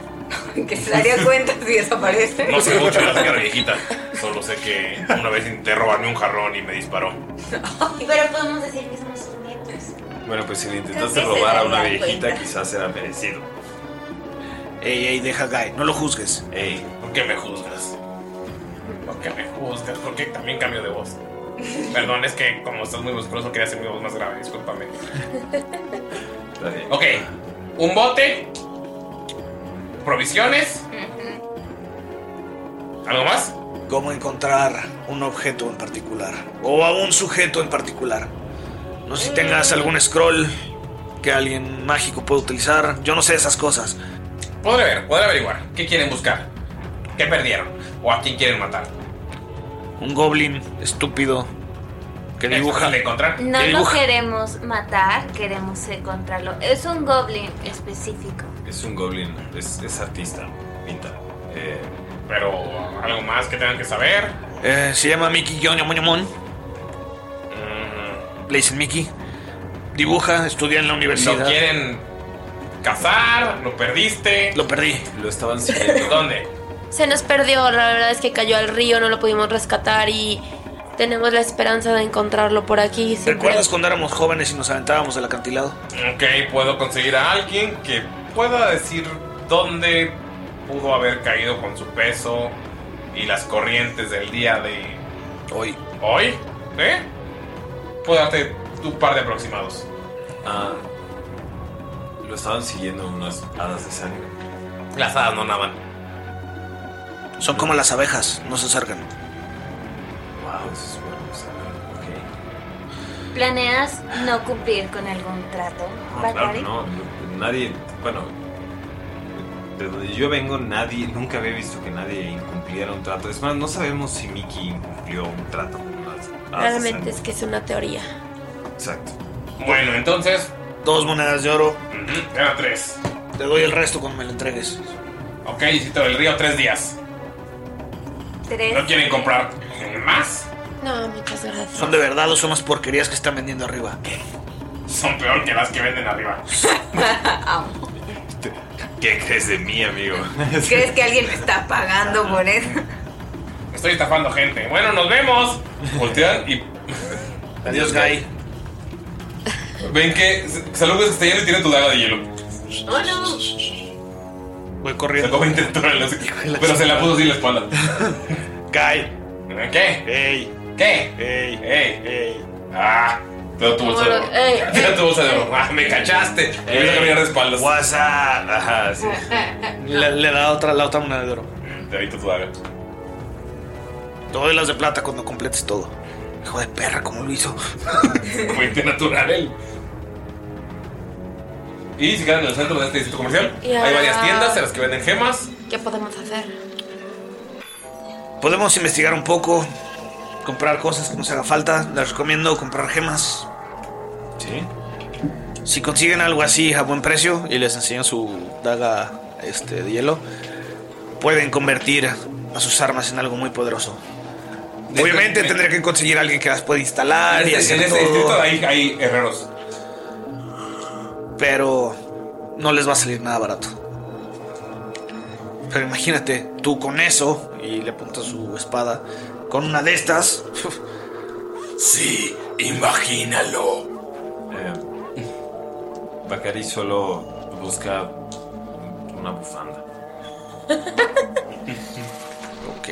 Speaker 5: Que se daría cuenta si desaparece.
Speaker 1: No sé mucho de la señora viejita. Solo sé que una vez intenté robarme un jarrón y me disparó.
Speaker 6: Pero podemos decir que somos sus nietos.
Speaker 3: Bueno, pues si le
Speaker 6: Creo
Speaker 3: intentaste
Speaker 6: que se
Speaker 3: robar a
Speaker 6: daría
Speaker 3: una viejita,
Speaker 6: cuenta.
Speaker 3: quizás era merecido.
Speaker 8: Ey, ey, deja Guy, no lo juzgues.
Speaker 3: Ey,
Speaker 1: ¿por qué me juzgas? ¿Por qué me juzgas? Porque también cambio de voz. Perdón, es que como estás muy musculoso, quería hacer mi voz más grave. Discúlpame. Ok. Un bote. Provisiones. ¿Algo más?
Speaker 8: ¿Cómo encontrar un objeto en particular? O a un sujeto en particular. No
Speaker 1: Eh.
Speaker 8: sé si tengas algún scroll que alguien mágico pueda utilizar. Yo no sé esas cosas.
Speaker 1: Podré ver, podré averiguar. ¿Qué quieren buscar? ¿Qué perdieron? ¿O a quién quieren matar?
Speaker 8: Un goblin estúpido que dibuja.
Speaker 1: fácil de encontrar?
Speaker 10: No
Speaker 8: que
Speaker 10: lo
Speaker 8: dibuja.
Speaker 10: queremos matar, queremos encontrarlo. Es un goblin específico.
Speaker 3: Es un goblin, es, es artista, pinta. Eh,
Speaker 1: Pero algo más que tengan que saber.
Speaker 8: Eh, se llama Mickey Mon. Mm, Le dicen Mickey. Dibuja, estudia en la universidad.
Speaker 1: ¿Lo quieren cazar? ¿Lo perdiste?
Speaker 8: Lo perdí.
Speaker 3: Lo estaban siguiendo.
Speaker 1: ¿Dónde?
Speaker 4: Se nos perdió, la verdad es que cayó al río, no lo pudimos rescatar y Tenemos la esperanza de encontrarlo por aquí. siempre.
Speaker 8: ¿Recuerdas cuando éramos jóvenes y nos aventábamos del acantilado?
Speaker 1: Ok, puedo conseguir a alguien que pueda decir dónde pudo haber caído con su peso y las corrientes del día de
Speaker 2: hoy.
Speaker 1: ¿Hoy? ¿Eh? Puedo darte tu par de aproximados.
Speaker 3: Ah, lo estaban siguiendo unas hadas de sangre.
Speaker 1: Las hadas no nadan.
Speaker 8: Son como las abejas, no se acercan.
Speaker 3: Wow, eso es bueno saber.
Speaker 10: ¿Planeas no cumplir con algún trato,
Speaker 3: Ok. No, claro,
Speaker 10: Bakari?
Speaker 3: no, no, Nadie. Bueno. De donde yo vengo, nadie. Nunca había visto que nadie incumpliera un trato. Es más, no sabemos si Mickey incumplió un trato con las
Speaker 1: Ah,
Speaker 3: hadas de
Speaker 4: Realmente
Speaker 3: sangre.
Speaker 4: es que es una teoría.
Speaker 3: Exacto.
Speaker 1: Bueno, entonces.
Speaker 8: Dos monedas de oro.
Speaker 1: Era tres.
Speaker 8: Te doy el resto cuando me lo entregues.
Speaker 1: Ok, hiciste el río tres días.
Speaker 10: Tres.
Speaker 1: ¿No quieren comprar más?
Speaker 4: No, muchas gracias.
Speaker 8: ¿Son de verdad o son las porquerías que están vendiendo arriba?
Speaker 1: Son peor que las que venden arriba.
Speaker 3: ¿Qué crees de mí, amigo?
Speaker 5: ¿Crees que alguien me está pagando por eso?
Speaker 1: Estoy estafando gente. Bueno, nos vemos. Voltean y.
Speaker 8: Adiós, Guy.
Speaker 1: Ven que Saludos que está lleno y tiene tu daga de hielo.
Speaker 5: ¡Oh, no!
Speaker 8: Voy corriendo.
Speaker 1: Acabo de intentar, no sé qué, pero se la puso así en la espalda.
Speaker 8: Guy.
Speaker 1: ¿Qué?
Speaker 8: Ey.
Speaker 1: ¿Qué?
Speaker 8: Ey.
Speaker 1: Ey. Ah, te da tu bolsa de oro.
Speaker 4: Ey,
Speaker 1: Te da tu bolsa de oro. Ah, me cachaste. Me voy a caminar de espaldas.
Speaker 3: WhatsApp. Ajá, sí.
Speaker 8: Le, le da otra, la otra moneda de oro.
Speaker 1: Te ahorita tu daga.
Speaker 8: Te doy las de plata cuando completes todo. Hijo de perra, ¿cómo lo hizo?
Speaker 1: Fuente natural él. Y si quedan en el centro de este distrito comercial,
Speaker 4: Y
Speaker 1: hay
Speaker 4: ahora-
Speaker 1: varias tiendas en las que venden gemas.
Speaker 4: ¿Qué podemos hacer?
Speaker 8: Podemos investigar un poco, comprar cosas que nos haga falta. Les recomiendo comprar gemas.
Speaker 3: Sí.
Speaker 8: Si consiguen algo así a buen precio y les enseñan su daga este, de hielo, pueden convertir a sus armas en algo muy poderoso. Obviamente tendré que conseguir a alguien que las pueda instalar
Speaker 1: En
Speaker 8: y
Speaker 1: este, en
Speaker 8: hacer
Speaker 1: este distrito
Speaker 8: todo,
Speaker 1: hay, hay herreros.
Speaker 8: pero no les va a salir nada barato. Pero imagínate, tú con eso y le apuntas su espada con una de estas.
Speaker 1: Sí, imagínalo.
Speaker 3: Eh, Bacari solo busca una bufanda.
Speaker 8: ok.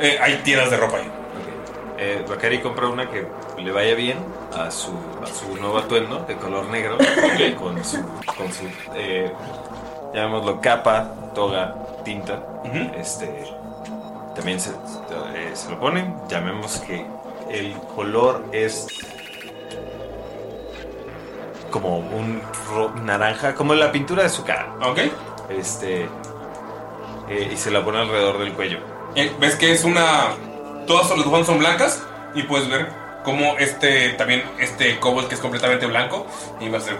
Speaker 1: Eh, hay tiendas de ropa ahí.
Speaker 3: Eh, Bacari compra una que le vaya bien a su, a su nuevo atuendo de color negro eh, con su, con su eh, llamémoslo capa, toga, tinta. Este también se, eh, se lo ponen. Llamemos que el color es como un ro- naranja, como la pintura de su cara.
Speaker 1: Ok.
Speaker 3: Este eh, y se la pone alrededor del cuello.
Speaker 1: Eh, ¿Ves que es una. Todas las bufandas son blancas y puedes ver cómo este, también este cobalt que es completamente blanco y va a ser.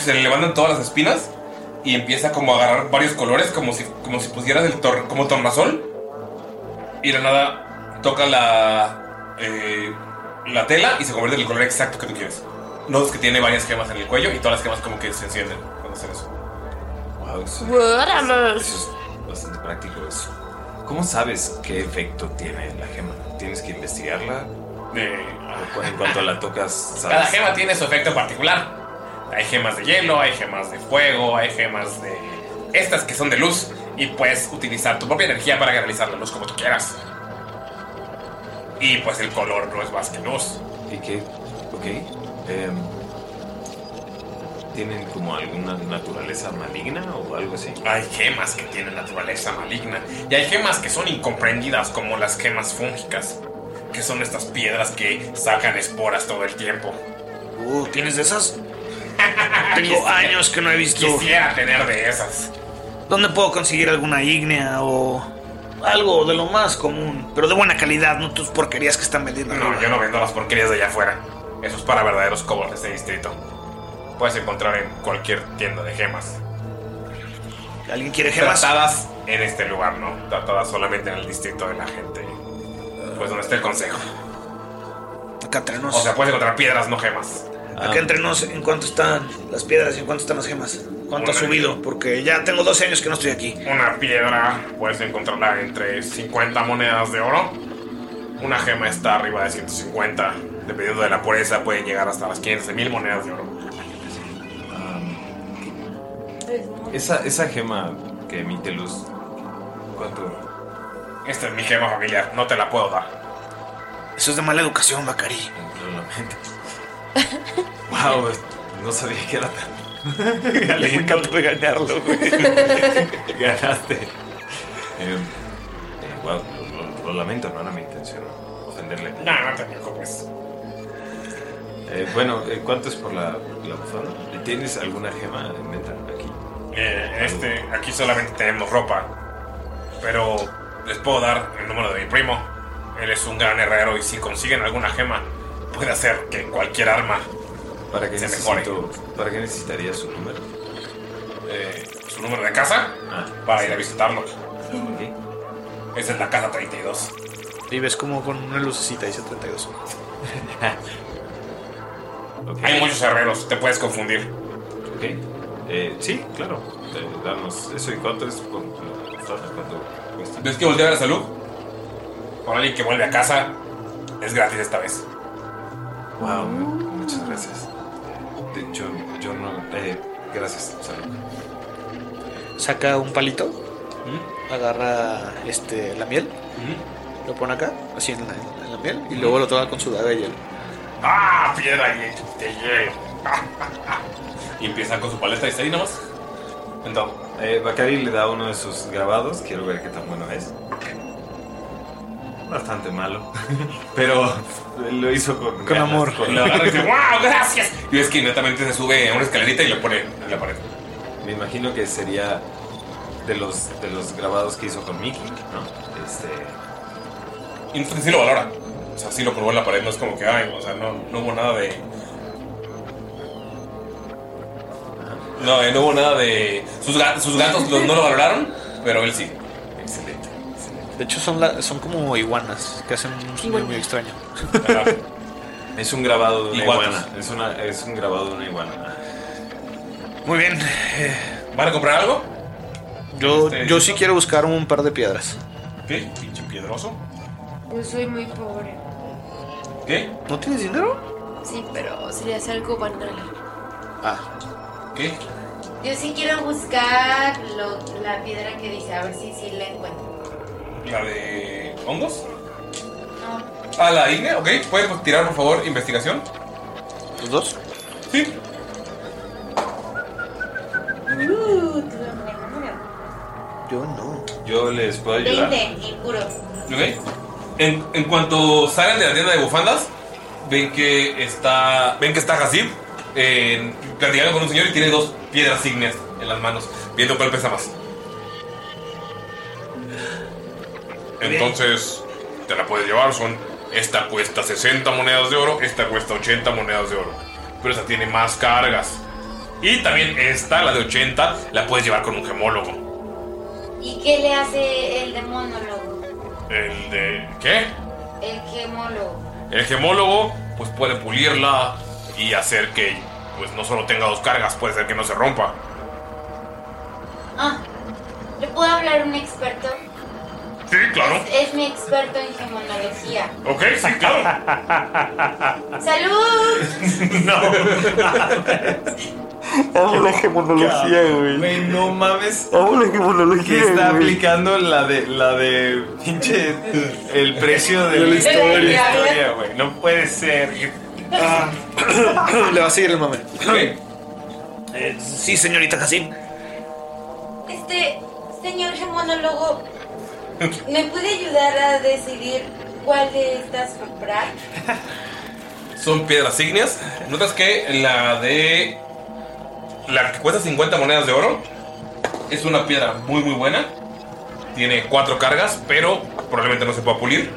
Speaker 1: Se le levantan todas las espinas y empieza como a agarrar varios colores como si, como si pusieras el tor- como tornasol y de la nada toca la eh, la tela y se convierte en el color exacto que tú quieres. Notas que tiene varias gemas en el cuello y todas las gemas como que se encienden cuando haces eso.
Speaker 3: Wow, eso-
Speaker 4: Guárdalos.
Speaker 3: eso es bastante práctico eso. ¿Cómo sabes qué efecto tiene la gema? ¿Tienes que investigarla? O cu- En cuanto la tocas,
Speaker 1: Eh, Cada
Speaker 3: ¿sabes?
Speaker 1: gema tiene su efecto particular. Hay gemas de hielo, hay gemas de fuego, hay gemas de... Estas que son de luz y puedes utilizar tu propia energía para canalizar la luz como tú quieras. Y pues el color no es más que luz.
Speaker 3: ¿Y qué? Ok. em, ¿Tienen como alguna naturaleza maligna o algo
Speaker 8: Pues
Speaker 3: así?
Speaker 1: Hay gemas que tienen naturaleza maligna y hay gemas que son incomprendidas como las gemas fúngicas, que son estas piedras que sacan esporas todo el tiempo.
Speaker 8: Uh, ¿tienes de esas? Tengo años que no he visto.
Speaker 1: Quisiera tener de esas.
Speaker 8: ¿Dónde puedo conseguir alguna ígnea o algo de lo más común? Pero de buena calidad, no tus porquerías que están vendiendo.
Speaker 1: No, yo no vendo las porquerías de allá afuera. Eso es para verdaderos cobos de este distrito. Puedes encontrar en cualquier tienda de gemas.
Speaker 8: ¿Alguien quiere gemas?
Speaker 1: Tratadas en este lugar, no. Tratadas solamente en el distrito de la gente. Pues donde está el consejo.
Speaker 8: Acá entre
Speaker 1: O
Speaker 8: nos.
Speaker 1: sea, pues, ah. puedes encontrar piedras, no gemas.
Speaker 8: Acá entre nos, ¿en cuánto están las piedras y en cuánto están las gemas? ¿Cuánto ha
Speaker 1: Una.
Speaker 8: subido? Porque ya tengo 12 años que no estoy aquí.
Speaker 1: Una piedra puedes encontrarla entre 50 monedas de oro Una gema está arriba de 150. Dependiendo de la pureza, puede llegar hasta las 15 mil monedas de oro. Ah,
Speaker 3: Esa, esa gema que emite luz, ¿cuánto?
Speaker 1: Esta es mi gema familiar, no te la puedo dar.
Speaker 8: Eso es de mala educación, Bacari.
Speaker 3: Lo lamento. Wow, no sabía que era tan. Le encantó ganarlo, güey. Ganaste. Em, eh, wow, lo, lo- lo lamento, no era mi intención ofenderle.
Speaker 1: No, no te preocupes.
Speaker 3: Eh, bueno, eh, ¿cuánto es por la, la bufanda? ¿Tienes alguna gema en venta aquí?
Speaker 1: Eh, en este, aquí solamente tenemos ropa. Pero les puedo dar el número de mi primo. Él es un gran herrero y si consiguen alguna gema, puede hacer que cualquier arma
Speaker 3: ¿Para qué,
Speaker 1: se mejore.
Speaker 3: necesito, ¿Para qué necesitaría su número? Ah,
Speaker 1: Eh, ¿Su número de casa? para ir a visitarlo. Esa es la casa 32.
Speaker 8: Y ves como con una lucecita dice 32.
Speaker 1: Hay muchos herreros, te puedes confundir.
Speaker 3: Ok. Eh, sí, claro. Te damos eso. ¿Y cuánto es por la bufanda? ¿Cuánto cuesta?
Speaker 1: ¿Ves que voltea a ver a salud? Con alguien que vuelve a casa, es gratis esta vez.
Speaker 3: Wow, muchas gracias. De hecho, yo no. eh, gracias, salud.
Speaker 8: Saca un palito, agarra este, la miel, lo pone acá, así en la, en la miel, y luego lo toma con su daga de hielo.
Speaker 1: ¡Ah! Piedra y te hielo. y empieza con su paleta y está ahí nomás.
Speaker 3: Entonces, eh, Bacari le da uno de sus grabados. Quiero ver qué tan bueno es. Bastante malo. Pero lo hizo con.
Speaker 8: Con amor.
Speaker 1: Lo agarra y dice, ¡Wow! ¡Gracias! Y ves que inmediatamente se sube a una escalerita y lo pone en la pared.
Speaker 3: Me imagino que sería de los, de los grabados que hizo con Mickey, ¿no? Este.
Speaker 1: Y entonces sí lo valora. O sea, sí lo probó en la pared, no es como que, ay, o sea, no, no hubo nada de. No, eh, no hubo nada de. Sus, ga- sus gatos lo- no lo valoraron, pero él sí. Excelente.
Speaker 8: De hecho, son, la- son como iguanas que hacen un sonido muy extraño.
Speaker 3: Es un grabado de una
Speaker 8: Iguanas.
Speaker 3: iguana. Es, una, es un grabado de una iguana.
Speaker 8: Muy bien.
Speaker 1: ¿Van a comprar algo? Este,
Speaker 8: Yo, yo sí quiero buscar un par de piedras.
Speaker 1: ¿Qué? Pinche piedroso.
Speaker 4: Yo soy muy pobre.
Speaker 1: ¿Qué?
Speaker 8: ¿No tienes dinero?
Speaker 4: Sí, pero sería algo banal.
Speaker 8: Ah.
Speaker 1: ¿Qué?
Speaker 6: Yo sí quiero buscar lo- la piedra que dice, a ver si sí la encuentro.
Speaker 1: ¿La de hongos?
Speaker 6: No.
Speaker 1: Ah, la igne, ok. ¿Pueden pues, tirar, por favor, investigación?
Speaker 8: ¿Los dos?
Speaker 1: Sí.
Speaker 6: Uh, tu memoria.
Speaker 8: Yo no.
Speaker 3: Yo les puedo ayudar.
Speaker 6: 20, impuro.
Speaker 1: Ok. En, en cuanto salen de la tienda de bufandas, ven que está. Ven que está Hasib eh, platicando con un señor y tiene dos piedras ígneas en las manos, viendo cuál pesa más. Entonces, te la puedes llevar, son. Esta cuesta 60 monedas de oro, esta cuesta 80 monedas de oro. Pero esta tiene más cargas. Y también esta, la de 80, la puedes llevar con un gemólogo.
Speaker 6: ¿Y qué le hace el demonólogo?
Speaker 1: El de. ¿Qué?
Speaker 6: El gemólogo.
Speaker 1: El gemólogo pues puede pulirla y hacer que pues no solo tenga dos cargas, puede ser que no se rompa.
Speaker 6: Ah, ¿le puedo hablar a un experto?
Speaker 1: Sí, claro.
Speaker 6: Es mi experto en gemonología.
Speaker 1: Ok, sí, claro.
Speaker 6: ¡Salud!
Speaker 3: Amo la gemonología, güey. no mames. Amo la gemonología. Está
Speaker 8: güey.
Speaker 3: aplicando la de. La de. Pinche. El precio de,
Speaker 8: De la historia.
Speaker 3: de la historia, güey. No puede ser. Ah.
Speaker 8: Le va a seguir el mame.
Speaker 1: Ok.
Speaker 8: Eh, sí, señorita Hasib.
Speaker 6: Este, señor gemonólogo, ¿me puede ayudar a decidir cuál de estas comprar?
Speaker 1: Son piedras ígneas. Notas que la de. La que cuesta 50 monedas de oro es una piedra muy, muy buena. Tiene cuatro cargas, pero probablemente no se pueda pulir.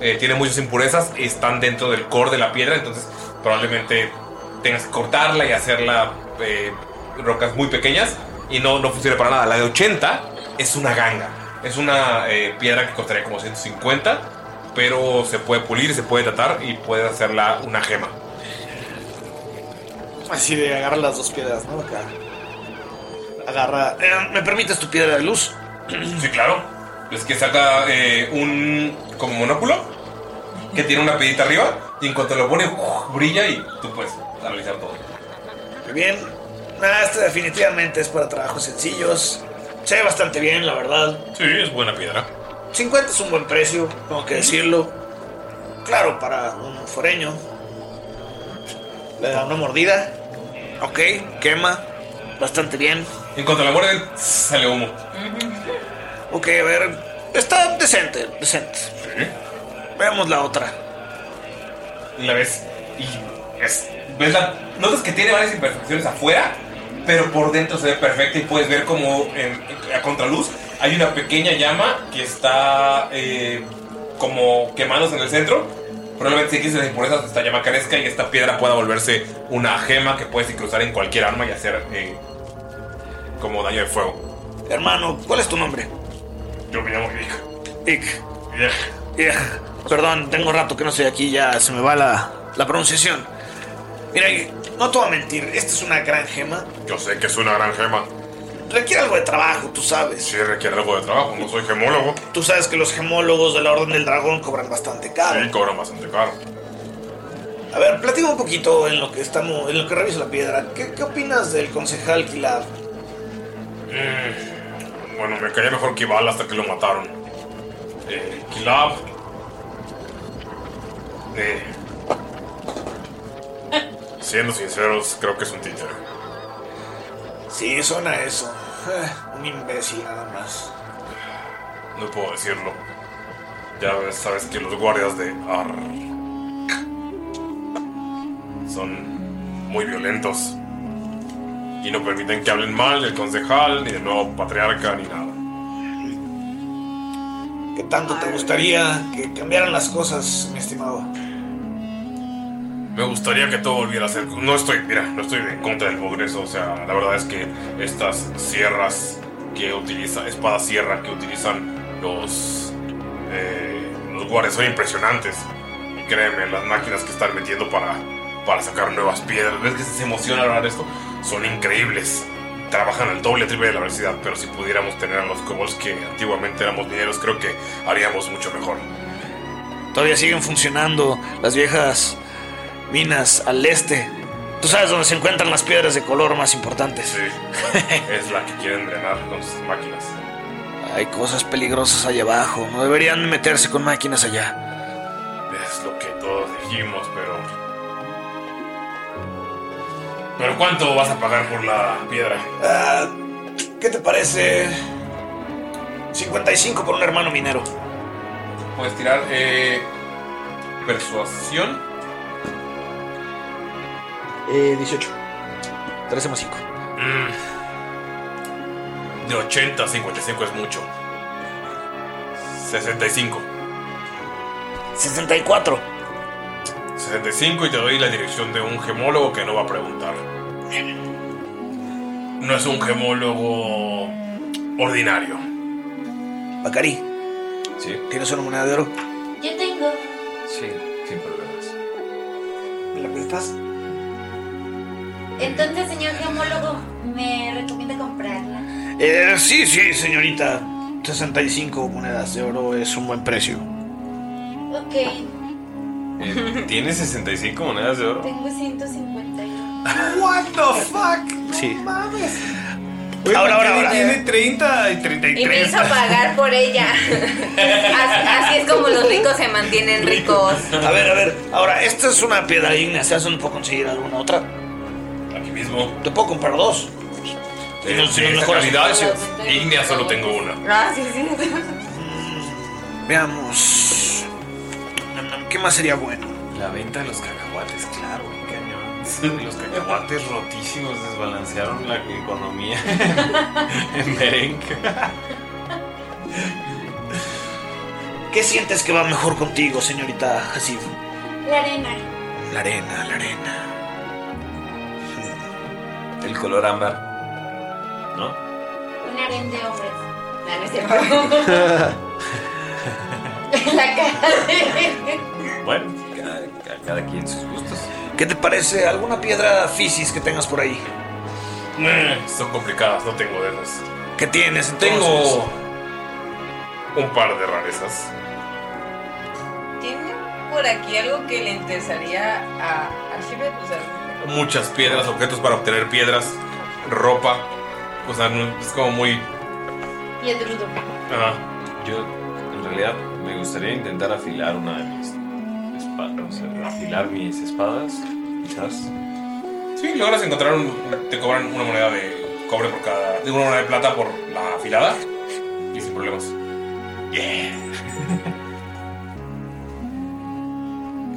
Speaker 1: Eh, tiene muchas impurezas, están dentro del core de la piedra, entonces probablemente tengas que cortarla y hacerla eh, rocas muy pequeñas y no, no funciona para nada. La de 80 es una ganga, es una eh, piedra que costaría como 150, pero se puede pulir, se puede tratar y puedes hacerla una gema.
Speaker 8: Así de agarra las dos piedras, ¿no? Acá. Agarra. eh, ¿Me permites tu piedra de luz?
Speaker 1: Sí, claro. Es que saca eh, un como monóculo que tiene una piedrita arriba y en cuanto lo pone ¡uf! brilla y tú puedes analizar todo.
Speaker 8: Muy bien. Nada, esta definitivamente es para trabajos sencillos. Se ve bastante bien, la verdad.
Speaker 1: Sí, es buena piedra.
Speaker 8: 50 es un buen precio, tengo que decirlo. Claro, para un foreño. Le da una mordida. Ok, quema. Bastante bien.
Speaker 1: En cuanto la muerde, sale humo.
Speaker 8: Ok, a ver. Está decente, decente. Veamos la otra.
Speaker 1: La ves y es- ves la- notas que tiene varias imperfecciones afuera, pero por dentro se ve perfecta y puedes ver como en- a contraluz hay una pequeña llama que está eh, como quemándose en el centro. Probablemente si quieres las impurezas pues, esta llama crezca y esta piedra pueda volverse una gema que puedes cruzar en cualquier arma y hacer eh, como daño de fuego.
Speaker 8: Hermano, ¿cuál es tu nombre?
Speaker 1: Yo me llamo Ick.
Speaker 8: Ick. Ick. Eh, Perdón, tengo rato que no estoy aquí, ya se me va la, la pronunciación. Mira, Ick, no te voy a mentir, esta es una gran gema.
Speaker 1: Yo sé que es una gran gema.
Speaker 8: Requiere algo de trabajo, tú sabes.
Speaker 1: Sí, requiere algo de trabajo, no soy gemólogo.
Speaker 8: Tú sabes que los gemólogos de la Orden del Dragón cobran bastante caro.
Speaker 1: Sí, cobran bastante caro.
Speaker 8: A ver, platica un poquito en lo que estamos, en lo que reviso la piedra. ¿Qué, qué opinas del concejal Kilab?
Speaker 1: Mm, Bueno, me caía mejor Kibal hasta que lo mataron. Eh, Kilab. Eh, siendo sinceros, creo que es un títere.
Speaker 8: Sí, suena a eso. Eh, Un imbécil nada más.
Speaker 1: No puedo decirlo. Ya ves- sabes que los guardias de Ar son muy violentos. Y no permiten que hablen mal del concejal, ni del nuevo patriarca, ni nada.
Speaker 8: ¿Qué tanto te gustaría que cambiaran las cosas, mi estimado?
Speaker 1: Me gustaría que todo volviera a ser. No estoy, mira, no estoy en contra del progreso. O sea, la verdad es que estas sierras que utilizan, espada sierra que utilizan los. eh, los guardias son impresionantes. Y créeme, las máquinas que están metiendo para, para sacar nuevas piedras. ¿Ves que se emociona al hablar de esto? Son increíbles. Trabajan al doble, triple de la velocidad. Pero si pudiéramos tener a los kobolds que antiguamente éramos mineros, creo que haríamos mucho mejor.
Speaker 8: Todavía siguen funcionando las viejas minas al este. Tú sabes dónde se encuentran las piedras de color más importantes.
Speaker 1: es la que quieren drenar con sus máquinas.
Speaker 8: Hay cosas peligrosas allá abajo. No deberían meterse con máquinas allá.
Speaker 1: Es lo que todos dijimos, pero. ¿Pero cuánto vas a pagar por la piedra?
Speaker 8: Ah, ¿Qué te parece? 55 por un hermano minero.
Speaker 1: Puedes tirar eh, persuasión.
Speaker 8: Eh, 18. 13 más 5.
Speaker 1: Mm, De 80 a 55 es mucho. 65.
Speaker 8: 64.
Speaker 1: 65 y te doy la dirección de un gemólogo que no va a preguntar. No es un gemólogo ordinario.
Speaker 8: Bacari.
Speaker 3: Sí.
Speaker 8: ¿Tienes una moneda de oro?
Speaker 6: Yo tengo.
Speaker 3: Sí, sin problemas.
Speaker 8: ¿Me la prestas?
Speaker 6: Entonces, señor geomólogo, ¿me recomienda comprarla?
Speaker 8: Eh, sí, sí, señorita. 65 monedas de oro es un buen precio.
Speaker 6: Ok,
Speaker 3: Eh, ¿Tiene 65 monedas de oro?
Speaker 6: tengo 151.
Speaker 8: What the fuck?
Speaker 3: Sí.
Speaker 6: Mames.
Speaker 3: Ahora, ahora,
Speaker 6: ahora.
Speaker 3: Tiene 30 y
Speaker 5: Y me
Speaker 3: 33.
Speaker 5: hizo pagar por ella. así, así es como los ricos se mantienen ricos.
Speaker 8: A ver, a ver. Ahora, esta es una piedra digna. ¿Sabes dónde puedo conseguir alguna otra?
Speaker 1: Aquí mismo.
Speaker 8: Te puedo comprar dos.
Speaker 1: Eh,
Speaker 8: no- si
Speaker 1: de
Speaker 8: no
Speaker 1: esta
Speaker 8: mejoras-
Speaker 1: calidad, ígnea solo tengo una.
Speaker 5: Ah, sí, sí.
Speaker 8: Veamos. Mm, ¿Qué más sería bueno?
Speaker 3: La venta de los cacahuates, claro, qué cañón. Los cacahuates rotísimos desbalancearon la economía en merengue.
Speaker 8: ¿Qué sientes que va mejor contigo, señorita Hasib?
Speaker 6: La arena.
Speaker 8: La arena, la arena.
Speaker 3: El color ámbar. ¿No?
Speaker 6: Un harén de hombres. No, no es cierto. La cara de...
Speaker 3: Bueno, cada, ca- cada quien sus gustos.
Speaker 8: ¿Qué te parece? ¿Alguna piedra fisis que tengas por ahí?
Speaker 1: Eh, Son complicadas, no tengo de esas.
Speaker 8: ¿Qué tienes
Speaker 1: Tengo un par de rarezas.
Speaker 6: Tiene
Speaker 14: por aquí algo que le interesaría a, a Shibet?
Speaker 5: Pues,
Speaker 14: O sea,
Speaker 1: Muchas piedras, objetos para obtener piedras, ropa. O sea, no- es como muy.
Speaker 6: Y el drudo.
Speaker 3: Yo, en realidad, me gustaría intentar afilar una de mis espadas. O sea, afilar mis espadas, quizás.
Speaker 1: Sí, logras encontrar un. Te cobran una moneda de cobre por cada. de una moneda de plata por la afilada. Y sin problemas.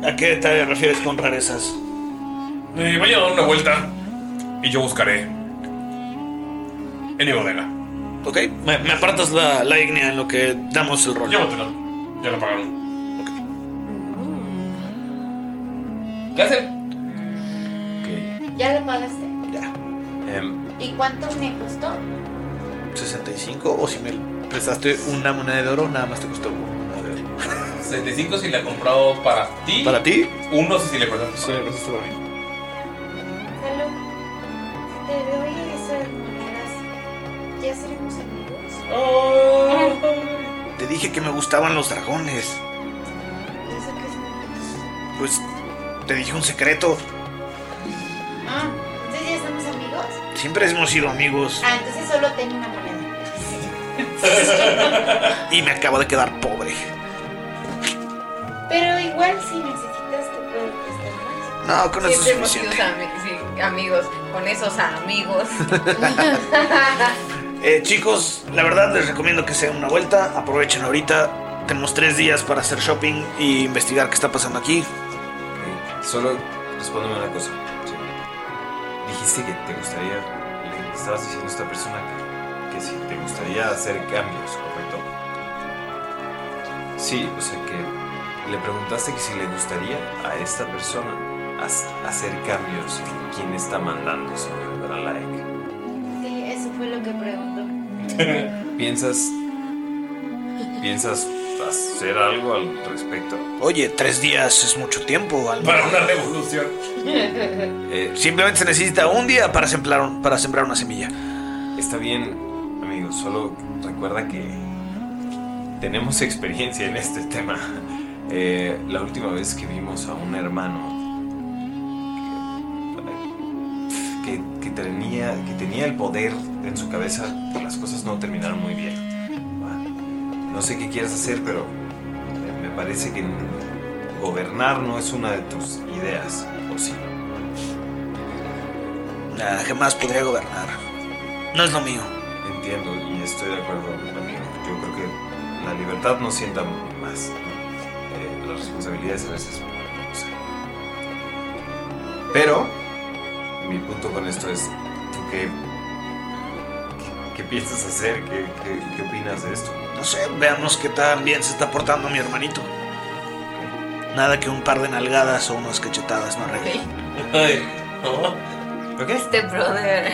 Speaker 8: ¿A qué te refieres con rarezas?
Speaker 1: Eh, vaya a dar una vuelta y yo buscaré. En mi bodega.
Speaker 8: Ok, me, me apartas la, la ignia en lo que damos el rol.
Speaker 1: Llévatela. Ya la pagaron. ¿Qué hacen?
Speaker 6: Ya lo pagaste. Ya.
Speaker 2: Em,
Speaker 6: ¿Y cuánto me costó?
Speaker 2: 65 o si me prestaste una moneda de oro, nada más te costó una de oro.
Speaker 1: 65 si la compró para ti.
Speaker 2: ¿Para ti?
Speaker 1: Uno si le prestaste. Sí, le prestaste para mí.
Speaker 6: Salud. Si te doy esas monedas, ¿ya seremos amigos?
Speaker 8: Te dije que me gustaban los dragones.
Speaker 6: ¿Y eso qué es?
Speaker 8: Pues te dije un secreto.
Speaker 6: Ah, ¿entonces ya somos amigos?
Speaker 8: Siempre hemos sido amigos.
Speaker 6: Ah, entonces solo tengo una moneda.
Speaker 8: Y me acabo de quedar pobre.
Speaker 6: Pero igual si necesitas te puedo prestar más.
Speaker 8: No, con eso es
Speaker 14: siempre hemos sido
Speaker 8: suficiente.
Speaker 14: ami- sí, amigos, con esos amigos.
Speaker 8: Eh, chicos, la verdad les recomiendo que se den una vuelta. Aprovechen ahorita. Tenemos tres días para hacer shopping y investigar qué está pasando aquí.
Speaker 3: Solo respóndeme una cosa. Sí. Dijiste que te gustaría, le estabas diciendo a esta persona que, que si te gustaría hacer cambios, ¿correcto? Sí, o sea que le preguntaste que si le gustaría a esta persona ha- hacer cambios en quién está mandando, señor Dralaek.
Speaker 6: Sí, eso fue lo que preguntó.
Speaker 3: ¿Piensas, ¿Piensas hacer algo al respecto?
Speaker 8: Oye, tres días es mucho tiempo.
Speaker 3: Para una revolución.
Speaker 8: Eh, simplemente se necesita un día para sembrar, un- para sembrar una semilla.
Speaker 3: Está bien, amigo, solo recuerda que tenemos experiencia en este tema. Eh, la última vez que vimos a un hermano que, que tenía, que tenía el poder en su cabeza, las cosas no terminaron muy bien. No sé qué quieres hacer, pero me parece que gobernar no es una de tus ideas, ¿o sí?
Speaker 8: Nada, jamás podría gobernar. No es lo mío.
Speaker 3: Entiendo y estoy de acuerdo, amigo. Yo creo que la libertad nos sienta más. Eh, las responsabilidades a veces. no sé. Pero, mi punto con esto es: ¿tú qué, qué, qué piensas hacer? ¿Qué, qué- qué opinas de esto?
Speaker 8: No sé, veamos qué tan bien se está portando mi hermanito. Nada que un par de nalgadas o unas cachetadas no arregle.
Speaker 3: ¿Oh?
Speaker 14: Este brother.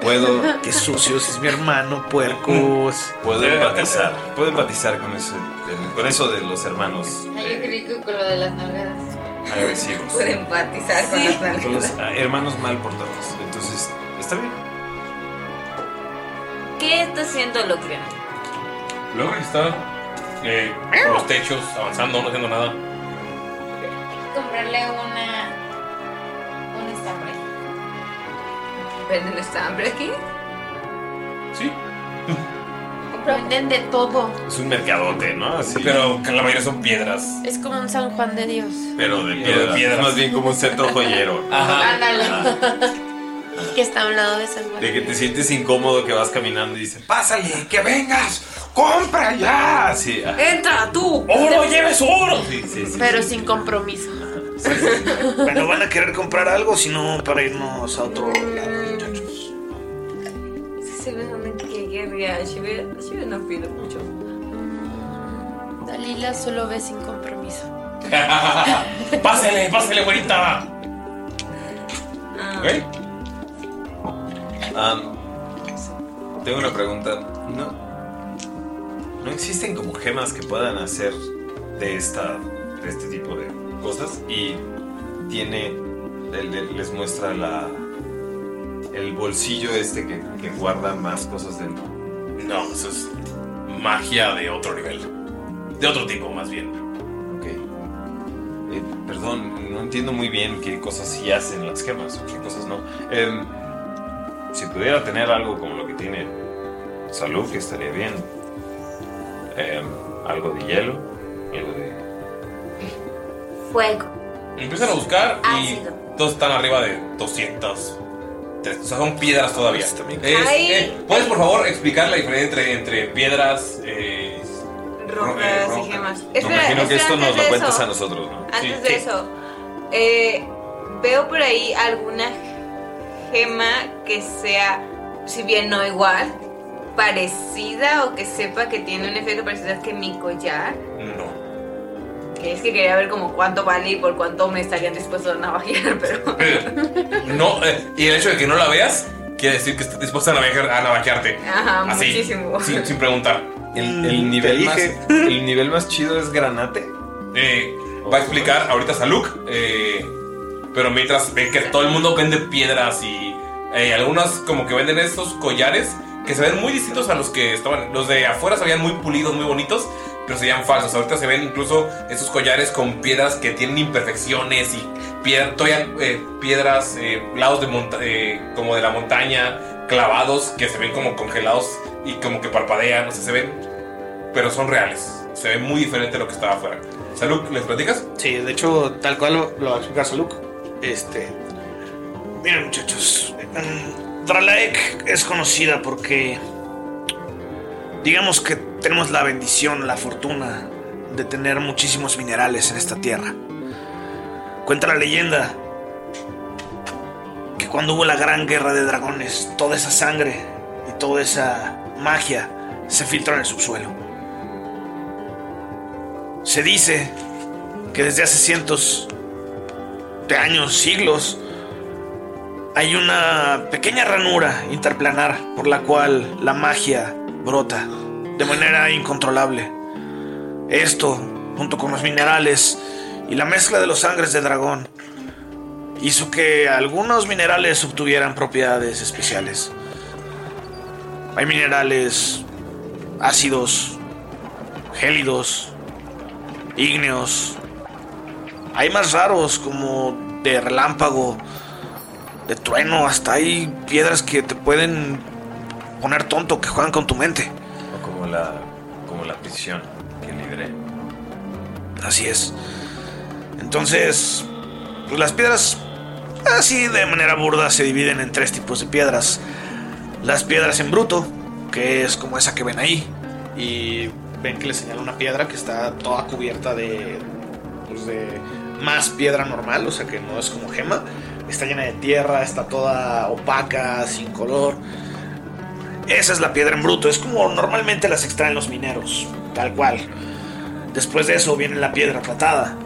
Speaker 3: Puedo.
Speaker 8: Qué sucios es mi hermano, puercos.
Speaker 3: Puedo empatizar, puedo empatizar con, ese, con eso de los hermanos
Speaker 6: Ay, yo creí que con lo de las nalgadas.
Speaker 3: agresivos.
Speaker 14: Puede empatizar con las
Speaker 3: Con los
Speaker 14: nalgas.
Speaker 3: ah, hermanos mal portados. Entonces, está bien.
Speaker 5: ¿Qué está haciendo Locrian?
Speaker 1: Luego que está eh, por los techos avanzando, no haciendo nada.
Speaker 6: Comprarle una. un estambre.
Speaker 14: ¿Venden estambre aquí?
Speaker 1: Sí.
Speaker 4: Venden de todo.
Speaker 3: Es un mercadote, ¿no?
Speaker 1: Pero que la mayoría son piedras.
Speaker 4: Es como un San Juan de Dios.
Speaker 1: Pero de
Speaker 3: piedras. Más bien como un centro joyero.
Speaker 1: Ajá.
Speaker 4: que está a un lado de San Juan.
Speaker 3: De que te sientes incómodo que vas caminando y dices,
Speaker 13: Pásale, que vengas.
Speaker 3: ¡compra ya! Sí, ah,
Speaker 4: ¡Entra tú!
Speaker 3: ¡Oro, lleves oro! Sí, sí, sí.
Speaker 4: Pero sin compromiso.
Speaker 8: Bueno, van a querer comprar algo, si no, para irnos a otro lado, muchachos.
Speaker 14: Seguramente que querría Shibet. Shibet no pide mucho.
Speaker 4: Dalila solo ve sin compromiso.
Speaker 1: pásele, pásele, güerita.
Speaker 3: ¿Ok? Am, tengo una pregunta. ¿No, ¿No existen como gemas que puedan hacer de, esta, de este tipo de cosas? Y tiene. le- le- les muestra la. El bolsillo este que, que guarda más cosas dentro.
Speaker 1: No, eso es magia de otro nivel. De otro tipo, más bien.
Speaker 3: Ok. Eh, perdón, no entiendo muy bien qué cosas sí hacen las gemas, qué cosas no. Em, si pudiera tener algo como lo que tiene Salud, que estaría bien. Em, algo de hielo, algo de...
Speaker 10: Fuego.
Speaker 1: Empiezan a buscar y todos están arriba de 200. Tres- O sea, son piedras todavía.
Speaker 3: Este,
Speaker 1: Es-
Speaker 5: Ay.
Speaker 1: eh, ¿Puedes, por favor, explicar la diferencia entre, entre piedras? eh,
Speaker 5: Rocas y gemas. Espera,
Speaker 3: imagino que
Speaker 5: espera,
Speaker 3: esto
Speaker 5: antes
Speaker 3: nos
Speaker 5: de
Speaker 3: lo cuentas
Speaker 5: eso.
Speaker 3: a nosotros, ¿no?
Speaker 5: Antes de eso, eh, veo por ahí alguna gema que sea, si bien no igual, parecida o que sepa que tiene un efecto parecido que mi collar.
Speaker 1: No.
Speaker 5: Que es que quería ver como cuánto vale y por cuánto me estarían dispuestos a navajear, pero
Speaker 1: No, eh, y el hecho de que no la veas quiere decir que estás dispuesta a, navajear- a navajearte.
Speaker 5: ajá,
Speaker 8: Ah,
Speaker 1: Así,
Speaker 5: muchísimo.
Speaker 1: Sin, sin preguntar.
Speaker 3: El, el nivel más, el nivel más chido es granate.
Speaker 1: Eh, va a explicar ahorita Saluk. eh, pero mientras ve que todo el mundo vende piedras y eh, algunas como que venden estos collares que se ven muy distintos a los que estaban. Los de afuera se veían muy pulidos, muy bonitos, pero se veían falsos. Ahorita se ven incluso estos collares con piedras que tienen imperfecciones y piedra, todavía, eh, piedras, eh, lados de monta- eh, como de la montaña, clavados que se ven como congelados y como que parpadean. O sea, se ven pero son reales. Se ve muy diferente a lo que estaba afuera. Salud, ¿les platicas?
Speaker 8: Sí, de hecho, tal cual lo, lo explica Saluk. Este. Miren, muchachos. mm, Dralaek es conocida porque. Digamos que tenemos la bendición, la fortuna de tener muchísimos minerales en esta tierra. Cuenta la leyenda que cuando hubo la gran guerra de dragones, toda esa sangre y toda esa magia se filtró en el subsuelo. Se dice que desde hace cientos de años, siglos, hay una pequeña ranura interplanar por la cual la magia brota de manera incontrolable. Esto, junto con los minerales y la mezcla de los sangres de dragón, hizo que algunos minerales obtuvieran propiedades especiales. Hay minerales ácidos, gélidos, ígneos. Hay más raros como de relámpago, de trueno, hasta hay piedras que te pueden poner tonto, que juegan con tu mente.
Speaker 3: Como la, como la prisión que libré.
Speaker 8: Así es. Entonces, pues las piedras, así de manera burda, se dividen en tres tipos de piedras. Las piedras en bruto, que es como esa que ven ahí. Y ven que le señala una piedra que está toda cubierta de, pues de más piedra normal, o sea que no es como gema. Está llena de tierra, está toda opaca, sin color. Esa es la piedra en bruto, es como normalmente las extraen los mineros, tal cual. Después de eso viene la piedra tratada,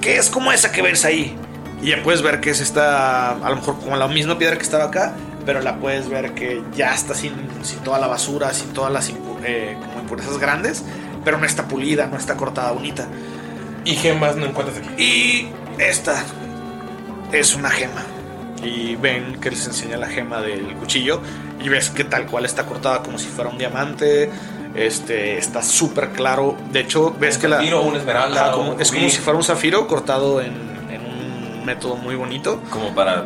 Speaker 8: que es como esa que ves ahí. Y ya puedes ver que es esta, a lo mejor como la misma piedra que estaba acá, pero la puedes ver que ya está sin, sin toda la basura, sin todas las impu- eh, como impurezas grandes, pero no está pulida, no está cortada bonita.
Speaker 1: ¿Y gemas no encuentras aquí?
Speaker 8: Y esta es una gema. Y ven que les enseña la gema del cuchillo y ves que tal cual está cortada como si fuera un diamante. Este está súper claro. De hecho, ves que la.
Speaker 1: zafiro, una esmeralda,
Speaker 8: Ajá, como-
Speaker 1: un
Speaker 8: es como
Speaker 1: rubí.
Speaker 8: si fuera un zafiro cortado en, en un método muy bonito.
Speaker 3: Como para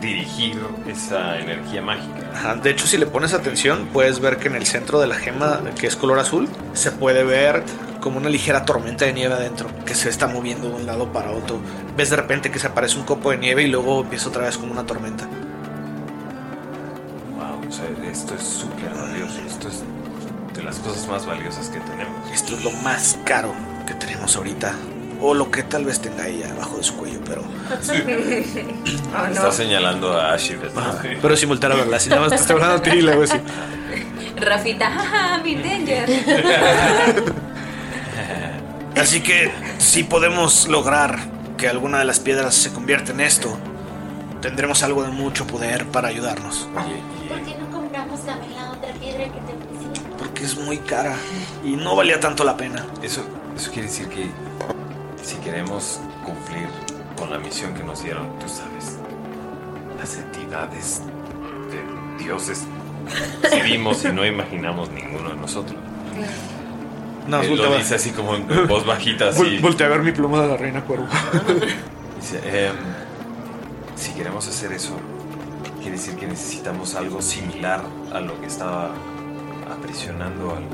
Speaker 3: dirigir esa energía mágica.
Speaker 8: Ajá, De hecho, si le pones atención, puedes ver que en el centro de la gema, que es color azul, se puede ver como una ligera tormenta de nieve adentro, que se está moviendo de un lado para otro. Ves de repente que se aparece un copo de nieve y luego empieza otra vez como una tormenta.
Speaker 3: Wow, o sea, esto es súper valioso. Esto es de las cosas más valiosas que tenemos.
Speaker 8: Esto es lo más caro que tenemos ahorita. O lo que tal vez tenga ella abajo de su cuello, pero.
Speaker 5: Oh,
Speaker 3: Está
Speaker 5: no.
Speaker 3: señalando a Ashibet.
Speaker 8: Pero sin voltear a verla, si nada más te está hablando a ti y luego así.
Speaker 5: Rafita, jaja, mi danger.
Speaker 8: Así que si podemos lograr que alguna de las piedras se convierta en esto, tendremos algo de mucho poder para ayudarnos.
Speaker 6: ¿Por qué no compramos también la otra piedra que te ofrecí?
Speaker 8: Porque es muy cara y no valía tanto la pena.
Speaker 3: Eso, eso quiere decir que si queremos cumplir con la misión que nos dieron, tú sabes, las entidades de dioses que vimos y no imaginamos ninguno de nosotros.
Speaker 2: No,
Speaker 3: Él
Speaker 2: voltea a
Speaker 3: lo
Speaker 2: ver.
Speaker 3: dice así como en en voz bajita.
Speaker 2: Vol-
Speaker 3: Así.
Speaker 2: voltea a ver mi pluma de la reina cuervo.
Speaker 3: Dice, "Em, si queremos hacer eso, quiere decir que necesitamos algo similar a lo que estaba aprisionando al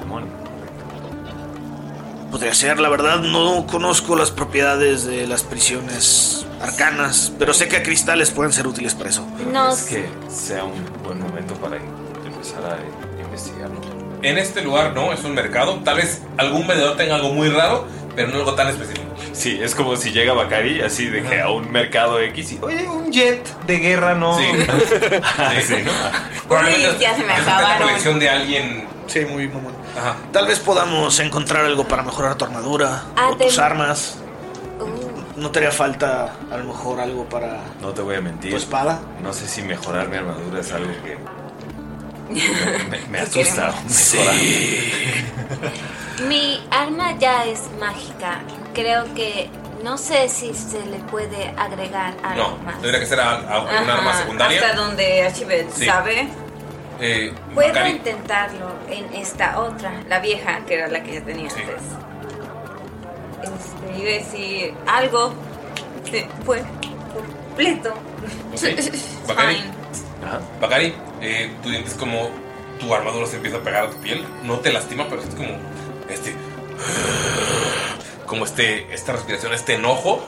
Speaker 3: demonio.
Speaker 8: Podría ser, la verdad, no conozco las propiedades de las prisiones arcanas, pero sé que a cristales pueden ser útiles para eso.
Speaker 10: No
Speaker 3: Es que sea un buen momento para empezar a investigarlo.
Speaker 1: En este lugar no, es un mercado. Tal vez algún vendedor tenga algo muy raro, pero no algo tan específico.
Speaker 3: Sí, es como si llega Bacari así de que a un mercado X y oye,
Speaker 1: un
Speaker 3: jet de guerra no. Sí.
Speaker 5: Uy, ya se me acabaron.
Speaker 1: de alguien.
Speaker 8: Sí, muy mamón. Tal vez podamos encontrar algo para mejorar tu armadura
Speaker 5: Ah, Uh.
Speaker 8: o tus
Speaker 5: te-
Speaker 8: armas. No te haría falta, a lo mejor, algo para
Speaker 3: No te voy a mentir.
Speaker 8: tu espada.
Speaker 3: No sé si mejorar mi armadura es algo que me, me
Speaker 10: Lo
Speaker 3: asusta.
Speaker 10: queremos.
Speaker 3: mejorar.
Speaker 10: Mi arma ya es mágica. Creo que no sé si se le puede agregar
Speaker 1: No,
Speaker 10: algo más.
Speaker 1: tendría que ser a, a- a un arma
Speaker 10: Ajá,
Speaker 1: secundaria.
Speaker 10: donde Ashibet
Speaker 1: Sí. Eh,
Speaker 5: Puedo
Speaker 1: Bacari,
Speaker 5: intentarlo en esta otra, la vieja, que era la que ya tenía antes. Este, iba a decir algo. se fue completo.
Speaker 1: Bacari, Bacari, eh, tú sientes como tu armadura se empieza a pegar a tu piel. No te lastima, pero es como este. Como este, esta respiración, este enojo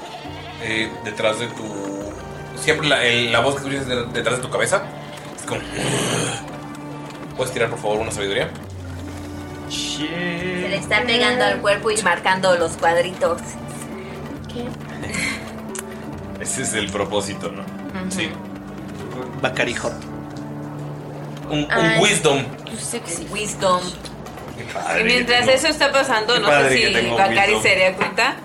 Speaker 1: eh, detrás de tu. Siempre la, el- la voz que escuchas de- detrás de tu cabeza es como. ¿Puedes tirar por favor una sabiduría?
Speaker 5: Se le está pegando al cuerpo y marcando los cuadritos.
Speaker 3: Ese es el propósito, ¿no? Sí.
Speaker 8: Bacari Hot.
Speaker 1: Un, un
Speaker 5: Ay.
Speaker 1: wisdom.
Speaker 5: Wisdom. Y mientras eso está pasando,
Speaker 1: Qué
Speaker 5: no
Speaker 1: padre
Speaker 5: sé
Speaker 1: que
Speaker 5: si
Speaker 1: tengo
Speaker 5: Bacari
Speaker 1: wisdom.
Speaker 5: se da cuenta,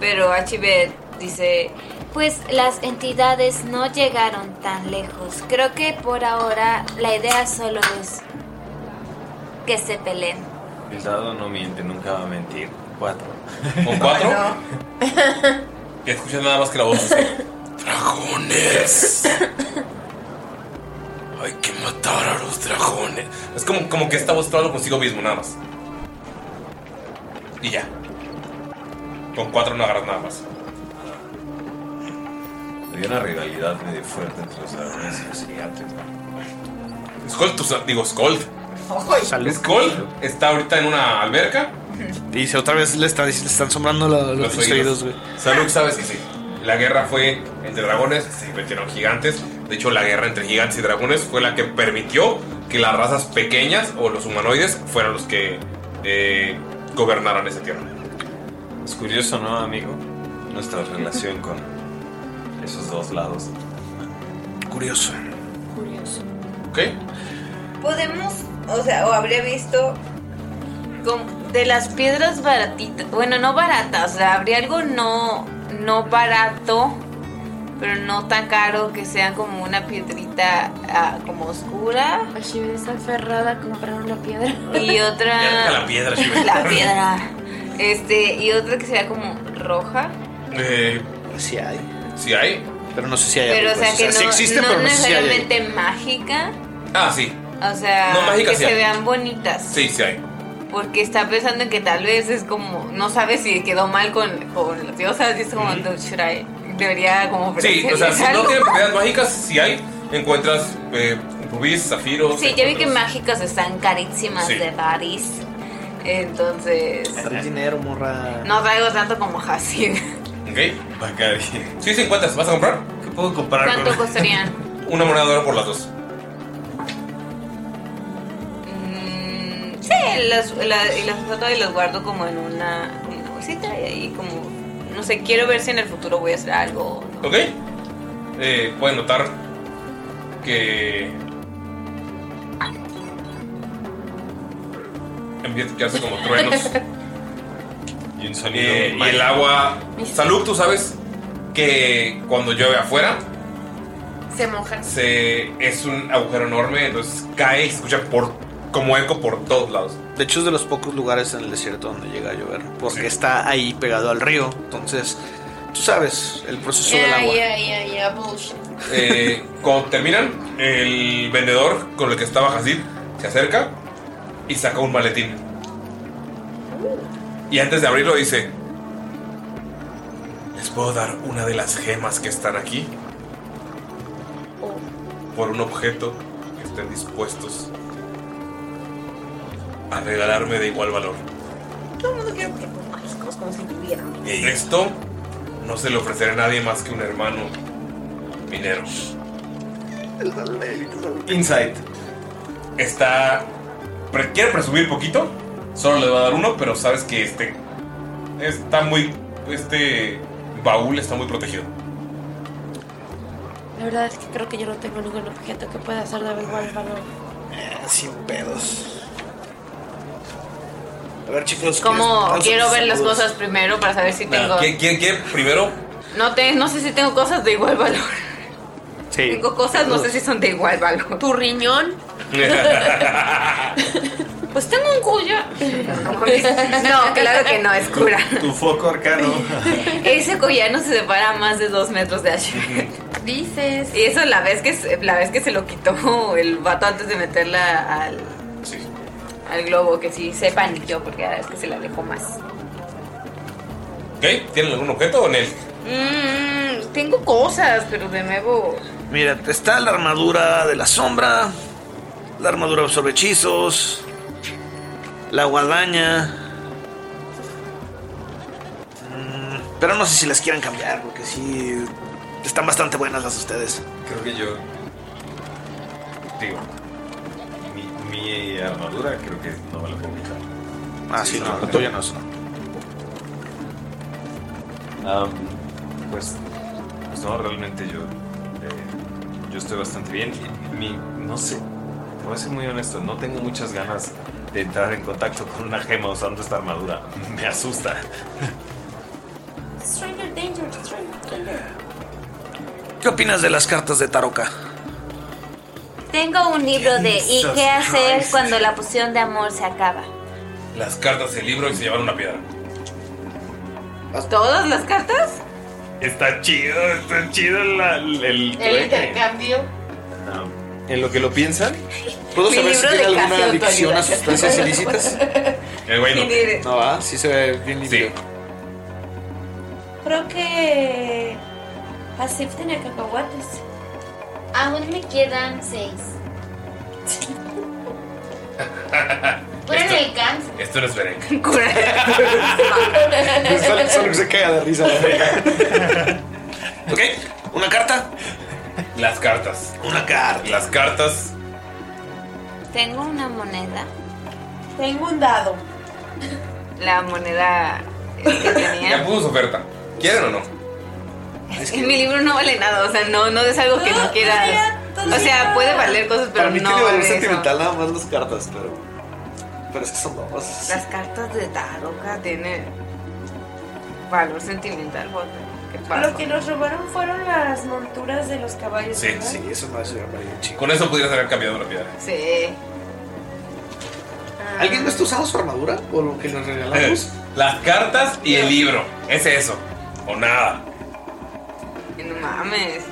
Speaker 5: pero Achibet dice,
Speaker 10: Pues las entidades no llegaron tan lejos. Creo que por ahora la idea solo es que se peleen.
Speaker 3: El dado no miente, nunca va a mentir. Cuatro.
Speaker 1: ¿Con cuatro? Y escuchas nada más que la voz. así. ¡Dragones! Hay que matar a los dragones. Es como, como que esta voz está hablando consigo mismo, nada más. Y ya. Con cuatro no agarras nada más.
Speaker 3: Había una rivalidad medio fuerte entre los dragones y los gigantes.
Speaker 1: Skold, tus- digo, Skold.
Speaker 2: Salud.
Speaker 1: Skold está ahorita en una alberca.
Speaker 2: Dice, otra vez le, está- le están sombrando la- los,
Speaker 1: Los
Speaker 2: oídos,
Speaker 1: oídos.
Speaker 2: güey.
Speaker 1: Saluk, sabes que sí. La guerra fue entre dragones, se metieron gigantes. De hecho, la guerra entre gigantes y dragones fue la que permitió que las razas pequeñas o los humanoides fueran los que eh, gobernaran esa tierra.
Speaker 3: Es curioso, ¿no, amigo? Nuestra relación con esos dos lados.
Speaker 8: Curioso.
Speaker 5: curioso.
Speaker 1: ¿Ok?
Speaker 5: Podemos, o sea, o habría visto como de las piedras baratitas, bueno, no baratas, o sea, habría algo no, no barato, pero no tan caro que sea como una piedrita ah, como oscura.
Speaker 4: Ashibet está aferrada a comprar una piedra.
Speaker 5: Y otra...
Speaker 1: La piedra, Shiva.
Speaker 5: La piedra. Este, y otra que sea como roja.
Speaker 1: Eh,
Speaker 8: sí hay.
Speaker 1: Sí hay.
Speaker 8: Pero no sé si hay
Speaker 5: Pero o
Speaker 8: algo,
Speaker 5: sea
Speaker 8: pues,
Speaker 5: que no,
Speaker 8: sí existe,
Speaker 5: no
Speaker 8: pero no sé si hay.
Speaker 5: necesariamente mágica.
Speaker 1: Ah, sí.
Speaker 5: O sea,
Speaker 1: No, mágica
Speaker 5: que
Speaker 1: sí
Speaker 5: se
Speaker 1: hay.
Speaker 5: vean bonitas.
Speaker 1: Sí, sí hay.
Speaker 5: Porque está pensando en que tal vez es como, no sabe si quedó mal con, con las diosas, y es como, "Dude, should I- debería como
Speaker 1: Sí, o sea, si no tiene propiedades mágicas, si hay. Encuentras eh, rubíes, zafiros.
Speaker 5: Sí, ya vi que
Speaker 1: encuentras-
Speaker 5: mágicas están carísimas
Speaker 1: Sí.
Speaker 5: de París. Entonces,
Speaker 8: Trae dinero, morra.
Speaker 5: no traigo tanto como Hasib.
Speaker 1: Ok. Bacari. Sí, sí encuentras. ¿Vas a comprar? ¿Qué puedo comprar
Speaker 5: ¿Cuánto costarían?
Speaker 1: Una moneda de oro por las dos.
Speaker 5: Mm, Sí, las, la- y las fotos y las guardo como en una, como una bolsita y ahí como, no sé, quiero ver si en el futuro voy a hacer algo.
Speaker 1: ¿Ok? Eh, pueden notar que. Empieza a quedarse como truenos.
Speaker 3: Y un sonido.
Speaker 1: Eh, y
Speaker 3: mágico.
Speaker 1: el agua. Salud, tú sabes que cuando llueve afuera
Speaker 15: Se mojan.
Speaker 1: se, es un agujero enorme, entonces cae y se escucha por, como eco por todos lados.
Speaker 8: De hecho, es de los pocos lugares en el desierto donde llega a llover, porque está ahí pegado al río. Entonces, tú sabes el proceso del
Speaker 15: Ya,
Speaker 8: agua.
Speaker 15: ya, ya, ya, bullshit.
Speaker 1: Eh, cuando terminan, el vendedor con el que estaba Hasid se acerca y saca un maletín. Y antes de abrirlo dice, ¿les puedo dar una de las gemas que están aquí? Por un objeto que estén dispuestos a regalarme de igual valor.
Speaker 14: Todo el mundo quiere que las cosas como si tuvieran.
Speaker 1: Esto no se lo ofreceré a nadie más que un hermano minero. Insight. Está. pre- quiere presumir poquito. Solo le va a dar uno, pero sabes que este. Está muy. Este baúl está muy protegido.
Speaker 4: La verdad es que creo que yo no tengo ningún objeto que pueda hacer de igual valor.
Speaker 8: Eh, sin pedos. A ver, chicos.
Speaker 5: Como
Speaker 8: ¿quieres-
Speaker 5: quiero ver las
Speaker 8: saludos?
Speaker 5: cosas primero para saber si tengo.
Speaker 1: ¿Quién, quién, quién primero?
Speaker 5: No, te, no sé si tengo cosas de igual valor.
Speaker 1: Sí.
Speaker 5: Tengo cosas, no sé si son de igual valor.
Speaker 4: ¿Tu riñón?
Speaker 5: Pues tengo un cuya. No, claro que no, es cura.
Speaker 3: Tu foco arcano.
Speaker 5: Ese collar no se separa a más de dos metros de Ashby.
Speaker 4: Dices.
Speaker 5: Y eso la vez que se- la vez que se lo quitó el vato antes de meterla al, al globo, que sí se paniqueó porque cada vez que se la alejó más.
Speaker 1: ¿Ok? ¿Tienen algún objeto o en él?
Speaker 5: Mm, tengo cosas, pero de nuevo.
Speaker 8: Mira, está la armadura de la sombra, la armadura absorbe hechizos, la guadaña. Mm, Pero no sé si las quieran cambiar, porque sí están bastante buenas las de ustedes.
Speaker 3: Creo que yo. Digo. Mi, mi armadura creo que no me la puedo quitar.
Speaker 8: Ah, sí, no, la tuya no es.
Speaker 3: Am, pues, pues no, realmente yo, eh, yo estoy bastante bien. Y Mi, no sé, te voy a ser muy honesto, no tengo muchas ganas de entrar en contacto con una gema usando esta armadura. Me asusta.
Speaker 4: Stranger danger, stranger danger.
Speaker 8: ¿Qué opinas de las cartas de Taroka?
Speaker 10: Tengo un libro de ¿Y
Speaker 1: Jesus
Speaker 10: qué hacer
Speaker 1: Christ.
Speaker 10: cuando la fusión de amor se acaba?
Speaker 1: Las cartas, el libro y se llevaron una piedra.
Speaker 5: ¿Todas las cartas?
Speaker 3: Está chido, está chido la- el,
Speaker 14: El intercambio.
Speaker 3: Am, en lo que lo piensan,
Speaker 2: ¿Puedo saber si tiene alguna
Speaker 14: Casio,
Speaker 2: adicción a
Speaker 14: autoayuda.
Speaker 2: sustancias ilícitas?
Speaker 1: El güey
Speaker 2: no. va, sí se ve Eh, bien limpio.
Speaker 4: Creo que. Asif tenía cacahuates.
Speaker 6: Aún me quedan seis. Fueron
Speaker 1: Esto-
Speaker 6: el cáncer.
Speaker 1: Esto no es Berek.
Speaker 8: solo, solo que se caga de risa. ok, una carta.
Speaker 1: Las cartas.
Speaker 8: Una carta.
Speaker 1: Las cartas.
Speaker 10: Tengo una moneda.
Speaker 5: Tengo un dado. La moneda que
Speaker 1: Ya
Speaker 5: tenía.
Speaker 1: puso su oferta. ¿Quieren o no?
Speaker 5: En mi libro no vale nada, o sea, no, no es algo que no quieras. O sea, puede valer cosas, pero
Speaker 2: Para mí
Speaker 5: no.
Speaker 2: tiene valor
Speaker 5: vale eso.
Speaker 2: sentimental nada más las cartas, pero. Pero es que son babosas.
Speaker 5: Las cartas de Taroka tienen valor sentimental, Jota. ¿Qué pasa?
Speaker 15: Lo que nos robaron fueron las monturas de los caballos.
Speaker 1: Sí,
Speaker 15: ¿verdad?
Speaker 1: sí,
Speaker 2: eso no es chico.
Speaker 1: ¿Eh? Con eso pudieras haber cambiado la piedra.
Speaker 5: Sí.
Speaker 2: ¿Alguien no está usando su armadura? ¿O lo que les
Speaker 8: Eh.
Speaker 2: regalamos?
Speaker 1: Las cartas y el libro. Es eso. O nada.
Speaker 5: Que No mames.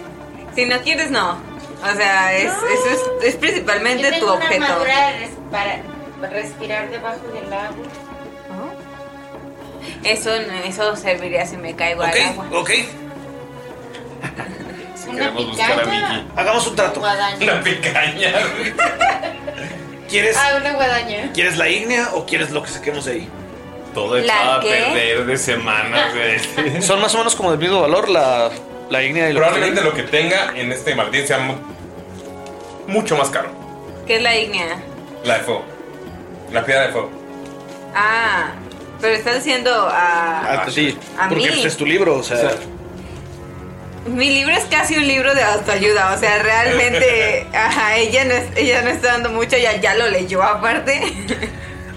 Speaker 5: Si no quieres, no. O sea, es, eso es, es
Speaker 6: Yo
Speaker 5: principalmente tu
Speaker 6: tengo una
Speaker 5: objeto.
Speaker 6: armadura de res- para respirar debajo del agua.
Speaker 5: Eso, eso serviría si me caigo al agua.
Speaker 8: Ok.
Speaker 5: Una queremos buscar a picaña.
Speaker 8: Hagamos un trato.
Speaker 6: Guadaña.
Speaker 1: Una picaña.
Speaker 8: ¿Quieres,
Speaker 6: Ah, una guadaña.
Speaker 8: ¿Quieres la ígnea o quieres lo que saquemos de ahí?
Speaker 3: todo
Speaker 6: ¿La
Speaker 3: echado a
Speaker 6: qué?
Speaker 3: perder de semana.
Speaker 2: Son más o menos como del mismo valor la, la ígnea y lo
Speaker 1: Probablemente lo que tenga en este Martín sea mu- mucho más caro.
Speaker 5: ¿Qué es la ignea?
Speaker 1: La de fuego. La piedra de fuego.
Speaker 5: Ah, pero estás diciendo a.
Speaker 2: Ah, sí.
Speaker 5: A
Speaker 2: Porque
Speaker 5: mí.
Speaker 2: pues, es tu libro, o sea.
Speaker 5: Mi libro es casi un libro de autoayuda, o sea, realmente, ajá, ella no, es- ella no está dando mucho, ya, ya lo leyó aparte.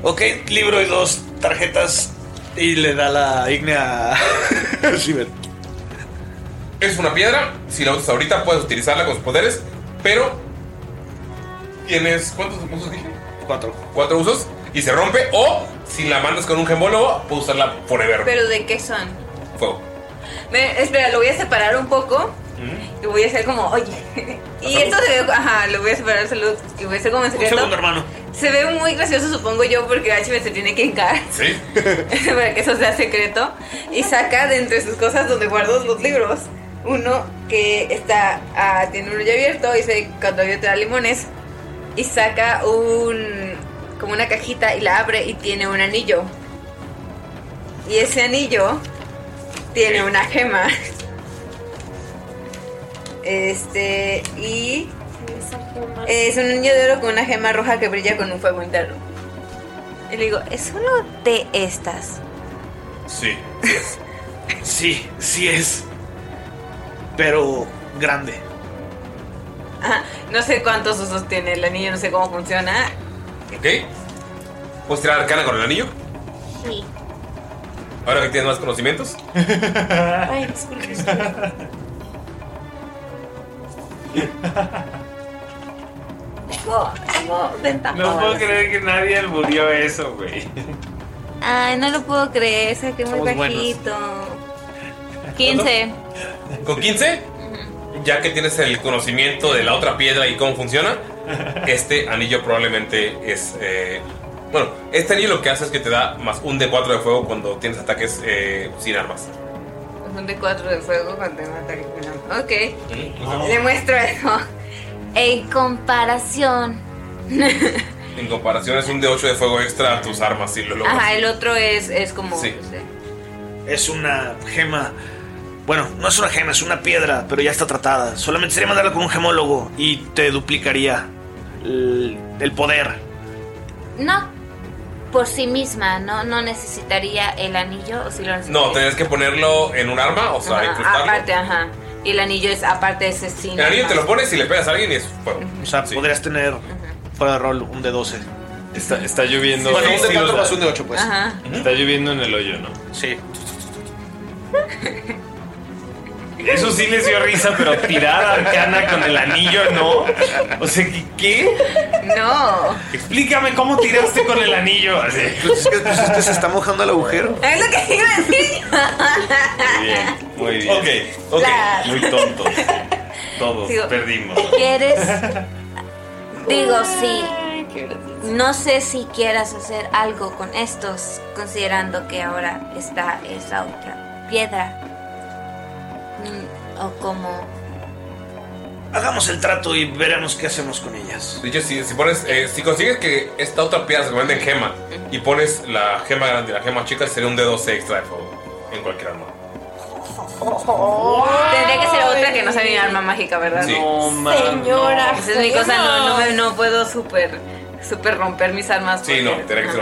Speaker 8: Ok, libro y dos tarjetas.
Speaker 2: Y le da la ígnea a Shiver.
Speaker 1: Es una piedra. Si la usas ahorita, puedes utilizarla con sus poderes. Pero. Tienes. ¿Cuántos usos dije?
Speaker 2: Cuatro.
Speaker 1: Cuatro usos. Y se rompe. O si la mandas con un gemólogo, puedes usarla forever.
Speaker 5: Pero ¿de qué son?
Speaker 1: Fuego.
Speaker 5: Me- espera, lo voy a separar un poco
Speaker 1: Mm,
Speaker 5: Y voy a hacer como, oye. Y esto se ve, ajá, lo voy a separar salud. Y voy a hacer como en secreto.
Speaker 8: hermano.
Speaker 5: Se ve muy gracioso, supongo yo, porque HB se tiene que hincar
Speaker 1: Sí.
Speaker 5: para que eso sea secreto. Y saca de entre sus cosas donde guardo los libros uno que está ah, tiene un hoyo abierto y se cuando yo te da limones y saca un como una cajita y la abre y tiene un anillo. Y ese anillo tiene una gema. Este y es un anillo de oro con una gema roja que brilla con un fuego interno. Y le digo, es uno de estas.
Speaker 1: Sí,
Speaker 8: sí es. sí, sí es. Pero grande.
Speaker 5: Ajá, No sé cuántos usos tiene el anillo, no sé cómo funciona.
Speaker 1: ¿Ok? ¿Puedes tirar arcana con el anillo?
Speaker 5: Sí.
Speaker 1: Ahora que tienes más conocimientos.
Speaker 4: Ay, disculpe.
Speaker 5: Ah,
Speaker 3: No puedo creer que nadie alburió eso, güey.
Speaker 5: Ay, no lo puedo creer, saqué muy
Speaker 1: Somos buenos.
Speaker 5: bajito. 15.
Speaker 1: Con 15, ya que tienes el conocimiento de la otra piedra y cómo funciona, este anillo probablemente es. eh, bueno, este anillo lo que hace es que te da más un D4 de fuego cuando tienes ataques eh, sin armas.
Speaker 5: Es un de 4 de fuego cuando tengo ataque con arma. Ok.
Speaker 1: ¿Mm?
Speaker 5: Le muestro eso.
Speaker 10: En comparación.
Speaker 1: En comparación, es un D8 de fuego extra a tus armas si lo logras.
Speaker 5: Ajá, Ah, el otro es, es como.
Speaker 1: Sí.
Speaker 8: Es una gema. Bueno, no es una gema, es una piedra, pero ya está tratada. Solamente sería mandarla con un gemólogo y te duplicaría el, el poder.
Speaker 10: No. Por sí misma, ¿no? No necesitaría el anillo o si lo necesitaría.
Speaker 1: No, tenías que ponerlo en un arma, o sea,
Speaker 5: Ajá,
Speaker 1: incrustarlo.
Speaker 5: aparte, ajá. Y el anillo es este aparte de ese sin
Speaker 1: El anillo te
Speaker 5: armas.
Speaker 1: lo pones y le pegas a alguien y es fuego.
Speaker 8: O sea, podrías tener fuera de rol un de 12.
Speaker 3: Está, está lloviendo.
Speaker 8: Bueno, un de 4 más un de
Speaker 3: 8,
Speaker 8: pues.
Speaker 5: Ajá.
Speaker 3: Está lloviendo en el hoyo, ¿no?
Speaker 8: Sí.
Speaker 3: Eso sí les dio risa, pero tirar arcana con el anillo, no. O sea, ¿qué? qué?
Speaker 5: No.
Speaker 3: Explícame cómo tiraste con el anillo. Así.
Speaker 2: Pues es que, pues es que se está mojando el agujero.
Speaker 5: Es lo que iba a decir.
Speaker 3: Muy bien. Ok,
Speaker 5: ok.
Speaker 3: Muy tontos. Todos
Speaker 10: Digo-
Speaker 3: perdimos.
Speaker 10: ¿Quieres? Digo, sí. No sé si quieras hacer algo con estos, considerando que ahora está esa otra piedra. Mm, O como...
Speaker 8: Hagamos el trato y veremos qué hacemos con ellas.
Speaker 1: De hecho, si, si pones, eh, si consigues que esta otra piedra se convierta en gema y pones la gema grande y la gema chica, sería un D12 extra de fuego en cualquier arma.
Speaker 5: Tendría que ser otra que no sea mi arma mágica, ¿verdad?
Speaker 1: Sí. No, man,
Speaker 5: Señora.
Speaker 1: no.
Speaker 5: Esa es mi cosa, no, no, me- no puedo super, super romper mis armas.
Speaker 1: Sí, no, tendría que ser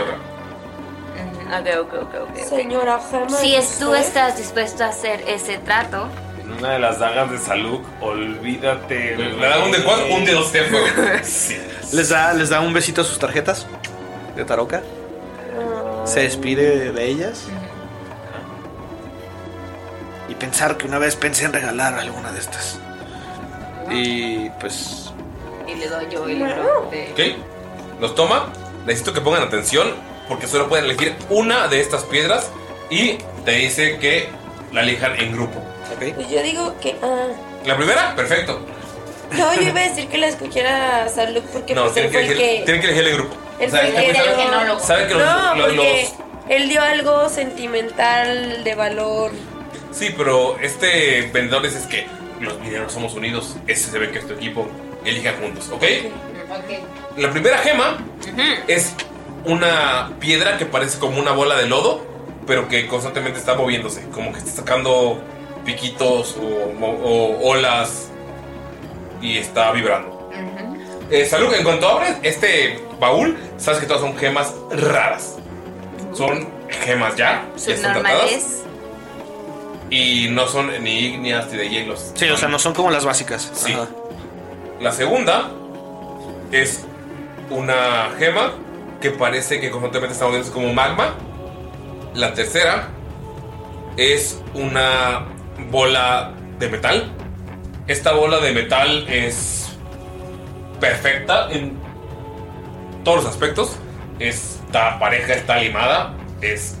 Speaker 1: otra.
Speaker 5: Ajá. Ok, ok, ok, ok.
Speaker 4: Señora Germán.
Speaker 10: Si es, tú estás dispuesto a hacer ese trato,
Speaker 3: En una de las dagas de salud, olvídate.
Speaker 1: La daga un de cuatro, un de dos de fuego.
Speaker 2: ¿Les da, ¿Les da un besito a sus tarjetas de Taroca? Se despide de ellas.
Speaker 8: Y pensar que una vez pensé en regalar alguna de estas. Y pues.
Speaker 5: Y le doy yo el libro de...
Speaker 1: Ok, los toma. Necesito que pongan atención porque solo pueden elegir una de estas piedras y te dice que la elijan en grupo.
Speaker 4: Pues yo digo que. Ah.
Speaker 1: La primera, perfecto.
Speaker 4: No, yo iba a decir que la escogiera Salud porque
Speaker 1: No,
Speaker 4: pues él
Speaker 1: tienen que,
Speaker 4: fue el que.
Speaker 1: elegir, tienen que elegir el grupo.
Speaker 4: él
Speaker 1: O sea,
Speaker 4: fue el
Speaker 1: este güey
Speaker 4: que
Speaker 1: sabe-
Speaker 4: dio-
Speaker 1: sabe que los-
Speaker 4: No,
Speaker 1: los-
Speaker 4: porque
Speaker 1: los
Speaker 4: él dio algo sentimental de valor.
Speaker 1: Sí, pero este vendedor dice es que los mineros somos unidos. Ese se ve que es tu equipo. Elijan juntos, ¿ok? La primera gema es una piedra que parece como una bola de lodo, pero que constantemente está moviéndose. Como que está sacando piquitos o, mo- o olas y está vibrando. Eh, Salud, en cuanto abres este baúl, sabes que todas son gemas raras. Son gemas ya, ya están tratadas.
Speaker 5: Subnormales.
Speaker 1: Y no son ni ígneas ni de hielos.
Speaker 8: Sí, o sea, no son como las básicas.
Speaker 1: Sí. La segunda es una gema que parece que constantemente está moviéndose como magma. La tercera es una bola de metal. Esta bola de metal es perfecta en todos los aspectos. Esta pareja está limada. Es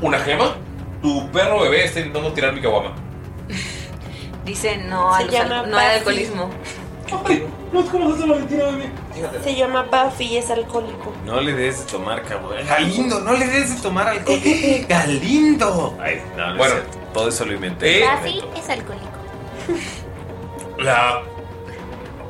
Speaker 1: una gema. Tu perro bebé está intentando tirar mi caguama.
Speaker 16: Dice no,
Speaker 4: Se
Speaker 16: al,
Speaker 4: llama
Speaker 16: no al
Speaker 4: Buffy.
Speaker 16: alcoholismo.
Speaker 4: No conoces la Se llama Buffy y es alcohólico.
Speaker 3: No le des de tomar, cabrón. Galindo, no le des de tomar alcohol. Galindo. Ay, no, no bueno, Eh, todo eso lo inventé.
Speaker 10: Buffy es alcohólico.
Speaker 1: La.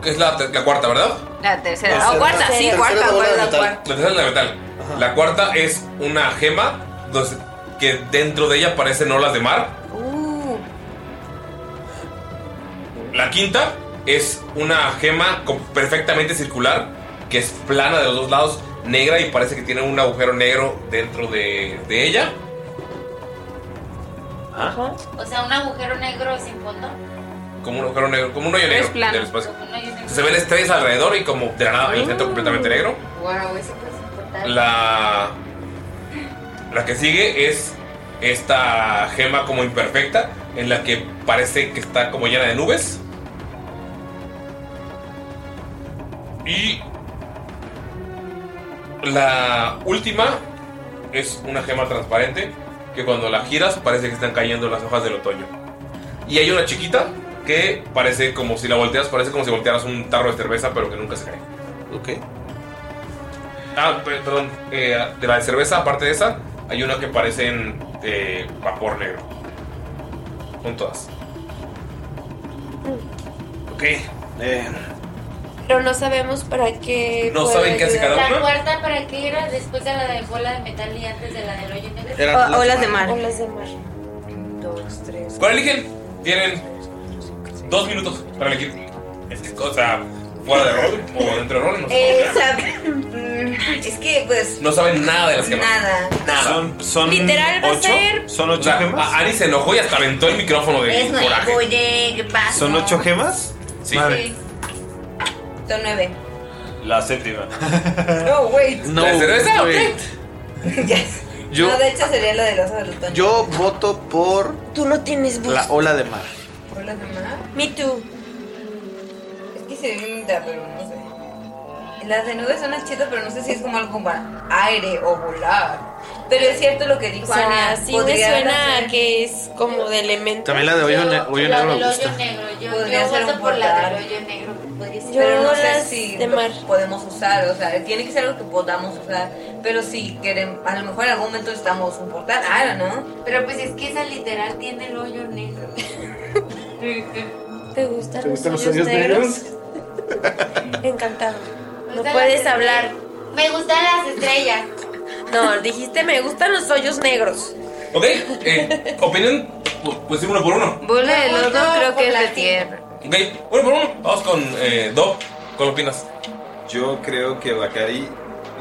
Speaker 1: que es la, la cuarta, ¿verdad?
Speaker 16: La tercera.
Speaker 5: Oh,
Speaker 16: Ah, cuarta, sí, cuarta, cuarta, cuarta.
Speaker 1: La tercera es la de metal. La cuarta es una gema donde se- que dentro de ella aparecen olas de mar.
Speaker 16: Uh,
Speaker 1: La quinta es una gema con- perfectamente circular que es plana de los dos lados, negra y parece que tiene un agujero negro dentro de, de ella. ¿Ah?
Speaker 6: Ah. O sea, un agujero negro sin fondo.
Speaker 1: Como un agujero negro, como un hoyo negro
Speaker 6: plano.
Speaker 1: del espacio. Se ven estrellas alrededor y como de la nada el centro completamente negro.
Speaker 6: Wow, eso es insoportable.
Speaker 1: La. La que sigue es esta gema como imperfecta, en la que parece que está como llena de nubes. Y. La última es una gema transparente que cuando la giras parece que están cayendo las hojas del otoño. Y hay una chiquita que parece como si la volteas, parece como si voltearas un tarro de cerveza, pero que nunca se cae.
Speaker 8: Ok.
Speaker 1: Ah, pe- perdón, eh, de la de cerveza, aparte de esa, hay una que parecen eh, vapor negro. Son todas.
Speaker 17: Ok. eh,
Speaker 4: Pero no sabemos para qué.
Speaker 1: No
Speaker 4: puede
Speaker 1: saben qué hace
Speaker 4: ayudar.
Speaker 1: cada
Speaker 6: ¿La
Speaker 1: uno.
Speaker 6: cuarta para qué era después de la de bola de metal y antes de la del hoyo negro?
Speaker 1: Eran O- las olas de mar. mar.
Speaker 4: Olas de mar.
Speaker 6: Dos, tres.
Speaker 1: ¿Cuál eligen? Tienen dos minutos para elegir. Es que, o sea, fuera de rol o dentro de rol, no, sé.
Speaker 5: Eh, sab- mm, es que pues
Speaker 1: No saben nada de las gemas.
Speaker 5: nada.
Speaker 1: Nada.
Speaker 3: Son, son
Speaker 5: Literal va a ser-
Speaker 3: Son ocho gemas.
Speaker 1: Ari se enojó y hasta aventó el micrófono de
Speaker 5: Es nuevo,
Speaker 1: coraje.
Speaker 5: de paso.
Speaker 3: ¿Son ocho gemas?
Speaker 1: Sí.
Speaker 5: Sí. Son nueve.
Speaker 3: La séptima.
Speaker 5: No, Oh, wait.
Speaker 8: No, ¿La cerveza o qué?
Speaker 5: Yes.
Speaker 8: Yo-
Speaker 5: No, de hecho sería lo de los adultos.
Speaker 8: Yo voto por
Speaker 4: Tú no tienes voz.
Speaker 8: la ola de mar.
Speaker 5: Hola, mamá.
Speaker 4: Me too.
Speaker 5: Es que se ve bonita, pero no sé. Las de nubes son las chidas, pero no sé si es como algo para aire o volar. Pero es cierto lo que
Speaker 4: O
Speaker 5: dijo
Speaker 4: sea,
Speaker 5: Ana.
Speaker 4: sí me
Speaker 5: podría
Speaker 4: suena
Speaker 5: hacer-
Speaker 4: a que es como de elemento.
Speaker 8: También la de hoyo, ne- hoyo
Speaker 4: la
Speaker 8: negro
Speaker 4: del
Speaker 8: me
Speaker 4: hoyo
Speaker 8: gusta.
Speaker 6: Negro, yo,
Speaker 5: Podría
Speaker 6: yo
Speaker 5: ser
Speaker 6: voto
Speaker 5: un
Speaker 6: por la
Speaker 5: portal.
Speaker 6: del hoyo negro. podría ser.
Speaker 5: pero no sé si lo podemos usar, o sea, tiene que ser algo que podamos usar. Pero si queremos, a lo mejor en algún momento estamos un portal, I don't know.
Speaker 6: Pero pues es que esa literal tiene el hoyo negro.
Speaker 4: ¿Te gustan,
Speaker 6: ¿Te gustan
Speaker 4: los
Speaker 6: los
Speaker 4: hoyos
Speaker 6: hoyos
Speaker 4: negros? Encantado. No
Speaker 6: gustan
Speaker 4: puedes
Speaker 6: las
Speaker 4: hablar.
Speaker 6: Me gustan las estrellas.
Speaker 4: No, dijiste me gustan los hoyos negros.
Speaker 1: Ok, eh, opinión, pu- pues sí, uno por uno.
Speaker 16: Bola de lodo
Speaker 4: Ojo
Speaker 16: creo
Speaker 4: con
Speaker 16: que es de
Speaker 4: la
Speaker 16: tierra.
Speaker 1: Ok, uno por uno. Vamos con eh, Do. ¿Cuál opinas?
Speaker 3: Yo creo que Bakari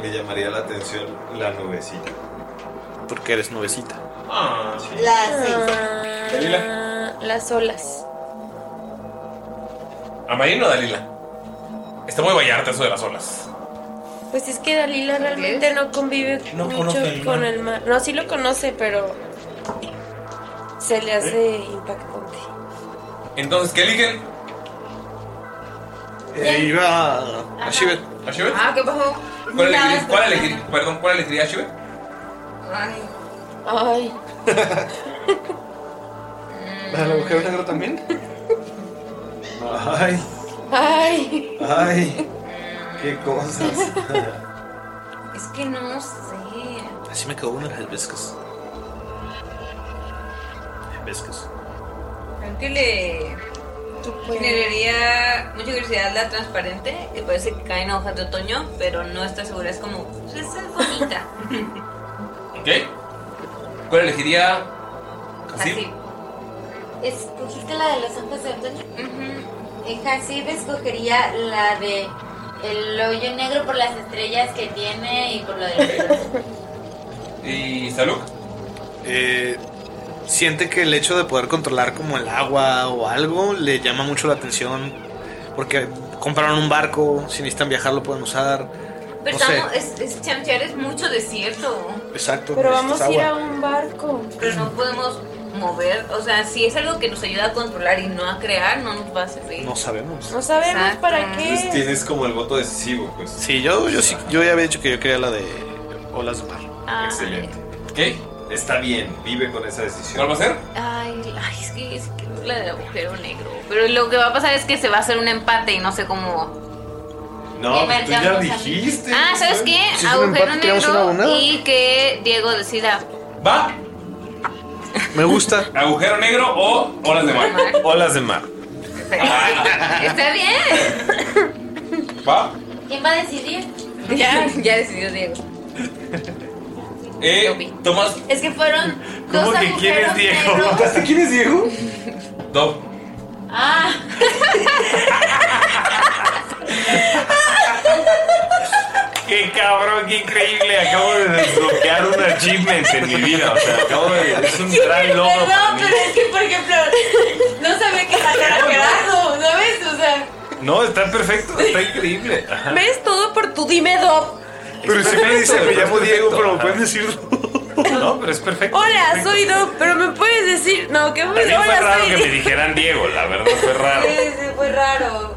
Speaker 3: le llamaría la atención la nubecita.
Speaker 8: Porque eres nubecita.
Speaker 1: Ah,
Speaker 4: Las
Speaker 1: Dalila.
Speaker 4: Ah, Las olas.
Speaker 1: ¿A Marino o a Dalila? Está muy vallarta eso de las olas.
Speaker 4: Pues es que Dalila realmente no convive
Speaker 1: No
Speaker 4: mucho
Speaker 1: conoce el
Speaker 4: con
Speaker 1: mar.
Speaker 4: el mar. No, sí lo conoce, pero se le hace impactante.
Speaker 1: Entonces, ¿qué eligen?
Speaker 8: Eh, iba a Shivet.
Speaker 1: ¿Ashibet?
Speaker 5: Ah, este ¿qué pasó?
Speaker 1: ¿Cuál elegiría,
Speaker 5: Estabas
Speaker 1: cuál elegiría- perdón, ¿cuál elegiría Ashibet?
Speaker 5: Ay.
Speaker 4: Ay.
Speaker 8: ¿La del agujero negro también?
Speaker 3: Ay,
Speaker 4: Ay.
Speaker 3: ay. Qué cosas.
Speaker 5: Es que no sé.
Speaker 8: Así me quedó una de las vescas. Vescas.
Speaker 5: Creo que le generaría mucha curiosidad la transparente, que parece que caen hojas de otoño, pero no está segura, es como, pues esa es bonita.
Speaker 1: ¿Ok? ¿Cuál elegiría? ¿Así?
Speaker 6: ¿Escogiste pues la de los ojos de otoño? En Hasib escogería la de el hoyo negro por las estrellas que tiene y por lo del
Speaker 1: ¿Y Saluk?
Speaker 8: Eh, siente que el hecho de poder controlar como el agua o algo le llama mucho la atención. Porque compraron un barco, si necesitan viajar lo pueden usar.
Speaker 5: Pero
Speaker 8: no sé,
Speaker 5: estamos, es, es Chamchar es mucho desierto,
Speaker 8: exacto.
Speaker 4: Pero
Speaker 8: necesitas
Speaker 4: vamos a ir
Speaker 8: agua.
Speaker 4: a un barco.
Speaker 5: pero no podemos mover, o sea, si es algo que nos ayuda a controlar y no a crear, no nos va a servir.
Speaker 8: No sabemos.
Speaker 4: No sabemos
Speaker 5: Exacto.
Speaker 4: para qué.
Speaker 3: Entonces tienes como el voto decisivo, pues.
Speaker 15: Ah.
Speaker 8: Sí, yo, yo, sí- yo ya había dicho que yo quería la de olas de mar.
Speaker 3: Excelente.
Speaker 1: ¿Qué?
Speaker 3: Está bien, vive con esa decisión. ¿Cuál
Speaker 1: va a ser?
Speaker 5: Ay, ay, es que es que la del agujero negro. Pero lo que va a pasar es que se va a hacer un empate y no sé cómo.
Speaker 3: No, pues,
Speaker 5: Me
Speaker 3: tú
Speaker 5: marcaron
Speaker 3: ya
Speaker 5: los
Speaker 3: dijiste. pues,
Speaker 5: Ah, ¿sabes qué?
Speaker 3: Si es un
Speaker 5: agujero
Speaker 3: empate, tiramos una
Speaker 5: negro
Speaker 3: moneda.
Speaker 5: y que Diego decida.
Speaker 1: ¿Va?
Speaker 2: Me gusta.
Speaker 1: ¿Agujero negro o olas de mar?
Speaker 3: Olas de mar.
Speaker 1: Ah.
Speaker 5: Está bien.
Speaker 1: ¿Va?
Speaker 6: ¿Quién va a decidir?
Speaker 5: Ya, ya decidió Diego.
Speaker 1: Eh, Tomás.
Speaker 5: Es que fueron
Speaker 1: ¿Cómo
Speaker 5: dos
Speaker 1: que
Speaker 5: agujeros
Speaker 1: quién es Diego?
Speaker 5: negros.
Speaker 1: ¿Mataste quién es Diego? Dob.
Speaker 5: Ah.
Speaker 3: Qué cabrón, qué increíble. Acabo de desbloquear un achievement en mi vida. O sea, acabo de. Es un gran logro. para
Speaker 15: Perdón,
Speaker 3: mí.
Speaker 15: pero es que, por ejemplo, no sabía que matar a Gerardo, ¿sabes? O sea,
Speaker 3: No, está perfecto, está increíble. Ajá.
Speaker 15: ves todo por tu dime do.
Speaker 3: Ah. Pero si me dice, me llamo Diego, pero me pueden decir. No, pero es perfecto.
Speaker 15: Hola, soy Do, pero me puedes decir. No, que me
Speaker 3: También fue
Speaker 15: Hola,
Speaker 3: raro
Speaker 15: soy
Speaker 3: que
Speaker 15: Diego.
Speaker 3: me dijeran Diego, la verdad fue raro.
Speaker 15: Sí, sí, fue raro.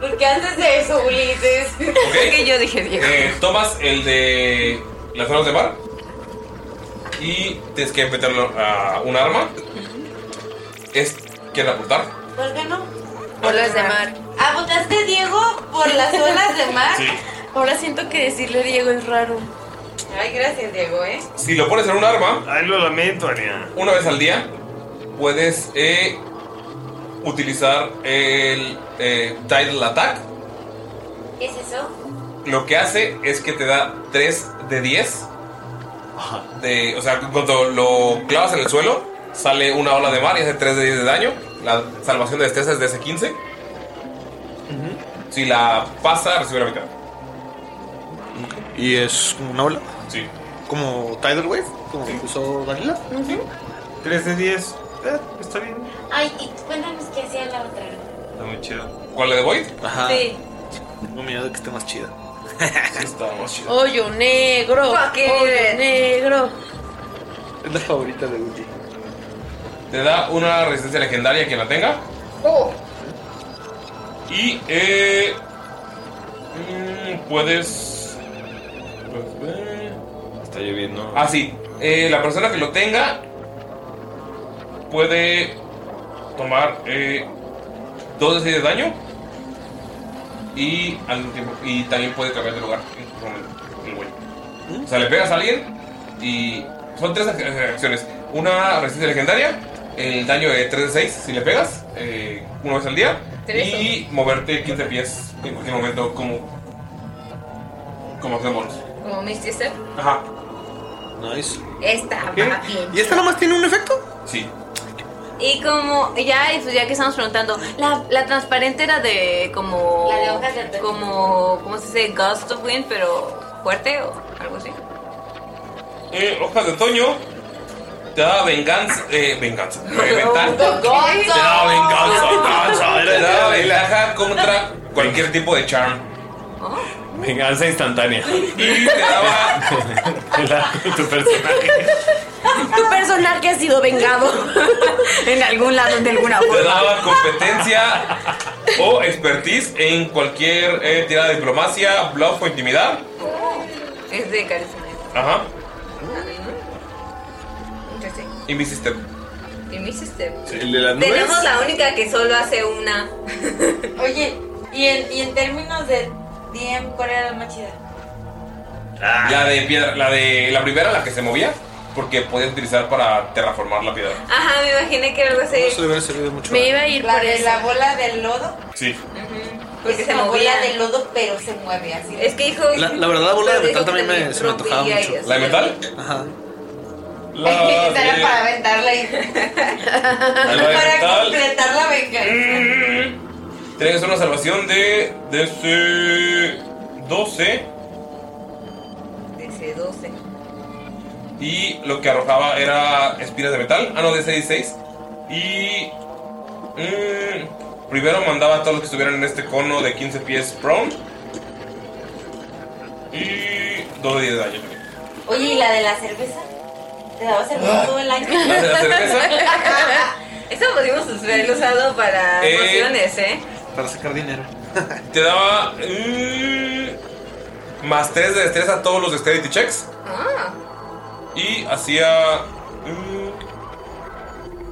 Speaker 15: Porque antes de eso, Ulises.
Speaker 5: que yo dije Diego.
Speaker 1: Eh, tomas el de las olas de mar y tienes que meterlo a un arma. Es quieren apuntar.
Speaker 6: ¿Por qué no?
Speaker 15: Olas de mar.
Speaker 6: Ah, ¿votaste Diego por las olas de
Speaker 3: Ah.
Speaker 6: mar?
Speaker 1: Sí.
Speaker 15: Ahora siento que decirle Diego es raro.
Speaker 6: Ay, gracias, Diego, ¿eh?
Speaker 1: Si lo pones en un arma,
Speaker 3: ay lo lamento, Ariana.
Speaker 1: Una vez al día puedes eh, utilizar el eh, Tidal Attack.
Speaker 6: ¿Qué es eso?
Speaker 1: Lo que hace es que te da 3 de 10. De, o sea, cuando lo clavas en el suelo, sale una ola de mar y hace 3 de 10 de daño. La salvación de destreza es de ese 15. Si la pasa, recibe la mitad.
Speaker 2: ¿Y es como una ola?
Speaker 1: Sí.
Speaker 2: ¿Como Tidal Wave? ¿Como usó Vanilla?
Speaker 3: 3 de 10.
Speaker 1: Eh,
Speaker 3: está bien.
Speaker 6: Ay, y cuéntanos qué hacía la otra.
Speaker 3: Está muy chido.
Speaker 1: ¿Cuál le de Void?
Speaker 2: Ajá.
Speaker 15: Sí.
Speaker 2: Tengo miedo de que esté más chida.
Speaker 1: está más chida.
Speaker 15: Hoyo negro.
Speaker 5: Fucking
Speaker 15: Hoyo negro.
Speaker 1: Es la favorita de Uti. Te da una resistencia legendaria quien la tenga.
Speaker 15: Oh.
Speaker 1: Y eh, mm, puedes. pues, ver.
Speaker 3: Está lloviendo.
Speaker 1: Ah, sí. Eh, la persona que lo tenga puede tomar eh, 2 de 6 de daño. Y, al mismo tiempo- y también puede cambiar de lugar en cualquier momento, el güey. O sea, le pegas a alguien y son tres ac- acciones. Una resistencia legendaria, el daño de 3 de 6 si le pegas, eh, una vez al día.
Speaker 3: Tres,
Speaker 1: Y moverte 15 pies en cualquier momento como, como acción bonus.
Speaker 5: Como Misty Step.
Speaker 1: Ajá.
Speaker 2: Nice.
Speaker 5: Esta va bien.
Speaker 2: ¿Y esta nomás tiene un efecto?
Speaker 1: Sí.
Speaker 5: Y como, ya, y pues ya que estamos preguntando, la, la transparente era de como.
Speaker 6: La de hojas de alberca.
Speaker 5: Como. ¿Cómo se dice? Ghost of Wind, pero fuerte o algo así.
Speaker 1: Eh, hojas de otoño. Te da venganza. Eh, venganza. eh, ventaja. Te da venganza. venganza, Te da ventaja contra cualquier tipo de charm.
Speaker 3: Venganza instantánea.
Speaker 1: Y te daba.
Speaker 3: tu personaje.
Speaker 15: Tu personaje ha sido vengado. en algún lado, de alguna
Speaker 1: Te daba competencia o expertise en cualquier eh, tirada de diplomacia, bluff o intimidad.
Speaker 5: Es de carisma.
Speaker 1: Ajá.
Speaker 5: Ya sé.
Speaker 1: Y mi sistema.
Speaker 5: Y Misty Step.
Speaker 3: El de las
Speaker 5: Tenemos la única que solo hace una.
Speaker 6: Oye, y en, y en términos de DM, ¿cuál era la más chida?
Speaker 1: Ah. La de piedra. La de la primera, la que se movía. Porque podías utilizar para terraformar la piedra.
Speaker 5: Ajá, me imaginé que algo así.
Speaker 1: le hubiera servido mucho.
Speaker 6: Me iba a ir por
Speaker 5: de
Speaker 6: la bola del lodo.
Speaker 1: Sí.
Speaker 5: Porque
Speaker 6: es
Speaker 5: se
Speaker 6: una bola
Speaker 5: movía.
Speaker 6: de lodo, pero se mueve así.
Speaker 5: Es que dijo.
Speaker 2: La, la verdad, la bola de metal también me, se me antojaba
Speaker 5: rompería
Speaker 2: mucho.
Speaker 5: y así.
Speaker 1: ¿La de metal?
Speaker 2: Ajá.
Speaker 1: La
Speaker 6: Esa era
Speaker 1: de-
Speaker 6: para aventarla y. para
Speaker 1: tal.
Speaker 6: completar la venganza.
Speaker 1: Tienes una salvación de. de ese 12.
Speaker 5: Dice 12.
Speaker 1: Y lo que arrojaba era espiras de metal. Ah, no, de 16. Y. mm, primero mandaba a todos los que estuvieran en este cono de 15 pies prone. Y. 2 de 10 de daño.
Speaker 6: Oye, ¿y la de la cerveza? ¿Te daba cerveza todo el año?
Speaker 1: ¿La de la cerveza?
Speaker 5: Eso pudimos haber usado para
Speaker 1: Eh.
Speaker 5: pociones, ¿eh?
Speaker 2: Para sacar dinero.
Speaker 1: Te daba. mm, más 3 de destreza a todos los dexterity checks.
Speaker 5: Ah.
Speaker 1: Y hacía.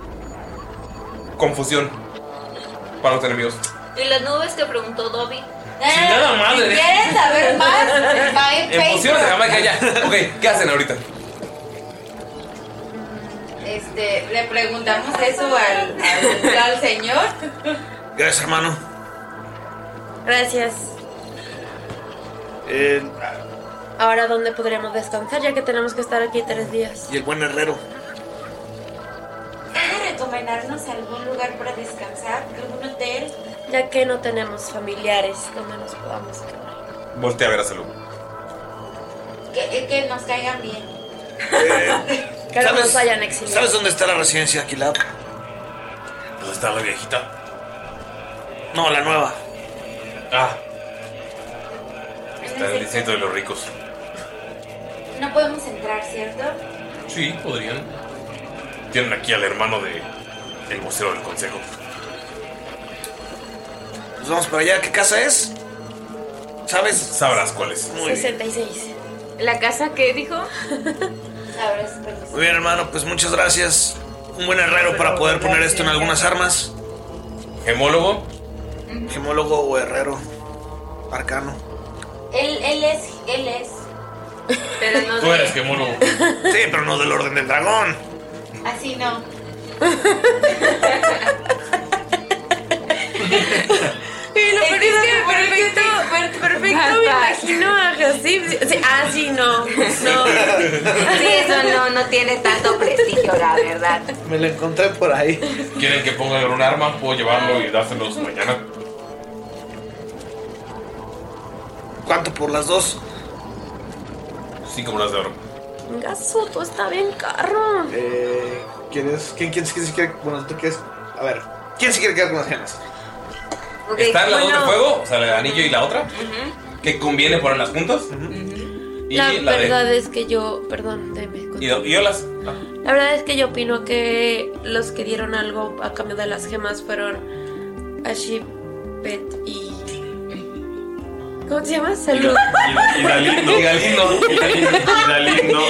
Speaker 1: mm, confusión. Para los enemigos.
Speaker 5: ¿Y las nubes que preguntó Dobby?
Speaker 6: Eh,
Speaker 1: Chingada madre. Em.
Speaker 5: ¿Quieres saber más?
Speaker 1: Emociones de Jamaica ah, ya. Ok, ¿qué hacen ahorita?
Speaker 6: Este, le preguntamos eso al, al, al señor.
Speaker 8: Gracias, hermano.
Speaker 4: Gracias.
Speaker 8: Eh,
Speaker 4: Ahora, ¿dónde podríamos descansar ya que tenemos que estar aquí tres días?
Speaker 8: y el buen herrero.
Speaker 6: ¿Puede recomendarnos algún lugar para descansar? ¿Algún hotel?
Speaker 4: Ya que no tenemos familiares donde nos podamos quedar.
Speaker 1: Voltea a ver a Salud.
Speaker 6: Que, eh, que nos caigan bien.
Speaker 4: Que no nos hayan exiliado.
Speaker 8: Eh, ¿Sabes dónde está la residencia alquilada?
Speaker 1: ¿Dónde está la viejita?
Speaker 8: No, la nueva.
Speaker 1: Ah. Está en el distrito de los ricos.
Speaker 6: No podemos entrar, ¿cierto?
Speaker 1: Sí, podrían. Tienen aquí al hermano de el vocero del consejo.
Speaker 8: Pues vamos para allá. ¿Qué casa es? ¿Sabes?
Speaker 1: Sabrás cuál es.
Speaker 8: Muy bien.
Speaker 4: 66.
Speaker 5: ¿La casa qué dijo?
Speaker 8: Muy bien, hermano. Pues muchas gracias. Un buen herrero para poder poner esto en algunas armas.
Speaker 1: ¿Gemólogo?
Speaker 8: Gemólogo o herrero. Arcano.
Speaker 6: Él, él es, él es.
Speaker 5: Pero no
Speaker 8: Tú eres gemólogo. Sí, pero no del orden del dragón.
Speaker 6: Así no.
Speaker 15: Y lo
Speaker 5: Es
Speaker 15: peor
Speaker 5: que
Speaker 15: es
Speaker 5: sí,
Speaker 15: que perfecto, per- perfecto, me
Speaker 5: Basta.
Speaker 15: imagino a Hasib. Sí, ah, sí, no. No.
Speaker 5: Sí, eso no, no tiene tanto prestigio, la verdad.
Speaker 2: Me lo encontré por ahí.
Speaker 1: ¿Quieren que pongan un arma? Puedo llevarlo y dárselos mañana.
Speaker 8: ¿Cuánto por las dos?
Speaker 1: Cinco monedas de oro.
Speaker 4: Gaso, todo está bien caro.
Speaker 2: Eh, ¿Quién es? ¿Quién, quién, quién se quiere? Bueno, tú quieres. A ver, ¿quién se quiere quedar con las gemas?
Speaker 1: Están las dos de
Speaker 4: bueno.
Speaker 1: fuego, o sea, la de anillo y la otra, que conviene ponerlas juntas. Y
Speaker 4: La,
Speaker 1: la,
Speaker 4: verdad
Speaker 1: de.
Speaker 4: es que yo, perdón, deme.
Speaker 1: Y, do- y olas.
Speaker 3: Ah.
Speaker 4: La verdad es que yo opino que los que dieron algo a cambio de las gemas fueron Aship, Pet y... ¿Cómo se llama? Salud.
Speaker 3: Y Galindo.
Speaker 1: Y Galindo.
Speaker 3: Y Galindo.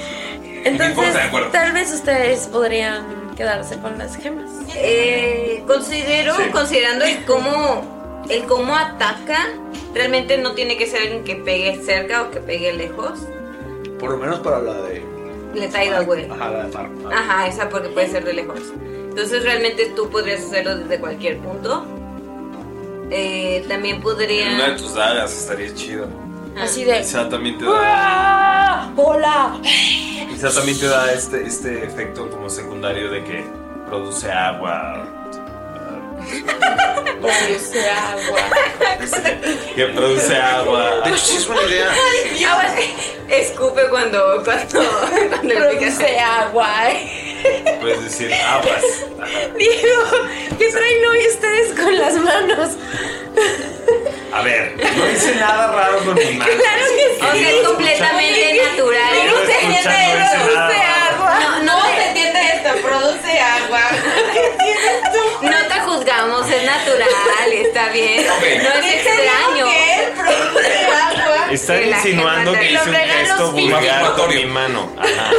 Speaker 4: Entonces,
Speaker 3: de acuerdo.
Speaker 4: tal vez ustedes podrían quedarse con las gemas.
Speaker 5: Eh, considero,
Speaker 4: Sí.
Speaker 5: considerando el cómo, el cómo ataca, realmente no tiene que ser alguien que pegue cerca o que pegue lejos.
Speaker 2: Por lo menos para la de.
Speaker 5: Le traiga güey.
Speaker 2: Ajá, la de Farm.
Speaker 3: Ah.
Speaker 5: Ajá, esa porque puede ser de lejos. Entonces realmente tú podrías hacerlo desde cualquier punto. Eh, también
Speaker 3: En una de
Speaker 5: podría.
Speaker 3: tus dagas estaría chido.
Speaker 15: Ah.
Speaker 4: Así de.
Speaker 3: Quizá también te da.
Speaker 4: ¡Hola!
Speaker 3: Quizá también te da este, este efecto como secundario de que produce agua.
Speaker 4: Produce agua.
Speaker 3: Que produce agua.
Speaker 2: De hecho, sí es buena idea.
Speaker 5: Ah, bueno, Escupe cuando cuando, cuando le picas.
Speaker 4: agua.
Speaker 3: Puedes decir aguas.
Speaker 4: Diego, ¿qué traen hoy ustedes con las manos?
Speaker 3: A ver, no hice nada raro con mi mano.
Speaker 4: Claro que sí.
Speaker 5: O sea, es completamente natural.
Speaker 3: Quiero escuchar, no hice nada.
Speaker 5: No, no se entiende esto, produce agua. No te juzgamos, es natural, está bien. No es extraño. produce agua.
Speaker 3: Están insinuando que hice un gesto vulgar con mi mano. Ajá.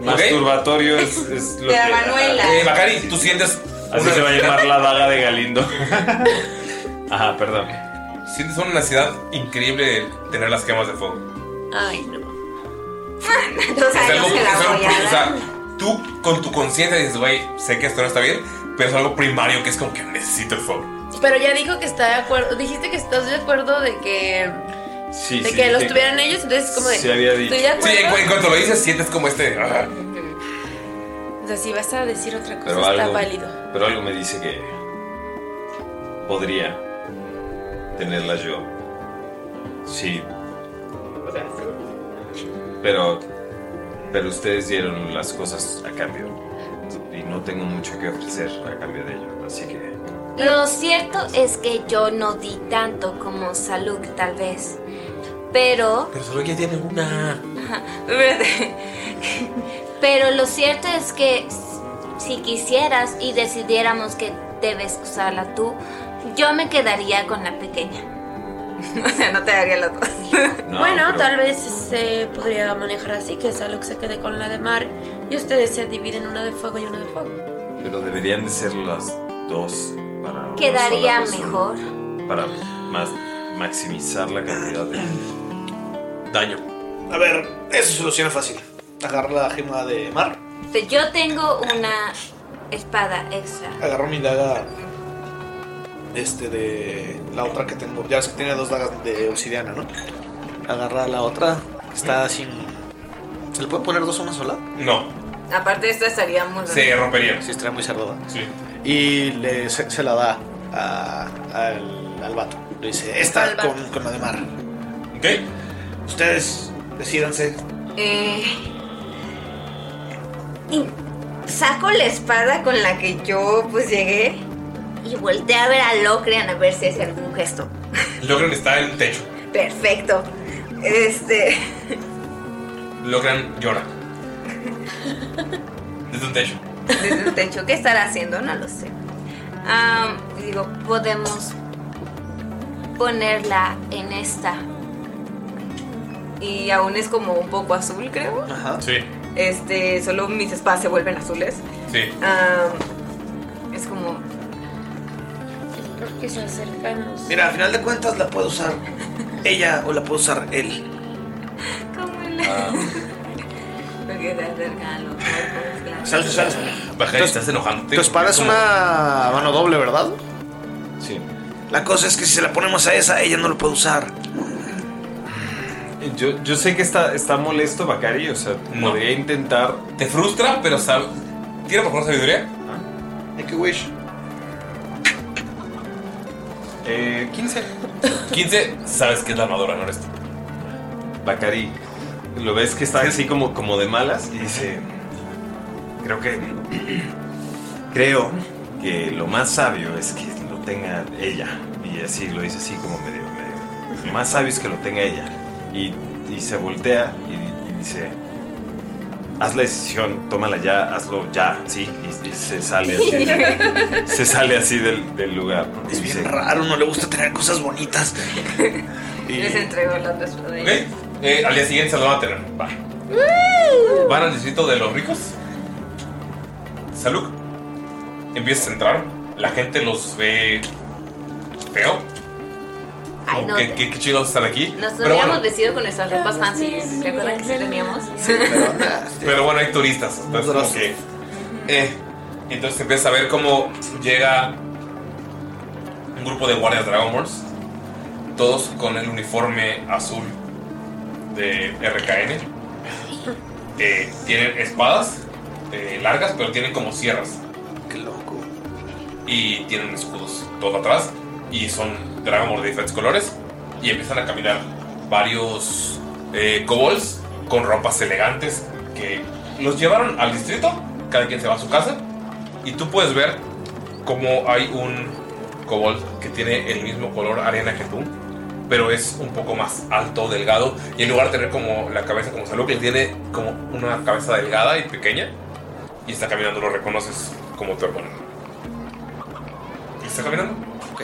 Speaker 3: Masturbatorio es, es lo
Speaker 5: De
Speaker 3: que.
Speaker 5: la Manuela.
Speaker 1: Eh, Bacari, tú sientes.
Speaker 3: Así se va a llamar la daga de Galindo. Ajá, perdón.
Speaker 1: Sientes una necesidad increíble de tener las quemas de fuego.
Speaker 4: Ay, no.
Speaker 5: Entonces
Speaker 1: Es algo,
Speaker 5: años que
Speaker 1: es
Speaker 5: la
Speaker 1: algo-
Speaker 5: voy a
Speaker 1: o
Speaker 5: dar.
Speaker 1: sea, tú con tu conciencia dices, güey, sé que esto no está bien, pero es algo primario que es como que necesito el fuego.
Speaker 4: Pero ya dijo que está de acuerdo. Dijiste que estás de acuerdo de que.
Speaker 3: Sí,
Speaker 4: de
Speaker 1: sí,
Speaker 4: que los
Speaker 1: sí.
Speaker 4: tuvieran ellos, entonces como de.
Speaker 1: Se había dicho.
Speaker 4: Estoy de
Speaker 1: Sí, en, cu- en
Speaker 4: acuerdo.
Speaker 1: cuanto lo dices, sientes como este. ah,
Speaker 4: O sea, si vas a decir otra cosa,
Speaker 3: Pero
Speaker 4: está
Speaker 3: algo,
Speaker 4: válido.
Speaker 3: pero algo me dice que podría tenerla yo. Sí. Pero, pero ustedes dieron las cosas a cambio y no tengo mucho que ofrecer a cambio de ello, así que
Speaker 10: Lo cierto es que yo no di tanto como Saluk, tal vez. Pero,
Speaker 13: Pero solo ya tiene una.
Speaker 10: pero lo cierto es que s- si quisieras y decidiéramos que debes usarla tú, yo me quedaría con la pequeña.
Speaker 14: O sea, no te daría la otra. No,
Speaker 4: bueno,
Speaker 14: pero-
Speaker 4: tal vez se podría manejar así, que sea lo que se quede con la de mar y ustedes se dividen una de fuego y una de fuego.
Speaker 3: Pero deberían de ser las dos para. una
Speaker 4: Quedaría
Speaker 3: sola persona,
Speaker 4: mejor.
Speaker 3: Para más maximizar la cantidad de daño.
Speaker 8: A ver, eso se soluciona fácil. Agarrar la gema de mar.
Speaker 10: Te- Yo tengo una espada extra.
Speaker 8: Agarro mi daga. Este de. La otra que tengo. Ya ves que tiene dos dagas de obsidiana, ¿no? Agarra la otra. Está sin. ¿Se le puede poner dos a una sola?
Speaker 1: No.
Speaker 14: Aparte, esta estaría muy rara.
Speaker 1: rompería.
Speaker 8: Sí, estaría muy cerrada.
Speaker 1: Sí.
Speaker 8: Y le, se, se la da a- al, al vato. Le dice:
Speaker 14: Al
Speaker 8: Esta
Speaker 14: vato.
Speaker 8: con, con la de mar.
Speaker 1: Ok.
Speaker 8: Ustedes, decidanse.
Speaker 14: Eh, y saco la espada con la que yo pues llegué y volteé a ver a Locrian a ver si hace algún gesto.
Speaker 1: Logran está en el techo.
Speaker 14: Perfecto. Este.
Speaker 1: Logran llora. Desde un techo.
Speaker 14: Desde el techo, ¿qué estará haciendo? No lo sé.
Speaker 10: Am, digo, podemos ponerla en esta.
Speaker 14: Y aún es como un poco azul, creo.
Speaker 1: Sí,
Speaker 14: Este, solo mis espadas se vuelven azules.
Speaker 1: sí.
Speaker 14: Ah. Am, es como.
Speaker 4: Porque se acercan los...
Speaker 8: Mira, al final de cuentas la puede usar ella o la puede usar él.
Speaker 1: Ah.
Speaker 14: Porque se acercan a los cuerpos, claro.
Speaker 8: Salsa, salsa.
Speaker 1: Baja, estás enojando.
Speaker 8: Tu espada es una mano doble, ¿verdad?
Speaker 3: Sí.
Speaker 8: La cosa es que si se la ponemos a esa, ella no lo puede usar.
Speaker 3: Yo, yo sé que está, está molesto Bacari, o sea, podría intentar.
Speaker 1: Te frustra, pero sabe. Tira por favor sabiduría.
Speaker 3: Ah.
Speaker 8: Make a wish.
Speaker 3: Eh, 15.
Speaker 1: 15, sabes que es la armadura, no eres tú.
Speaker 3: Bacari, lo ves que está así como, como de malas y dice: Creo que. Creo que lo más sabio es que lo tenga ella. Y así lo dice, así como medio, medio. Pues, Lo más sabio es que lo tenga ella. Y, y se voltea y, y dice: Haz la decisión, tómala ya, hazlo ya, sí. Y, y se sale así. de- se sale así del, del lugar. Es bien
Speaker 8: raro, no le gusta tener cosas bonitas.
Speaker 14: Les entrego la otra espada.
Speaker 1: Ok. Eh, al día siguiente se lo van a tener. Va. Van al distrito de los ricos. Salud. Empiezas a entrar. La gente los ve feo.
Speaker 5: Ay,
Speaker 1: Como,
Speaker 5: no.
Speaker 1: ¿Qué, qué, qué chidos están aquí.
Speaker 5: Nos
Speaker 1: pero,
Speaker 5: habíamos
Speaker 1: bueno,
Speaker 5: vestido con nuestras ropas fancy. ¿Se acuerdan que sí teníamos?
Speaker 1: pero bueno, hay turistas. Entonces, como que, eh, y entonces empiezas a ver cómo llega un grupo de guardias Dragon Balls. Todos con el uniforme azul de RKN. Eh, tienen espadas eh, largas, pero tienen como sierras.
Speaker 8: Qué loco.
Speaker 1: Y tienen escudos todo atrás. Y son Dragon Ball de diferentes colores. Y empiezan a caminar varios eh, kobolds con ropas elegantes que los llevaron al distrito. Cada quien se va a su casa. Y tú puedes ver cómo hay un kobold que tiene el mismo color arena que tú. Pero es un poco más alto, delgado. Y en lugar de tener como la cabeza como salud, que tiene como una cabeza delgada y pequeña. Y está caminando, lo reconoces como tu hermano. ¿Y está caminando?
Speaker 8: Ok.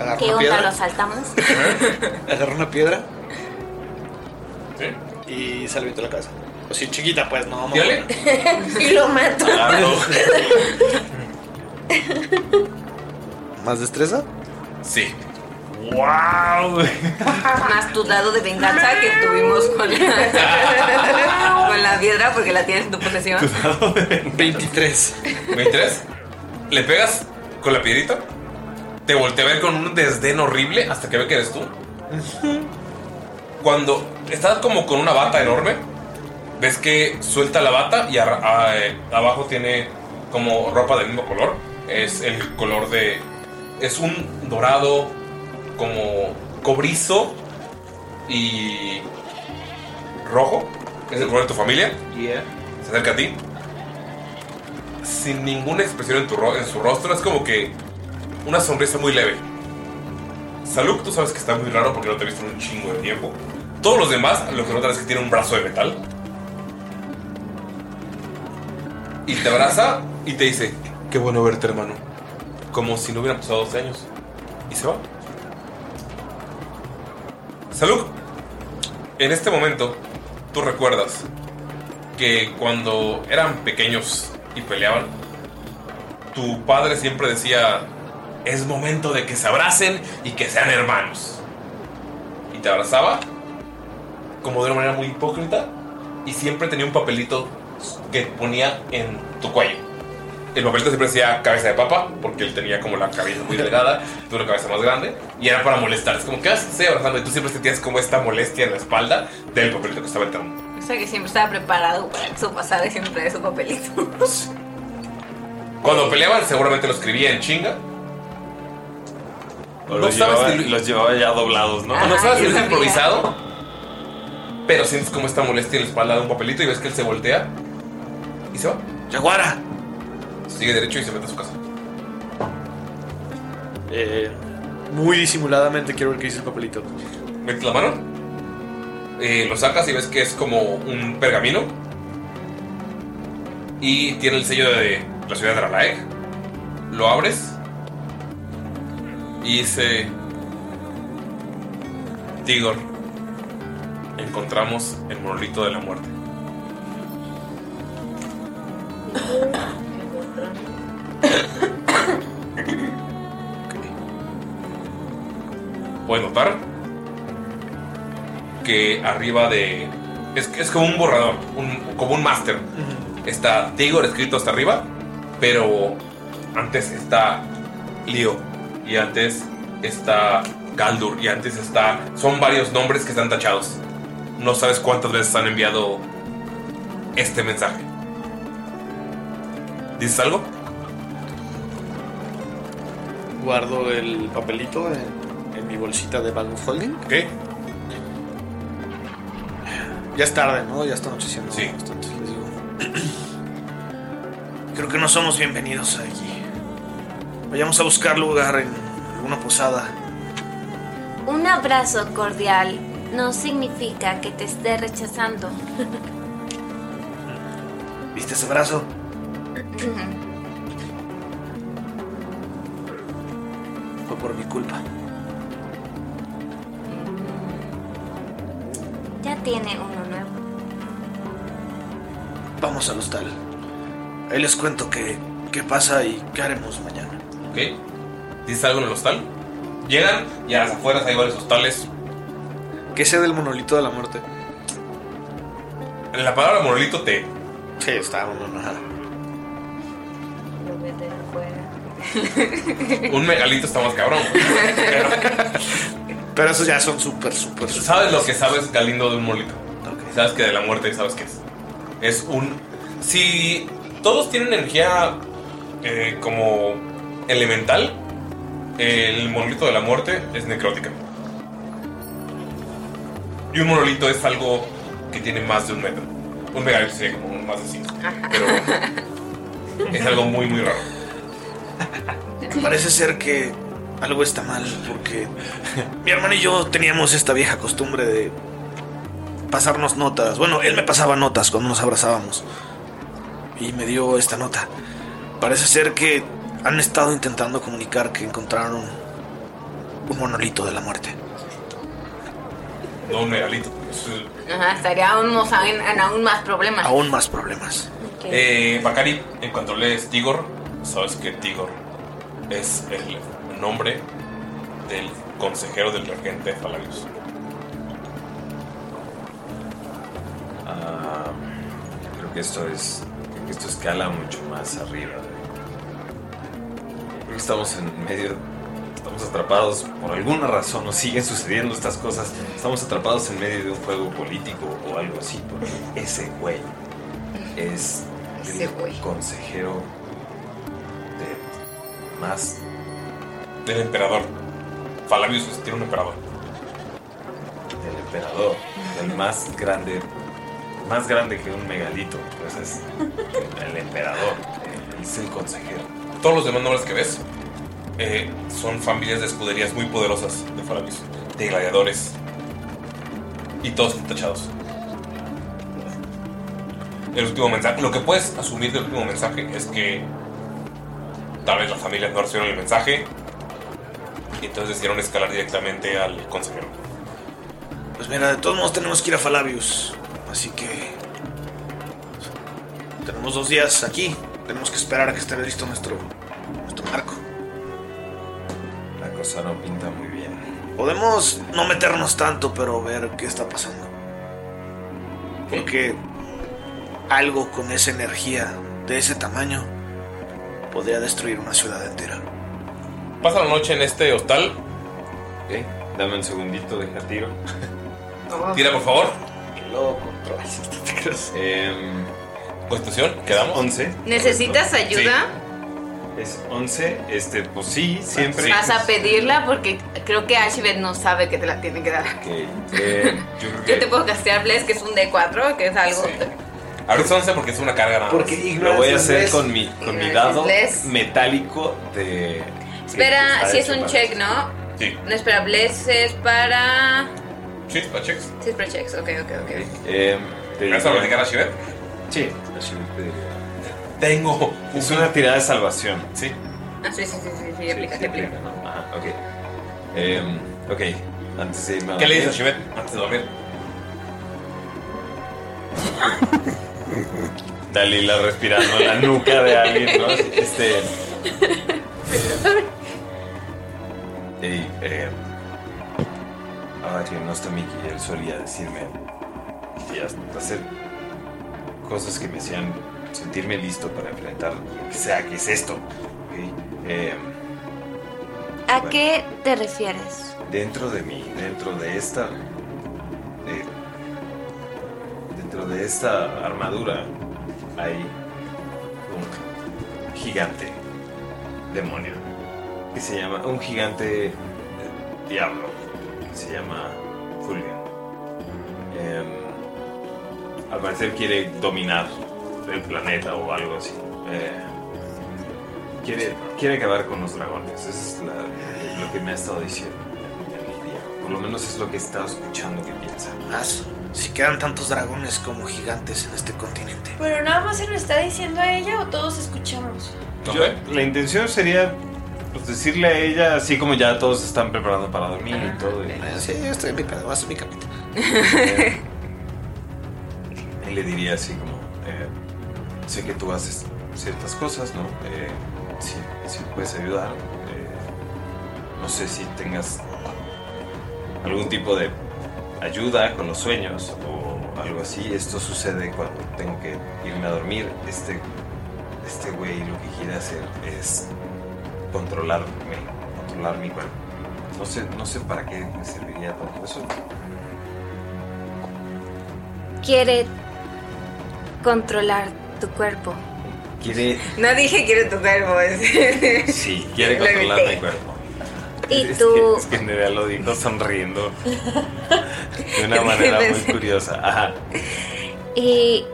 Speaker 5: ¿Qué
Speaker 8: Agarra una
Speaker 5: onda? ¿Lo
Speaker 8: piedra.
Speaker 5: saltamos?
Speaker 8: Agarra una piedra.
Speaker 1: Sí.
Speaker 8: Y se la la cabeza. O si chiquita, pues no. no
Speaker 1: Tírale.
Speaker 4: y lo mato.
Speaker 8: ¿Más destreza?
Speaker 1: Sí.
Speaker 3: ¡Wow!
Speaker 14: Más tu lado de venganza que tuvimos con la, con la piedra porque la tienes en tu posesión.
Speaker 8: 23.
Speaker 1: 23. Le pegas con la piedrita. Te voltea a ver con un desdén horrible hasta que ve que eres tú. Cuando estás como con una bata enorme, ves que suelta la bata y arra- a- eh, abajo tiene como ropa del mismo color. Es el color de. Es un dorado como cobrizo y rojo. Es el color de tu familia. Se acerca a ti sin ninguna expresión en, tu ro- en su rostro. Es como que una sonrisa muy leve. Saluk, tú sabes que está muy raro porque no te he visto en un chingo de tiempo. Todos los demás, lo que notan es que tiene un brazo de metal. Y te abraza y te dice, qué bueno verte hermano. Como si no hubieran pasado 12 años. Y se va. Salud. En este momento, tú recuerdas que cuando eran pequeños y peleaban, tu padre siempre decía, es momento de que se abracen y que sean hermanos. Y te abrazaba como de una manera muy hipócrita y siempre tenía un papelito que ponía en tu cuello. El papelito siempre decía cabeza de papa, porque él tenía como la cabeza muy delgada, tú una cabeza más grande, y era para molestar. Es como que se abrazando y tú siempre sentías como esta molestia en la espalda del papelito que estaba entrando.
Speaker 14: O sea que siempre estaba preparado para que eso pasara y siempre traía su papelito.
Speaker 1: Pues, Cuando peleaban, seguramente lo escribía en chinga.
Speaker 3: O los, llevaba, los llevaba ya doblados, ¿no?
Speaker 1: No, no sabes si es improvisado, pero sientes como esta molestia en la espalda de un papelito y ves que él se voltea y se va. ¡Yaguara! Sigue derecho y se mete a su casa.
Speaker 2: Eh, muy disimuladamente quiero ver qué dice el papelito.
Speaker 1: Metes la mano, eh, lo sacas y ves que es como un pergamino y tiene el sello de la ciudad de Ralaeg. Lo abres y dice: Tigor, encontramos el monolito de la muerte. Puedes notar que arriba de. Es, es como un borrador, un- como un máster. Está Tigor escrito hasta arriba, pero antes está Leo, y antes está Galdur, y antes está. Son varios nombres que están tachados. No sabes cuántas veces han enviado este mensaje. ¿Dices algo?
Speaker 2: Guardo el papelito en, en mi bolsita de Balloon Holding.
Speaker 1: ¿Qué?
Speaker 2: Ya es tarde, ¿no? Ya está anocheciendo. Sí.
Speaker 8: Creo que no somos bienvenidos aquí. Vayamos a buscar lugar en alguna posada.
Speaker 10: Un abrazo cordial no significa que te esté rechazando.
Speaker 8: ¿Viste ese brazo? Fue por mi culpa.
Speaker 10: ya tiene uno nuevo.
Speaker 8: Vamos al hostal. Ahí les cuento qué, qué pasa y qué haremos mañana.
Speaker 1: ¿Ok? ¿Dices algo en el hostal? Llegan y a las afueras hay varios hostales.
Speaker 2: ¿Qué sé del monolito de la muerte?
Speaker 1: La palabra monolito te.
Speaker 2: Sí, está no, nada.
Speaker 14: Lo meten
Speaker 1: Un
Speaker 14: afuera.
Speaker 1: megalito está más cabrón.
Speaker 2: Pero esos ya son súper, súper.
Speaker 1: ¿Sabes lo que sabes, Galindo, de un monolito? Sabes que de la muerte sabes qué es. Es un. Si todos tienen energía eh, como elemental, el monolito de la muerte es necrótica. Y un monolito es algo que tiene más de un metro. Un megalito sería como más de cinco. Pero es algo muy, muy raro.
Speaker 8: Parece ser que algo está mal porque mi hermano y yo teníamos esta vieja costumbre de pasarnos notas. Bueno, él me pasaba notas cuando nos abrazábamos y me dio esta nota. Parece ser que han estado intentando comunicar que encontraron un monolito de la muerte.
Speaker 1: No un megalito.
Speaker 14: Ajá, estaría aún, más- en aún más problemas.
Speaker 8: Aún más problemas.
Speaker 1: Eh, Bakari, en cuanto lees Tigor, sabes que Tigor es el nombre del consejero del regente de Falarius.
Speaker 3: Ah, creo que esto es. Creo que esto escala mucho más arriba. Creo que estamos en medio. Estamos atrapados. Por alguna razón nos siguen sucediendo estas cosas. Estamos atrapados en medio de un juego político o algo así. Porque ese güey es el consejero de más
Speaker 1: Del emperador. Falarius tiene un emperador.
Speaker 3: del emperador, el más grande, más grande que un megalito, pues es el emperador, eh, el- es el consejero.
Speaker 1: Todos los demás nombres que ves eh, son familias de escuderías muy poderosas de Falarius, de gladiadores. Y todos están tachados. El último mensaje, lo que puedes asumir del último mensaje es que tal vez las familias no recibieron el mensaje Y entonces decidieron escalar directamente al consejero.
Speaker 8: Pues mira, de todos modos tenemos que ir a Falabius. Así que. Tenemos dos días aquí. Tenemos que esperar a que esté listo nuestro. nuestro marco.
Speaker 3: La cosa no pinta muy bien.
Speaker 8: Podemos no meternos tanto, pero ver qué está pasando. Porque algo con esa energía de ese tamaño podría destruir una ciudad entera.
Speaker 1: Pasa la noche en este hostal.
Speaker 3: Ok, dame un segundito, deja tiro.
Speaker 1: Tira, por favor.
Speaker 3: Lo control. Em,
Speaker 1: Constitución, quedamos.
Speaker 3: 11.
Speaker 5: ¿Necesitas ayuda?
Speaker 3: Es 11, este, pues sí, siempre.
Speaker 5: Vas a pedirla porque creo que Ashibet no sabe que te la tiene que dar.
Speaker 3: Ok, eh, yo creo
Speaker 5: Yo
Speaker 3: que-
Speaker 5: te puedo castear Bless, que es un D4, que es algo.
Speaker 1: Ahora es 11 porque es una carga nada
Speaker 3: Porque
Speaker 1: más.
Speaker 3: Lo voy a hacer con mi, con mi dado
Speaker 5: Bless.
Speaker 3: metálico de.
Speaker 5: Espera,
Speaker 3: que está
Speaker 5: si es
Speaker 3: hecho
Speaker 5: un
Speaker 3: para-
Speaker 5: check, ¿no?
Speaker 1: Sí.
Speaker 5: No, espera, Bless es para.
Speaker 1: Sí, para checks.
Speaker 5: Sí, es para checks. Ok, ok, ok.
Speaker 3: Eh,
Speaker 1: ¿Vas a platicar a Shivet?
Speaker 3: Sí, a Shivet te diría. Tengo. Es una tirada de salvación, ¿sí?
Speaker 5: Ah, sí, sí, sí, sí, sí, aplica,
Speaker 3: Sí,
Speaker 5: te aplica.
Speaker 3: aplica, ¿no? Ajá, ok. Em, ok, antes de irme a
Speaker 1: ¿Qué le dices a
Speaker 3: dormir-
Speaker 1: Shivet antes de dormir?
Speaker 3: Dalila respirando en la nuca de alguien, ¿no? Este. Ey, eh, ahora que no está Mickey, él solía decirme y hasta hacer cosas que me hacían sentirme listo para enfrentar lo que sea que es esto. ok. Eh,
Speaker 10: ¿A qué te refieres?
Speaker 3: dentro de mí, dentro de esta. eh, dentro de esta armadura hay un gigante demonio que se llama. Un gigante eh, diablo que se llama Fulvio. Em, al parecer quiere dominar el planeta o algo así. Eh, quiere, quiere acabar con los dragones. Eso es la- lo que me ha estado diciendo en el día. Por lo menos es lo que he estado escuchando que piensa.
Speaker 8: Más, si quedan tantos dragones como gigantes en este continente.
Speaker 4: Pero nada más se lo está diciendo a ella o todos escuchamos.
Speaker 3: Yo- la intención sería pues, decirle a ella, así como ya todos están preparando para dormir y todo. Sí, yo estoy preparado, vas a mi capita. y le diría así como, eh, sé que tú haces ciertas cosas, ¿no? Eh, si, si puedes ayudar, eh, no sé si tengas algún tipo de ayuda con los sueños o algo así. Esto sucede cuando tengo que irme a dormir. Este este güey lo que quiere hacer es controlarme, controlar mi cuerpo. No sé, no sé para qué me serviría todo eso.
Speaker 10: Quiere controlar tu cuerpo.
Speaker 3: Quiere,
Speaker 5: No dije quiero tu cuerpo. es-
Speaker 3: sí, quiere
Speaker 5: Lo
Speaker 3: controlar
Speaker 5: grité.
Speaker 3: mi cuerpo.
Speaker 10: Y
Speaker 3: Es
Speaker 10: tú.
Speaker 3: que, es que Nerea lo dijo sonriendo de una manera muy
Speaker 10: Pensé.
Speaker 3: curiosa. Ajá.
Speaker 10: Y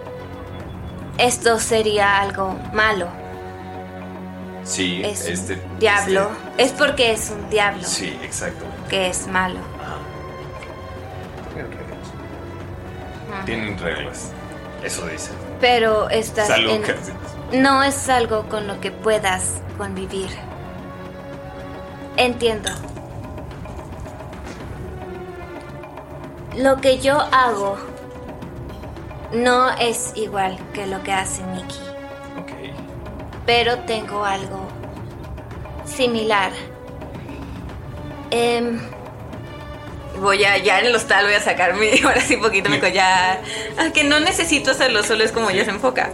Speaker 10: esto sería algo malo.
Speaker 3: Sí,
Speaker 10: Es un
Speaker 3: este.
Speaker 10: Diablo. Es porque es un diablo
Speaker 3: Sí, exactamente.
Speaker 10: que es malo. Ajá.
Speaker 3: Tienen reglas. Eso dicen.
Speaker 10: Pero estás
Speaker 3: Salud,
Speaker 10: en-
Speaker 3: casi.
Speaker 10: no es algo con lo que puedas convivir. Entiendo. Lo que yo hago no es igual que lo que hace Mickey. Pero tengo algo similar. Em,
Speaker 5: Voy a, ya en el hostal voy a sacar mi, ahora sí poquito mi collar. Ah, que no necesito hacerlo, solo es como ella se enfoca.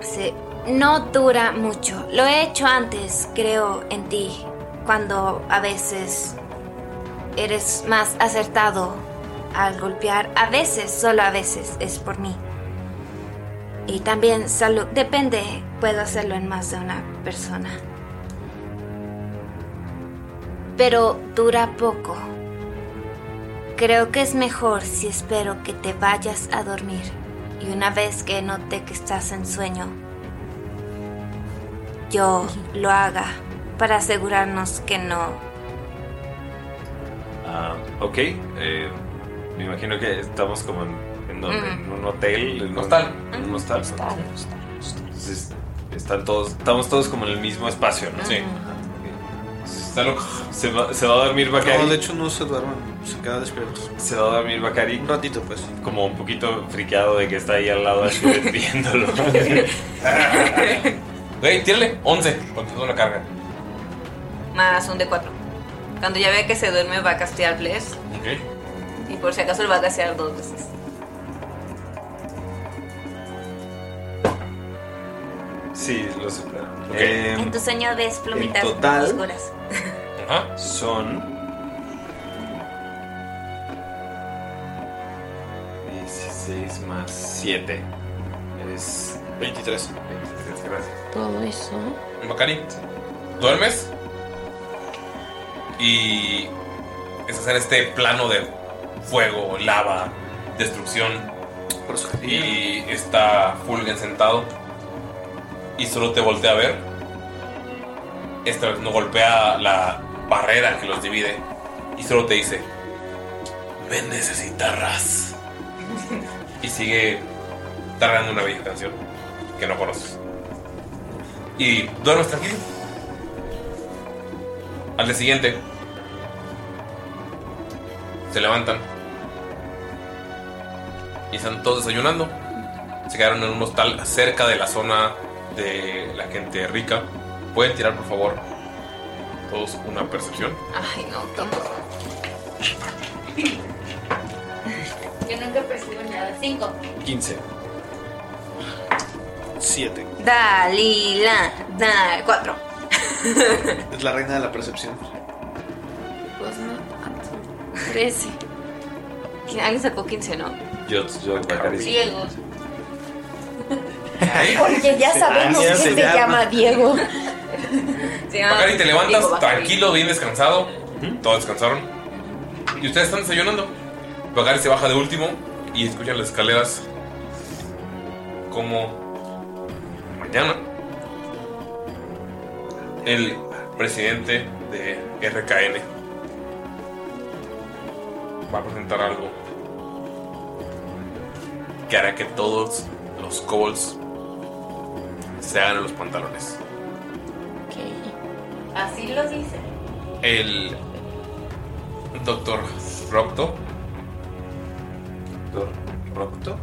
Speaker 10: Sí, no dura mucho. Lo he hecho antes, creo, en ti, cuando a veces eres más acertado al golpear. A veces, solo a veces, es por mí. Y también salud. Depende, puedo hacerlo en más de una persona. Pero dura poco. Creo que es mejor si espero que te vayas a dormir. Y una vez que note que estás en sueño, yo lo haga para asegurarnos que no.
Speaker 3: Ah, ok, eh, me imagino que estamos como en, en donde,
Speaker 10: Ujú.
Speaker 3: en un hotel, en un hostal. En un hostal. Entonces, están todos, estamos todos como en el mismo espacio, ¿no?
Speaker 1: Sí.
Speaker 3: Entonces,
Speaker 1: Está loco.
Speaker 3: Se va, se va a dormir Bacari.
Speaker 8: No, de hecho no se duermen, se quedan despiertos.
Speaker 3: Se va a dormir Bacari. Un
Speaker 8: ratito, pues.
Speaker 3: Como un poquito friqueado de que está ahí al lado de Ashbeth viéndolo.
Speaker 1: Güey, tírale 11 con toda una carga.
Speaker 5: Más un de 4. Cuando ya vea que se duerme va a castear Bless.
Speaker 1: Ok.
Speaker 5: Y por si acaso lo va a castear dos veces.
Speaker 3: Sí, lo supera. Em,
Speaker 10: En tu sueño ves plumitas
Speaker 3: en total-
Speaker 10: oscuras.
Speaker 3: Son. 16 más 7. Es.
Speaker 8: 23.
Speaker 3: 23, gracias.
Speaker 18: Todo eso.
Speaker 1: Bacari, duermes y estás en este plano de fuego, lava, destrucción. y está Fulgen sentado y solo te voltea a ver. Esta vez no golpea la barrera que los divide y solo te dice: Me necesitarás. y sigue tardando una bella canción que no conoces. Y duermes tranquilo. Al día siguiente, se levantan y están todos desayunando. Se quedaron en un hostal cerca de la zona de la gente rica. Pueden tirar, por favor, todos una percepción.
Speaker 5: Ay, no, tomo.
Speaker 6: Yo nunca percibo nada. Cinco.
Speaker 3: 15.
Speaker 8: 7.
Speaker 5: Dalila, da, cuatro.
Speaker 8: Es la reina de la percepción.
Speaker 18: Pues no. 13.
Speaker 5: ¿Quién- Alguien sacó 15, ¿no?
Speaker 3: Yo, yo, Bacari.
Speaker 5: Diego.
Speaker 19: Porque ya sabemos
Speaker 1: Ah,
Speaker 19: que
Speaker 1: sí,
Speaker 19: se
Speaker 1: se llama.
Speaker 19: llama Diego.
Speaker 1: Bacari, te levantas tranquilo, bien descansado. Todos descansaron. Y ustedes están desayunando. Bacari se baja de último y escuchan las escaleras. Como mañana. El presidente de RKN va a presentar algo que hará que todos los kobolds se hagan en los pantalones.
Speaker 6: Así lo dice.
Speaker 1: el doctor Rocto. ¿Doctor Rocto?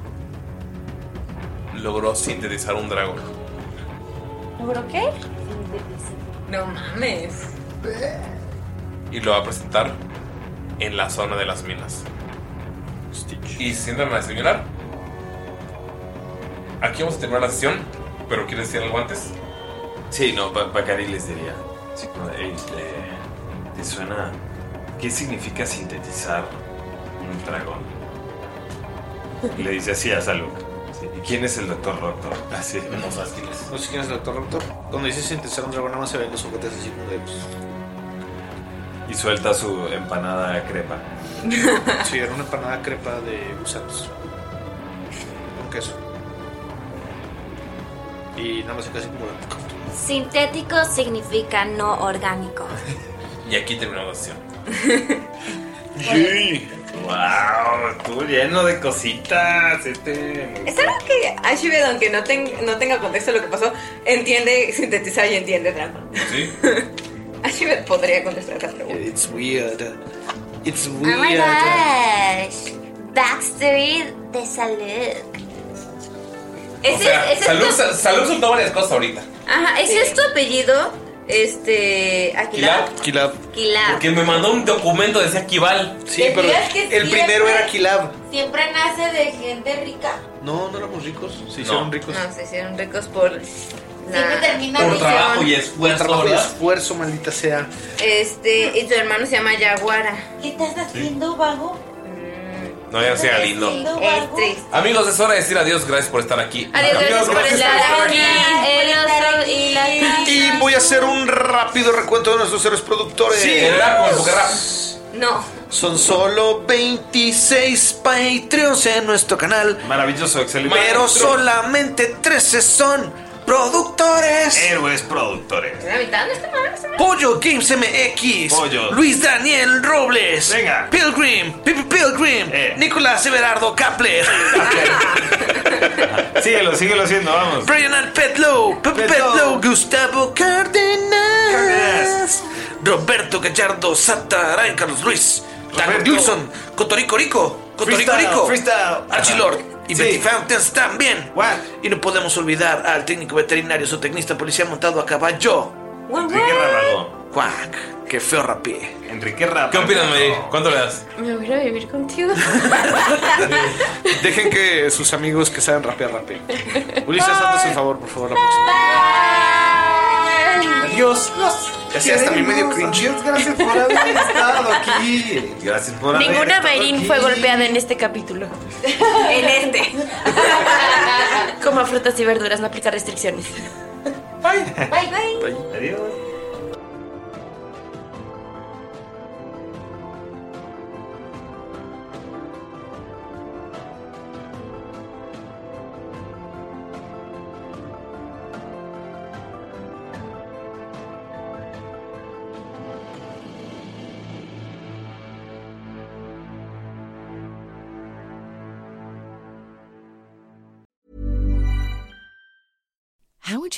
Speaker 1: Logró sintetizar un dragón.
Speaker 19: ¿Pero qué?
Speaker 5: No mames.
Speaker 1: y lo va a presentar en la zona de las minas. Y se sientan a desayunar. Aquí vamos a terminar la sesión, pero ¿quieres decir algo antes?
Speaker 3: Sí, no, Ba- Bacari les diría. Sí, como, "Ey, eh, ¿Te suena? ¿Qué significa sintetizar un dragón? Le dice así a Saluk. Sí, ¿Y quién es el doctor Rotor? Así.
Speaker 1: No sabes quién es.
Speaker 8: No sé quién es el doctor Raptor. Cuando dice sintetizar un dragón, nada más se ven los juguetes así como de. pues,
Speaker 3: Y suelta su empanada crepa.
Speaker 8: Sí, era una empanada crepa de gusanos. Con queso. Y nada más se queda así como de.
Speaker 10: Sintético significa no orgánico.
Speaker 1: Y aquí terminamos la sesión.
Speaker 3: ¡Wow! Estuvo lleno de cositas. Este.
Speaker 5: Es algo que Ashibed, aunque no, ten- no tenga contexto de lo que pasó, entiende sintetizar y entiende trampa.
Speaker 1: Sí.
Speaker 5: Ashibed podría contestar esta pregunta.
Speaker 8: It's weird. It's
Speaker 10: Oh my
Speaker 8: weird.
Speaker 10: gosh. Backstory de salud.
Speaker 1: O sea, salud, sa- salud soltó varias cosas ahorita.
Speaker 4: Ajá, ¿ese es tu apellido? Este. Aquilab.
Speaker 8: Kilab.
Speaker 4: Aquilab.
Speaker 1: Porque me mandó un documento, decía Kibal.
Speaker 8: Sí, pero
Speaker 6: digas que
Speaker 8: el
Speaker 6: sí,
Speaker 8: primero
Speaker 6: es-
Speaker 8: era Kilab.
Speaker 6: ¿Siempre nace de gente rica?
Speaker 8: No, no éramos ricos. Se hicieron ricos.
Speaker 5: No, se hicieron ricos por.
Speaker 6: Siempre termina
Speaker 8: Por trabajo
Speaker 1: y esfuerzo.
Speaker 8: Por trabajo y
Speaker 1: ¿verdad?
Speaker 8: esfuerzo, maldita sea.
Speaker 4: Este. Y tu hermano se llama Yaguara.
Speaker 6: ¿Qué estás haciendo, vago?
Speaker 1: No, ya sea lindo.
Speaker 4: Es triste.
Speaker 1: Amigos, es hora de decir adiós. Gracias por estar aquí.
Speaker 4: Adiós, gracias por
Speaker 6: Pues
Speaker 4: estar aquí. El oso y la
Speaker 8: Y voy a hacer un rápido recuento de nuestros héroes productores.
Speaker 1: Sí, el rap, el poker rap.
Speaker 5: No.
Speaker 8: Son solo 26 Patreons en nuestro canal.
Speaker 3: Maravilloso, excelente.
Speaker 8: Pero solamente 13 son productores.
Speaker 3: Héroes productores.
Speaker 5: ¿La mitad no está mal?
Speaker 8: Pollo Games MX.
Speaker 3: Pollo.
Speaker 8: Luis Daniel Robles.
Speaker 3: Venga. Eh.
Speaker 8: Pilgrim. Pipi Pilgrim. Nicolás Everardo Kapler.
Speaker 3: Ah, Síguelo, síguelo haciendo, vamos.
Speaker 8: Brian Petlow. Petlow. Gustavo Cárdenas. Roberto Gallardo Santarán, Carlos Ruiz, Dan Wilson, Cotorico Rico, Cotorico
Speaker 2: Freestyle,
Speaker 8: Rico,
Speaker 2: freestyle.
Speaker 8: Archilord y
Speaker 2: Sí.
Speaker 8: Betty Fountains también. Y no podemos olvidar al técnico veterinario, su tecnista policía montado a caballo,
Speaker 3: Enrique Rábago.
Speaker 8: Cuac, que feo rapié.
Speaker 3: Enrique Rábago.
Speaker 1: ¿Qué opinas, Mary? ¿Cuánto le das?
Speaker 4: Me voy a ir a vivir contigo.
Speaker 2: Dejen que sus amigos que saben rapear rapeen. Ulises, haznos el favor, por favor. La próxima. Adiós. Ya sé, hasta mi medio cringe.
Speaker 4: Gracias por haber estado aquí.
Speaker 3: Gracias por haber
Speaker 4: Ninguna
Speaker 3: estado
Speaker 4: Berín
Speaker 3: aquí.
Speaker 4: fue golpeada en este capítulo. en este. Coma frutas y verduras, no aplica restricciones. Bye. Bye, bye.
Speaker 3: Adiós.
Speaker 7: How would